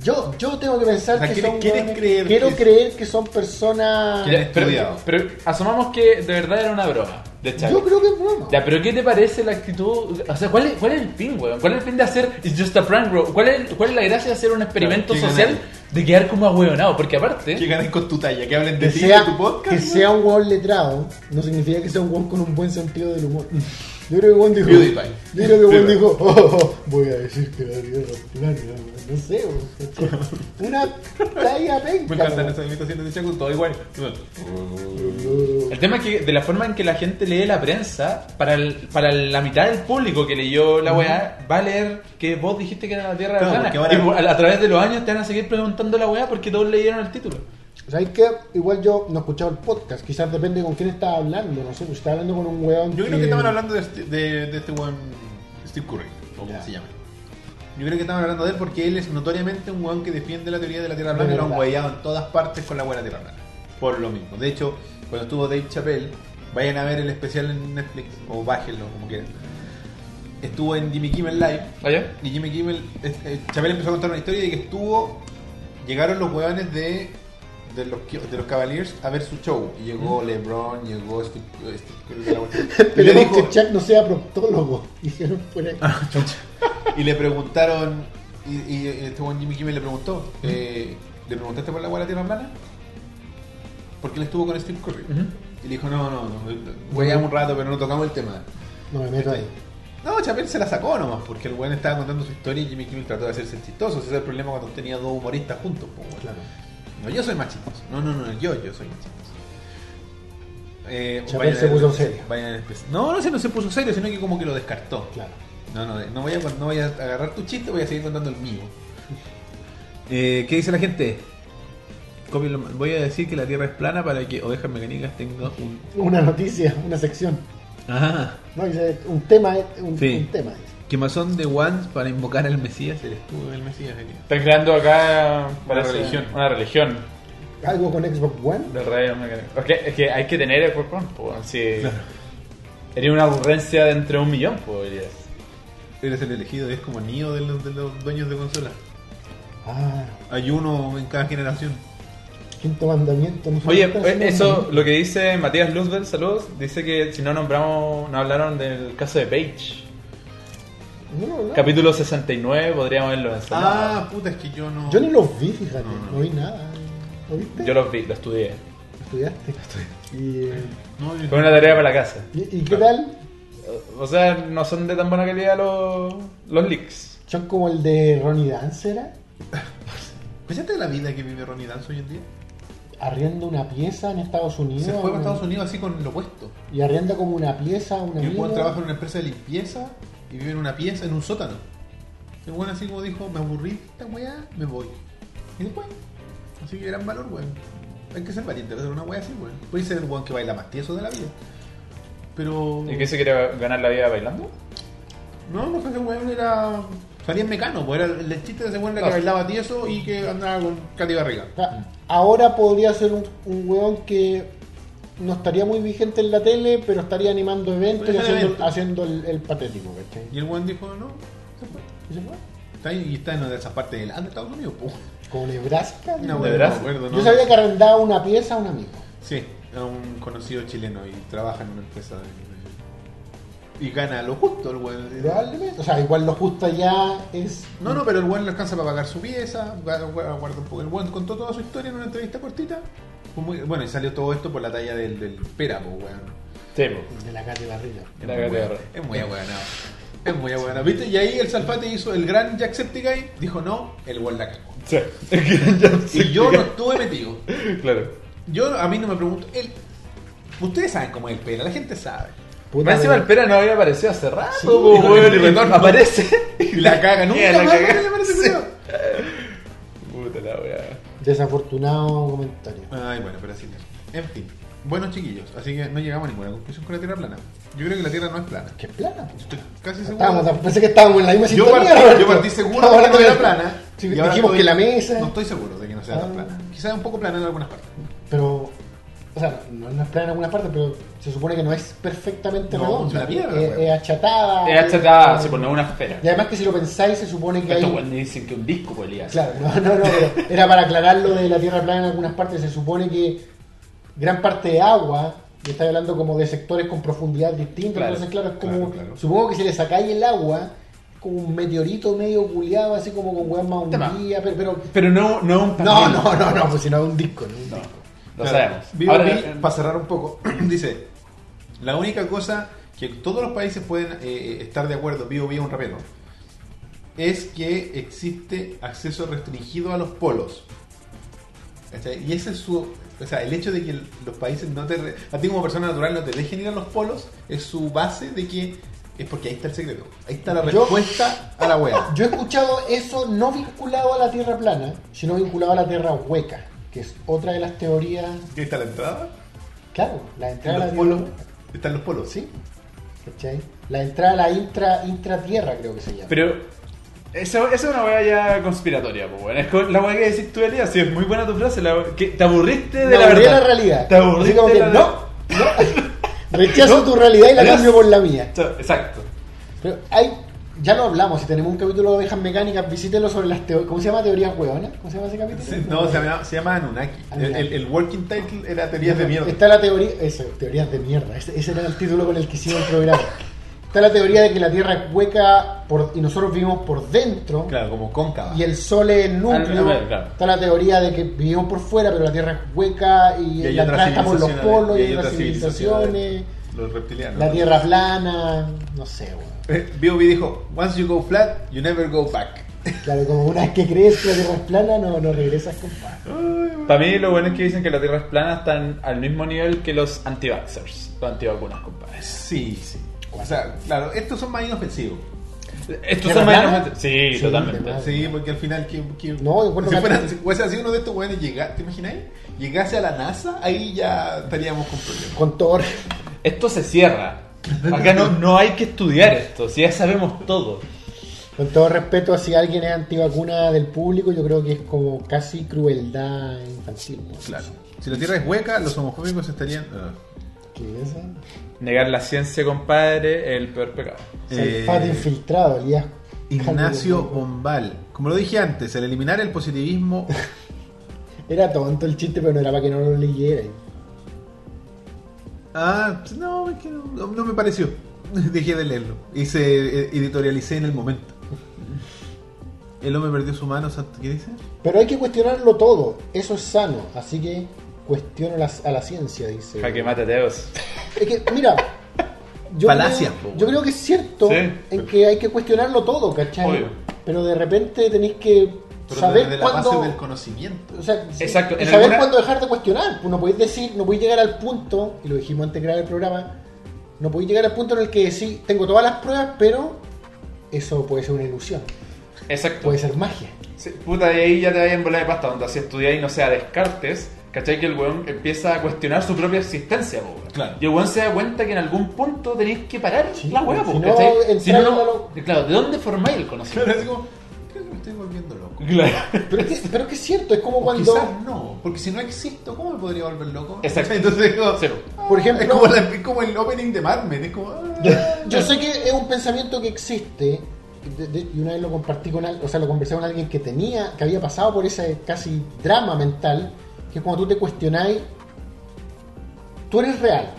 Yo, yo tengo que pensar
O sea,
que
¿quieres-
son...
quieres
hueones-
creer
Quiero
que-
creer que son personas...
Que-
Ya, pero,
estudiado.
pero asomamos que de verdad era una broma de Chuck.
Yo creo que es broma.
Ya, pero ¿qué te parece la actitud? O sea, ¿cuál es, cuál es el fin, weón? ¿Cuál es el fin de hacer It's just a prank, bro? ¿Cuál es, cuál es la gracia de hacer un experimento
Claro, que
social
ganar.
de quedar como ahueonado? Porque aparte,
que ganen con tu talla, que hablen de
que
ti, de
sea,
tu podcast.
que
güey.
sea un hueón letrado no significa que sea un hueón con un buen sentido del humor. Yo creo que Juan dijo.
PewDiePie.
Yo creo que Juan
PewDiePie.
dijo. "Oh, oh, voy a decir que la tierra es plana. No sé, weón. Una talla
Me
penca.
encantan
weón.
esas imitaciones de Chaco, todo igual.
El tema es que de la forma en que la gente lee la prensa, para, el- para la mitad del público que leyó la weá, va a leer que vos dijiste que era la Tierra
Claro,
plana.
porque van a-
Y por- a, a través de los años te van a seguir preguntando la weá porque todos leyeron el título.
¿Sabes qué? Igual yo no he escuchado el podcast. Quizás depende con quién estaba hablando. No sé, pues estaba hablando con un weón.
Yo creo que estaban hablando de, este- de- de este weón Steve Curry, o como
Ya.
se llama. Yo creo que estaban hablando de él porque él es notoriamente un weón que defiende la teoría de la Tierra Plana y lo han
verdad.
guayado en todas partes con la buena Tierra Plana. Por lo mismo. De hecho, cuando estuvo Dave Chappelle, vayan a ver el especial en Netflix o bájenlo, como quieran. Estuvo en Jimmy Kimmel Live
¿Vaya?
y Jimmy Kimmel, eh, eh, Chappelle empezó a contar una historia de que estuvo, llegaron los hueones de, de, los, qui- de los Cavaliers a ver su show. Y llegó LeBron, llegó Steve, eh, Steve creo que era bueno. y, le
Esperemos que
dijo- Ah.
Chuck no sea proctólogo. Dijeron por ahí.
y le preguntaron, y, y este buen Jimmy Kimmel le preguntó, eh, ¿le preguntaste por la hueá de la Tierra Plana? Porque él estuvo con Steve Curry.
Ujú.
Y le dijo, no, no, no, hueamos un rato, pero no tocamos el tema.
No me meto ahí.
No, Chapel se la sacó nomás, porque el weón estaba contando su historia y Jimmy Kimmel trató de hacerse el chistoso. Ese es el problema cuando tenía dos humoristas juntos, po, weón.
Claro.
No, yo soy más chistoso. No, no, no, yo, yo soy más chistoso. Eh,
Chapel
vayan
se
al-
puso serio.
vayan al espe- No, no, se, no se puso serio, sino que como que lo descartó.
Claro.
No, no, no voy, a, no voy a agarrar tu chiste, voy a seguir contando el mío. Eh, ¿Qué dice la gente? Cópienlo mal. Voy a decir que la Tierra es plana para que Ovejas Mecánicas tenga un...
Una noticia, una sección.
Ah,
No, dice, un tema, eh, un,
Sí.
un tema. dice.
quemazón de Wands para invocar al Mesías. El escudo del Mesías, genial.
Están creando acá parece,
religión.
Una religión
Algo con Xbox One.
de rayos mecánicos. Es que, es que hay que tener el cuerpo. Si Sería una ocurrencia de entre un millón, pues. dirías.
Eres el elegido, es como Neo de los, de los dueños de consolas.
Ah,
Hay uno en cada generación.
quinto mandamiento. No
Oye, eh,
Nunca se
eso,
nombra.
lo que dice Matías Luzbel, saludos, dice que si no nombramos, no hablaron del caso de Page.
No, no, no.
Capítulo 69, podríamos verlo en
Ah, puta, es que yo no.
Yo no los vi, fíjate. No,
No, no.
vi nada. ¿Lo viste?
Yo los vi, lo estudié.
Estudiaste. Y, eh,
No, yo-
Fue una tarea para la casa.
¿Y, y qué tal?
O sea, no son de tan buena calidad los, los leaks.
Son como el de Ronnie ¿eh? Dance, ¿era?
Fíjate la vida que vive Ronnie Dance hoy en día.
Arrienda una pieza en Estados Unidos.
Se fue
¿no?
para Estados Unidos así con lo puesto.
Y arrienda como una pieza, una
Y el buen trabaja
amigo.
en una empresa de limpieza y vive en una pieza, en un sótano. El buen así como dijo, me aburrí de esta weá, me voy. Y después, así que gran valor, weón. Hay que ser valiente para hacer una weá así, weón. Puede ser el weón que baila más tieso de la vida. Pero.
¿Y qué se quiere ganar la vida bailando?
No, no sé, ese weón era. Salía en mecano, pues era el el chiste de ese weón era que
Ah.
bailaba tieso y que andaba con Katy Barriga.
O sea, Ah, ahora podría ser un, un weón que no estaría muy vigente en la tele, pero estaría animando eventos y
Pero
haciendo,
evento.
haciendo el, el patético, ¿cachai?
Y el weón dijo, no, se fue.
¿Y se fue?
Está ahí, y está en una de esas partes del de Estados Unidos, pues.
Como Nebraska.
Una weá,
¿no?
no me
veras?
acuerdo,
Yo
¿no?
sabía que arrendaba una pieza a un amigo.
Sí, a un conocido chileno y trabaja en una empresa de- de- Y gana lo justo el weón.
Probablemente. O sea, igual lo justo allá es.
No, no, pero el weón le alcanza para pagar su pieza, gua- gua- guarda un poco. El weón contó toda su historia en una entrevista cortita. Fue muy- Bueno, y salió todo esto por la talla del, del pera, pues, weón.
Sí,
De la calle Barriga.
Es
La
muy
gata
bueno,
de
Es muy ahueonado. Es muy ahueonado. ¿Viste? Y ahí el Salfate hizo el gran Jacksepticeye. Dijo no, el weón la cagó.
Sí.
Y yo no estuve metido.
Claro.
Yo, a mí no me pregunto. Él, ustedes saben cómo es el pera, la gente sabe.
Más encima el Pera no había aparecido hace rato,
Sí,
po,
y con
weón,
el
y
retorno.
aparece.
Y la caga, nunca
Ya, la
más
caga.
le parece
Sí.
feo.
Puta la weá.
Desafortunado comentario.
Ay, bueno, pero así es. En fin, buenos chiquillos, así que no llegamos a ninguna conclusión con la Tierra plana. Yo creo que la Tierra no es plana.
¿Qué plana? pues.
Estoy casi seguro.
Estábamos, pensé que estábamos en la misma
yo,
sintonía,
partí,
Roberto.
yo partí seguro
Estábamos
de que no
hablando
era
de-
plana.
Sí,
y ahora
dijimos
estoy-
que la mesa.
No estoy seguro de que no sea tan
Ah.
plana. Quizás un poco plana en algunas partes.
Pero, o sea, no no es plana en alguna parte, pero se supone que no es perfectamente
No, es
redonda.
una mierda,
es,
weón.
es achatada.
Es achatada, pues
es-
se pone una esfera.
Y además que si lo pensáis, se supone que hay.
Estos weones dicen que un disco podría hacer.
Claro, no, no, no, pero era para aclarar lo de la tierra plana en algunas partes. Se supone que gran parte de agua, y está hablando como de sectores con profundidad distinta,
Claro,
entonces, claro, es como.
claro, claro.
Supongo que si le sacáis el agua, es como un meteorito medio culiado, así como con weas más
Tema.
un día, pero. pero
Pero no, no un
no,
panel.
no, no, no, pues si no es un disco, no es un disco.
Lo
Claro.
sabemos.
Vivo
Ahora, eh,
Bill, para cerrar un poco, dice: La única cosa que todos los países pueden eh, estar de acuerdo, vivo vía un rapero, es que existe acceso restringido a los polos. ¿Cachai? Y ese es su. O sea, el hecho de que los países no te. re- A ti como persona natural no te dejen ir a los polos es su base de que. Es porque ahí está el secreto. Ahí está la
Yo-
respuesta a la wea.
Yo he escuchado eso no vinculado a la Tierra plana, sino vinculado a la Tierra hueca, que es otra de las teorías.
Ahí está la entrada.
Claro, la entrada a
Están
la
los
Tierra
polos.
hueca,
Están los polos, sí.
¿sí? ¿Cachai? La entrada a la intra, intratierra, creo que se llama.
Pero eso, eso es una weá ya conspiratoria, pues, weón. Es como la weá que decís tú, Elías, si es muy buena tu frase, la weá- que te aburriste de
Me
la
aburrí de
verdad.
la realidad.
Te aburriste
Así como
de
que,
la
no, no. Rechazo tu realidad y la
Adiós.
cambio por la mía.
verdad. Exacto.
Pero hay, ya lo hablamos, si tenemos un capítulo de ovejas mecánicas, visítelo sobre las teorías. ¿Cómo se llama teorías hueonas? ¿Cómo se llama ese capítulo?
Sí, No, se llama, se llama Anunnaki. El, el- el working title era teorías de mierda.
Ah, Está la teoría, eso, teorías de mierda. Ese, ese era el título con el que hicimos el programa. Está la teoría de que la Tierra es hueca por, y nosotros vivimos por dentro
Claro, como cóncava.
y el Sol es el núcleo.
Ah, claro.
Está la teoría de que vivimos por fuera, pero la Tierra es hueca y,
Y hay
la
otras
entrada está por los
civilizaciones-
polos y, hay otras
civilizaciones,
civilizaciones.
Los reptilianos.
La Tierra plana, no sé, weón.
Eh, B.O.B. dijo, once you go flat, you never go back.
Claro, como una vez que crees que la Tierra es plana, no, no regresas, compadre.
Para mí lo bueno es que dicen que la Tierra es plana están al mismo nivel que los anti-vaxxers, los antivacunas, compadre.
Sí, sí. O sea, claro, estos son más inofensivos.
Estos
¿Tierra
son
plana?
menos... Sí,
Sí,
totalmente.
demás.
Sí, porque al final... Que, que-
No, yo encuentro
si
que-
fueran- si- o sea, si uno de estos weones llega, ¿te imagináis? Llegase a la NASA, ahí ya estaríamos con problemas.
Con Thor.
Esto se cierra. Acá no, no hay que estudiar esto, si ya sabemos todo.
Con todo respeto, si alguien es antivacuna del público, yo creo que es como casi crueldad infantil. ¿no?
Claro. Si la Tierra es hueca, los homofóbicos estarían... ah.
¿Qué es eso?
Negar la ciencia, compadre, es el peor pecado.
Eh,
Salfate infiltrado, Elías.
Ignacio
Cándido.
Bombal. Como lo dije antes, al eliminar el positivismo...
Era tonto el chiste, pero no era para que no lo leyera.
Ah, no, es que no, no me pareció. Dejé de leerlo. Y se eh, editorialicé en el momento. El hombre perdió su mano, santo- ¿qué dice?
Pero hay que cuestionarlo todo. Eso es sano. Así que cuestiono las- a la ciencia, dice.
Jaque mate Teos.
Es que, mira. Yo
Falacia, po,
creo,
weón.
yo creo que es cierto
Sí.
en que hay que cuestionarlo todo, ¿cachai?
Obvio.
Pero de repente tenéis que
Pero
saber
desde la
cuándo.
base del conocimiento.
O sea, sí,
Exacto,
y
en
saber
alguna-
cuándo dejar de cuestionar. Pues no podéis decir, no podéis llegar al punto, y lo dijimos antes de grabar el programa, no podéis llegar al punto en el que decís, tengo todas las pruebas, pero eso puede ser una ilusión,
Exacto.
puede ser magia.
Sí, puta, y ahí ya te vayan en bola de pasta, donde si estudiáis, no sé, a Descartes, ¿cachai? Que el weón empieza a cuestionar su propia existencia, po, weón.
Claro.
Y el weón se da cuenta que en algún punto tenéis que parar
Sí,
la weá,
si
po,
no,
¿cachai?
entráis
Si no, no-
a lo-
Claro, ¿de dónde formáis el
Claro,
conocimiento?
es como, creo que me estoy volviendo loco.
Claro.
Pero es que, pero es, que es cierto, es como
O
cuando,
Quizás no, porque si no existo, ¿cómo me podría volver loco?
Exacto.
Entonces, como,
Sí.
por
es,
ejemplo,
como la- es como el opening de Mad Men, es como... ah.
yo sé que es un pensamiento que existe, de- de- y una vez lo compartí con alguien, o sea, lo conversé con alguien que tenía, que había pasado por ese casi drama mental, que es cuando tú te cuestionáis, tú eres real,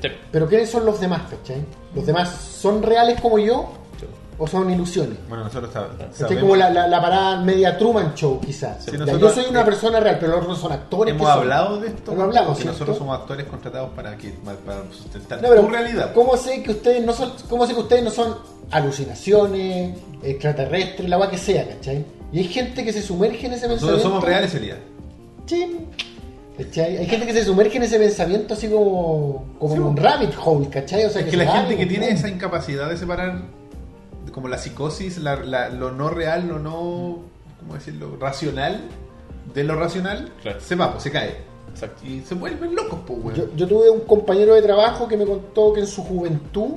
Sí.
Pero ¿quiénes son los demás, cachai? ¿Los demás son reales como yo o son ilusiones?
Bueno, nosotros sab-
¿Cachai?
sabemos-
Como la, la, la parada media Truman Show, quizás.
Sí,
Ya,
nosotros-
yo soy una persona real, pero los otros son actores.
hemos
que son.
hablado de esto.
Lo hablamos,
y nosotros
¿cierto?
somos actores contratados para, que, para sustentar
No, pero
tu realidad.
¿Cómo sé que ustedes no son, cómo sé que ustedes no son alucinaciones, extraterrestres, la agua que sea, ¿cachai? Y hay gente que se sumerge en ese
Nosotros
pensamiento.
somos reales, Elías.
Chin. ¿Cachai? Hay gente que se sumerge en ese pensamiento así como, como en un rabbit hole, ¿cachai? O sea,
Es que la
se
gente
va
que
y-
tiene esa incapacidad de separar como la psicosis, la- la- lo no real, lo no, ¿cómo decirlo? Racional, de lo racional,
Claro.
se va, pues, se cae.
Exacto.
Y se vuelven locos, pues, weón.
Yo, yo tuve un compañero de trabajo que me contó que en su juventud,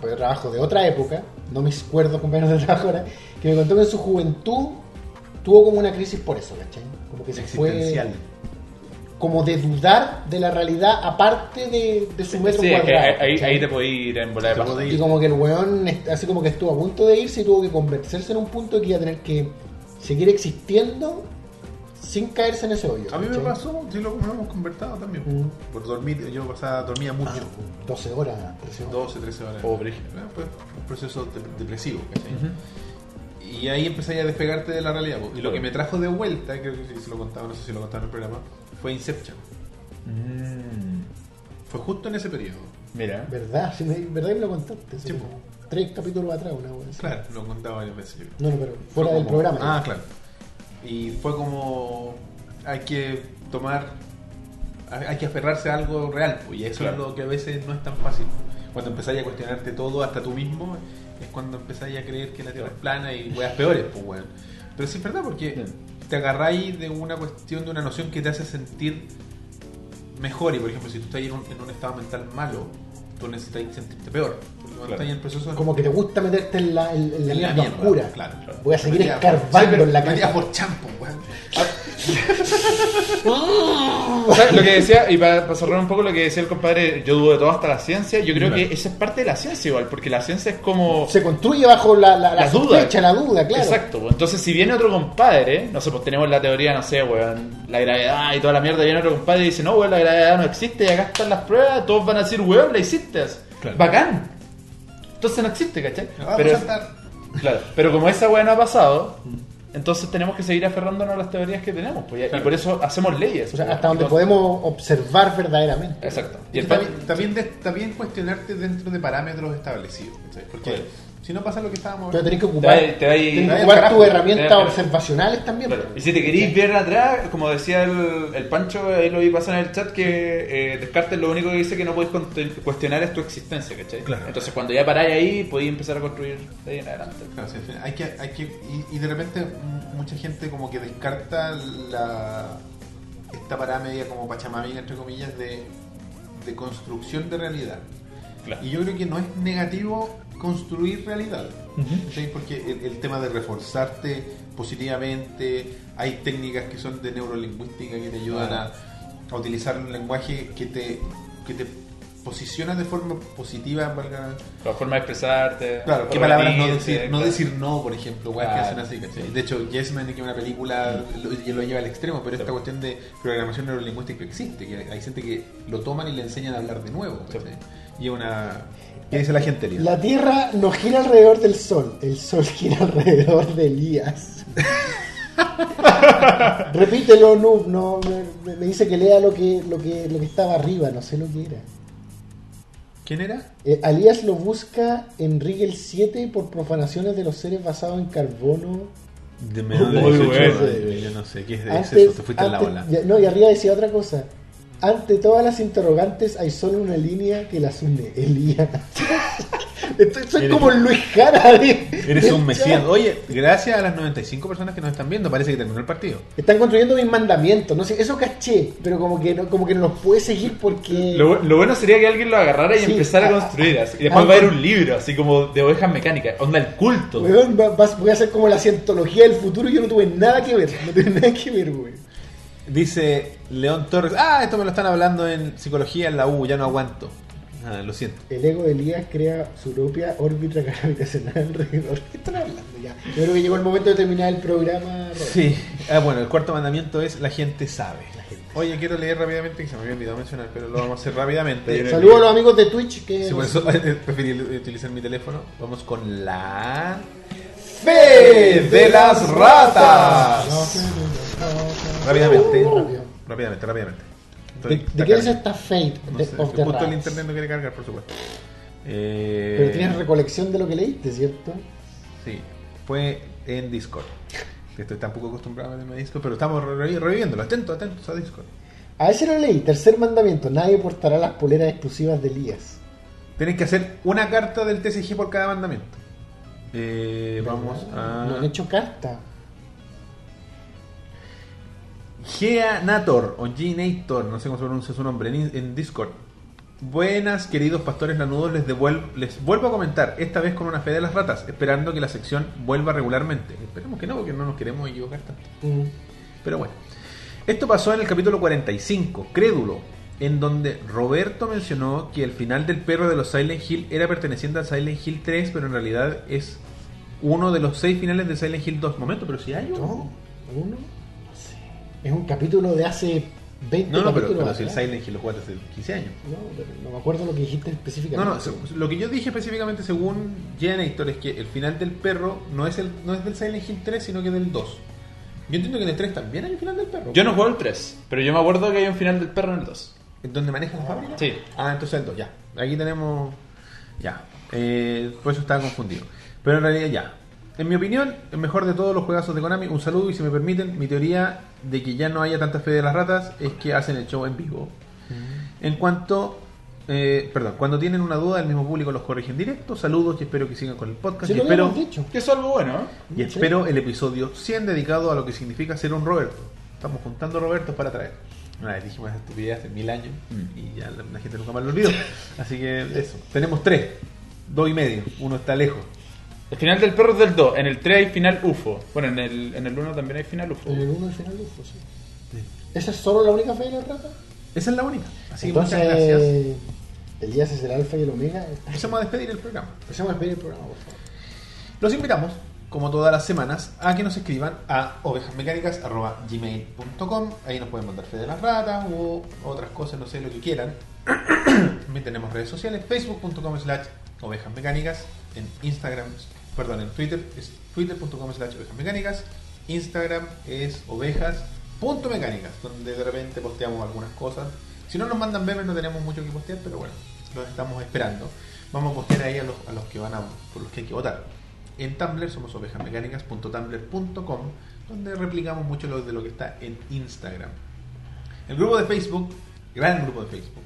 pues trabajo de otra época, no me acuerdo compañeros de trabajo ahora, que me contó que en su juventud tuvo como una crisis por eso, ¿cachai? Como que se
Existencial.
fue como de dudar de la realidad aparte de, de su metro
Sí, es que
cuadrado.
ahí,
¿cachai?
ahí te puedes ir en bola de
Te
pasta.
podés
Y como que el weón, est- así como que estuvo a punto de irse y tuvo que convencerse en un punto de que iba a tener que seguir existiendo sin caerse en ese hoyo.
A mí me
¿cachai?
pasó, sí lo, lo hemos conversado también,
Mm.
por dormir, yo pasaba, dormía
Ah,
mucho,
12 horas, 13 horas.
12, 13 horas.
Oh, brígido.
Eh, pues, un proceso de- depresivo, ¿cachai? Y ahí empecé a despegarte de la realidad. pues. Y lo que me trajo de vuelta, creo que sí se lo contaba, no sé si lo contaba en el programa, fue Inception.
Mm.
Fue justo en ese periodo.
Mira.
¿Verdad? Si me, ¿Verdad que me lo contaste?
Sí, po.
Tres capítulos atrás, una wea así.
Claro, lo contaba varias veces yo.
No, no, pero fuera
Fue
del
como-
programa.
Ah, claro. Y fue como. Hay que tomar. Hay hay que aferrarse a algo real, pues, y eso
Claro.
es lo que a veces no es tan fácil. Cuando empezáis a cuestionarte todo, hasta tú mismo, es cuando empezáis a creer que la tierra es plana y weas peores, pues, weón. Pero sí es verdad, porque te agarráis de una cuestión, de una noción que te hace sentir mejor. Y por ejemplo, si tú estás en un, en un estado mental malo, tú necesitas sentirte peor. Porque cuando
Claro.
estás en el proceso de-
Como que te gusta meterte en la, en- en la
en la
mierda
mierda,
oscura.
Claro, claro.
Voy a seguir
Metida por-
escarbando
sí, pero
en la
metida
caja.
por champo, weón.
O sea, lo que decía, y para, para cerrar un poco lo que decía el compadre, yo dudo de todo hasta la ciencia. Yo creo
Claro.
que esa es parte de la ciencia igual, porque la ciencia es como.
Se construye bajo la, la, la
La duda.
sospecha, la duda, claro.
Exacto, pues. entonces si viene otro compadre, no sé, pues tenemos la teoría, no sé, weón, la gravedad y toda la mierda, viene otro compadre y dice, no, weón, la gravedad no existe, y acá están las pruebas, todos van a decir, weón, la hiciste, así.
Claro. Ah, pues
bacán. Entonces no existe, ¿cachai?
Vamos
pero,
a estar.
claro, pero como esa weón no ha pasado, entonces tenemos que seguir aferrándonos a las teorías que tenemos, pues, y- y
Claro.
por eso hacemos leyes.
O sea,
weón.
hasta donde
Entonces-
podemos observar verdaderamente.
Exacto. Y
Y
el
también,
pa-
también, de- también cuestionarte dentro de parámetros establecidos. ¿cachai? Porque
Claro.
si no pasa lo que estábamos
Pero tenés que
Te
ocupar,
da- te da ahí-
tenés que
da el
ocupar
carajo, te da
tus
el
herramientas
carajo.
observacionales también.
Claro.
pues.
Y si te queréis ver atrás, como decía el, el Pancho, ahí lo vi pasar en el chat, que eh, Descartes lo único que dice que no podéis conte- cuestionar es tu existencia, ¿cachai?
Claro.
Entonces cuando ya paráis ahí, podéis empezar a construir de ahí en adelante.
Claro, sí, al final hay que, hay que, y, y de repente m- mucha gente como que descarta la esta paramedia como pachamámica entre comillas de, de construcción de realidad.
Claro.
Y yo creo que no es negativo construir realidad. ¿sí? Porque el, el tema de reforzarte positivamente, hay técnicas que son de neurolingüística que te ayudan a, a utilizar un lenguaje que te, que te posiciona de forma positiva valga-
La forma de expresarte.
Claro, qué
corregirte,
palabras no decir, no
claro.
decir no, por ejemplo, weas que
Claro. Mm.
hacen así, ¿cachai? De hecho, Yes Man, que es una película, lo, y lo lleva al extremo, pero esta
Sí.
cuestión de programación neurolingüística existe, que hay gente que lo toman y le enseñan a hablar de nuevo, ¿cachai? Y es una... ¿Qué dice la gente, Elías?
La Tierra no gira alrededor del Sol, el Sol gira alrededor de Elías. Repítelo, Noob, no, me, me dice que lea lo que, lo, que, lo que estaba arriba, no sé lo que era.
¿Quién era?
Eh, Alías lo busca en Riegel 7 por profanaciones de los seres basados en carbono.
De
menos de Muy 18 bueno. años,
yo no sé, ¿qué es
antes- ya- no, y arriba decía otra cosa. Ante todas las interrogantes hay solo una línea que las une, Elías. Estoy, soy
Eres-
como Luis Jara. de-
Eres
del
un mesías.
chat.
Oye, gracias a las 95 personas que nos están viendo, parece que terminó el partido.
Están construyendo mis mandamientos, no sé, eso caché, pero como que no, como que no los puede seguir porque
Lo, bu- lo bueno sería que alguien lo agarrara y
Sí.
empezara a
Ah,
construir. Así. Y
ah,
después va a haber
ah.
un libro, así como de ovejas mecánicas. Onda el culto.
weón, va- vas- voy a hacer como la cientología del futuro y yo no tuve nada que ver, no tuve nada que ver, güey.
Dice León Torres, ah, esto me lo están hablando en psicología en la U, ya no aguanto. Ah, lo siento.
El ego de Elías crea su propia órbita gravitacional alrededor. ¿Qué están hablando ya? Yo creo que llegó el momento de terminar el programa. Robert.
Sí, ah, bueno, el cuarto mandamiento es la gente sabe.
La gente sabe.
Oye, quiero leer rápidamente, que se me había olvidado mencionar, pero lo vamos a hacer rápidamente.
Saludos a los amigos de Twitch que
Sí, pues, por eso preferí utilizar mi teléfono. Vamos con la fe de las ratas. Rápidamente,
Rápido.
rápidamente, rápidamente. Estoy-
Uh. ¿De,
está
de qué es
cargando.
esta Fate
No
de-
sé,
of the
justo el
Rats?
internet no quiere cargar, por supuesto. Eh,
Pero tienes recolección de lo que leíste, ¿cierto?
Sí, fue en Discord. Que Estoy tampoco acostumbrado a verme a Discord, pero estamos re- reviviéndolo. Atentos, atentos a Discord.
A ese lo leí. Tercer mandamiento. Nadie portará las poleras exclusivas de Elías.
Tienen que hacer una carta del TCG por cada mandamiento. Eh, vamos a.
No han hecho carta.
Gea Nator o Gnator, no sé cómo se pronuncia su nombre, en, en Discord. Buenas, queridos pastores lanudos, les, devuel- les vuelvo a comentar, esta vez con una fe de las ratas, esperando que la sección vuelva regularmente. Esperemos que no, porque no nos queremos equivocar tanto.
Mm.
Pero bueno, esto pasó en el capítulo 45, Crédulo, en donde Roberto mencionó que el final del perro de los Silent Hill era perteneciente a Silent Hill 3, pero en realidad es uno de los seis finales de Silent Hill 2. Momento, pero si hay uno.
No, uno. no sé. Es un capítulo de hace 20
No, no, pero,
capítulos
pero si el
atrás.
Silent Hill lo jugaste hace 15 años.
No, pero no me acuerdo lo que dijiste
No,
específicamente.
no, se- lo que yo dije específicamente según Genator es que el final del perro no es el no es del Silent Hill 3, sino que del 2. Yo entiendo que en el 3 también hay un final del perro.
Yo no juego el 3, pero yo me acuerdo que hay un final del perro en el 2.
¿En dónde maneja la fábrica?
Sí.
Ah, entonces el 2, ya. Aquí tenemos. Ya. Eh, por eso estaba confundido. Pero en realidad ya. En mi opinión, el mejor de todos los juegazos de Konami, un saludo y si me permiten, mi teoría de que ya no haya tanta fe de las ratas es que hacen el show en vivo. En cuanto... eh, perdón, cuando tienen una duda, el mismo público los corrige en directo. Saludos y espero que sigan con el podcast.
Sí,
y
lo
espero,
habíamos dicho.
Que es algo bueno. ¿eh?
y espero el episodio 100 dedicado a lo que significa ser un Roberto. Estamos juntando Robertos para traer. Una vez dijimos esa estupidez hace mil años y ya la, la gente nunca más lo olvidó. Así que eso. Tenemos tres, dos y medio. Uno está lejos.
El final del perro es del 2. En el 3 hay final UFO. Bueno, en el, en el 1 también hay final UFO.
En el 1 al final lo sí. ¿Esa es solo la única fe de la rata?
Esa es la única. Así que
Entonces,
muchas gracias.
Elías es el alfa y el omega.
Empezamos a despedir el programa.
Empecemos a ver el programa, por favor.
Los invitamos, como todas las semanas, a que nos escriban a ovejasmecánicas.gmail.com. Ahí nos pueden mandar fe de las ratas u otras cosas, no sé, lo que quieran. También tenemos redes sociales, facebook.com slash ovejasmecánicas, en Instagram, perdón, en Twitter, es twitter.com slash ovejasmecánicas, Instagram es ovejas.mecánicas, donde de repente posteamos algunas cosas. Si no nos mandan memes no tenemos mucho que postear, pero bueno, los estamos esperando. Vamos a postear ahí a los, a los que van a, por los que hay que votar. En Tumblr somos ovejasmecánicas.tumblr.com, donde replicamos mucho lo de lo que está en Instagram. El grupo de Facebook, gran grupo de Facebook.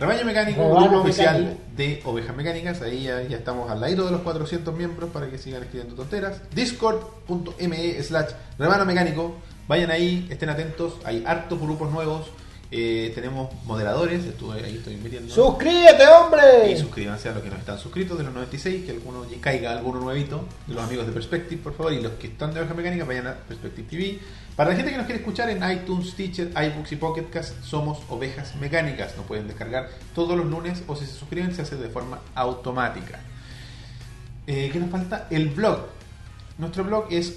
Rebaño Mecánico,
Rebaño
grupo oficial
Mecánico.
de Ovejas Mecánicas. Ahí ya, ya estamos al lado de los 400 miembros para que sigan escribiendo tonteras. Discord.me e slash Rebano Mecánico. Vayan ahí, estén atentos. Hay hartos grupos nuevos. Eh, tenemos moderadores. Estuve, ahí estoy metiendo.
¡Suscríbete, hombre!
Y suscríbanse a los que no están suscritos de los 96, que alguno que caiga alguno nuevito, de los amigos de Perspective, por favor, y los que están de Oveja Mecánica, vayan a Perspective TV. Para la gente que nos quiere escuchar en iTunes, Teacher, iBooks y Pocket Cast, somos Ovejas Mecánicas. Nos pueden descargar todos los lunes o si se suscriben, se hace de forma automática. Eh, ¿Qué nos falta? El blog. Nuestro blog es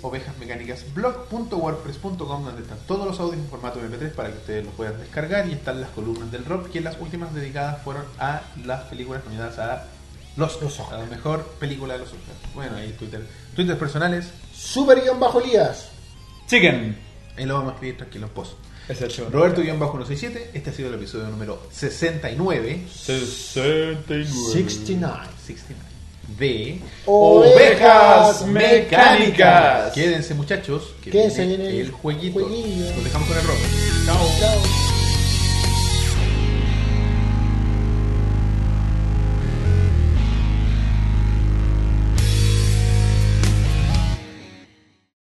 ovejasmecánicasblog.wordpress.com donde están todos los audios en formato MP3 para que ustedes los puedan descargar y están las columnas del rock que las últimas dedicadas fueron a las películas nominadas a los, a la mejor película de los Oscars. Bueno, ahí Twitter. Twitter personales,
Super guión bajo Elías.
Chicken.
ahí lo vamos a escribir tranquilos post.
Es el show.
Roberto-167, este ha sido el episodio número 69,
69.
69.
69 de
Ovejas Mecánicas.
Quédense muchachos, que
Quédense
viene
en el
el jueguito.
jueguillo.
Los dejamos con el rock.
Chao.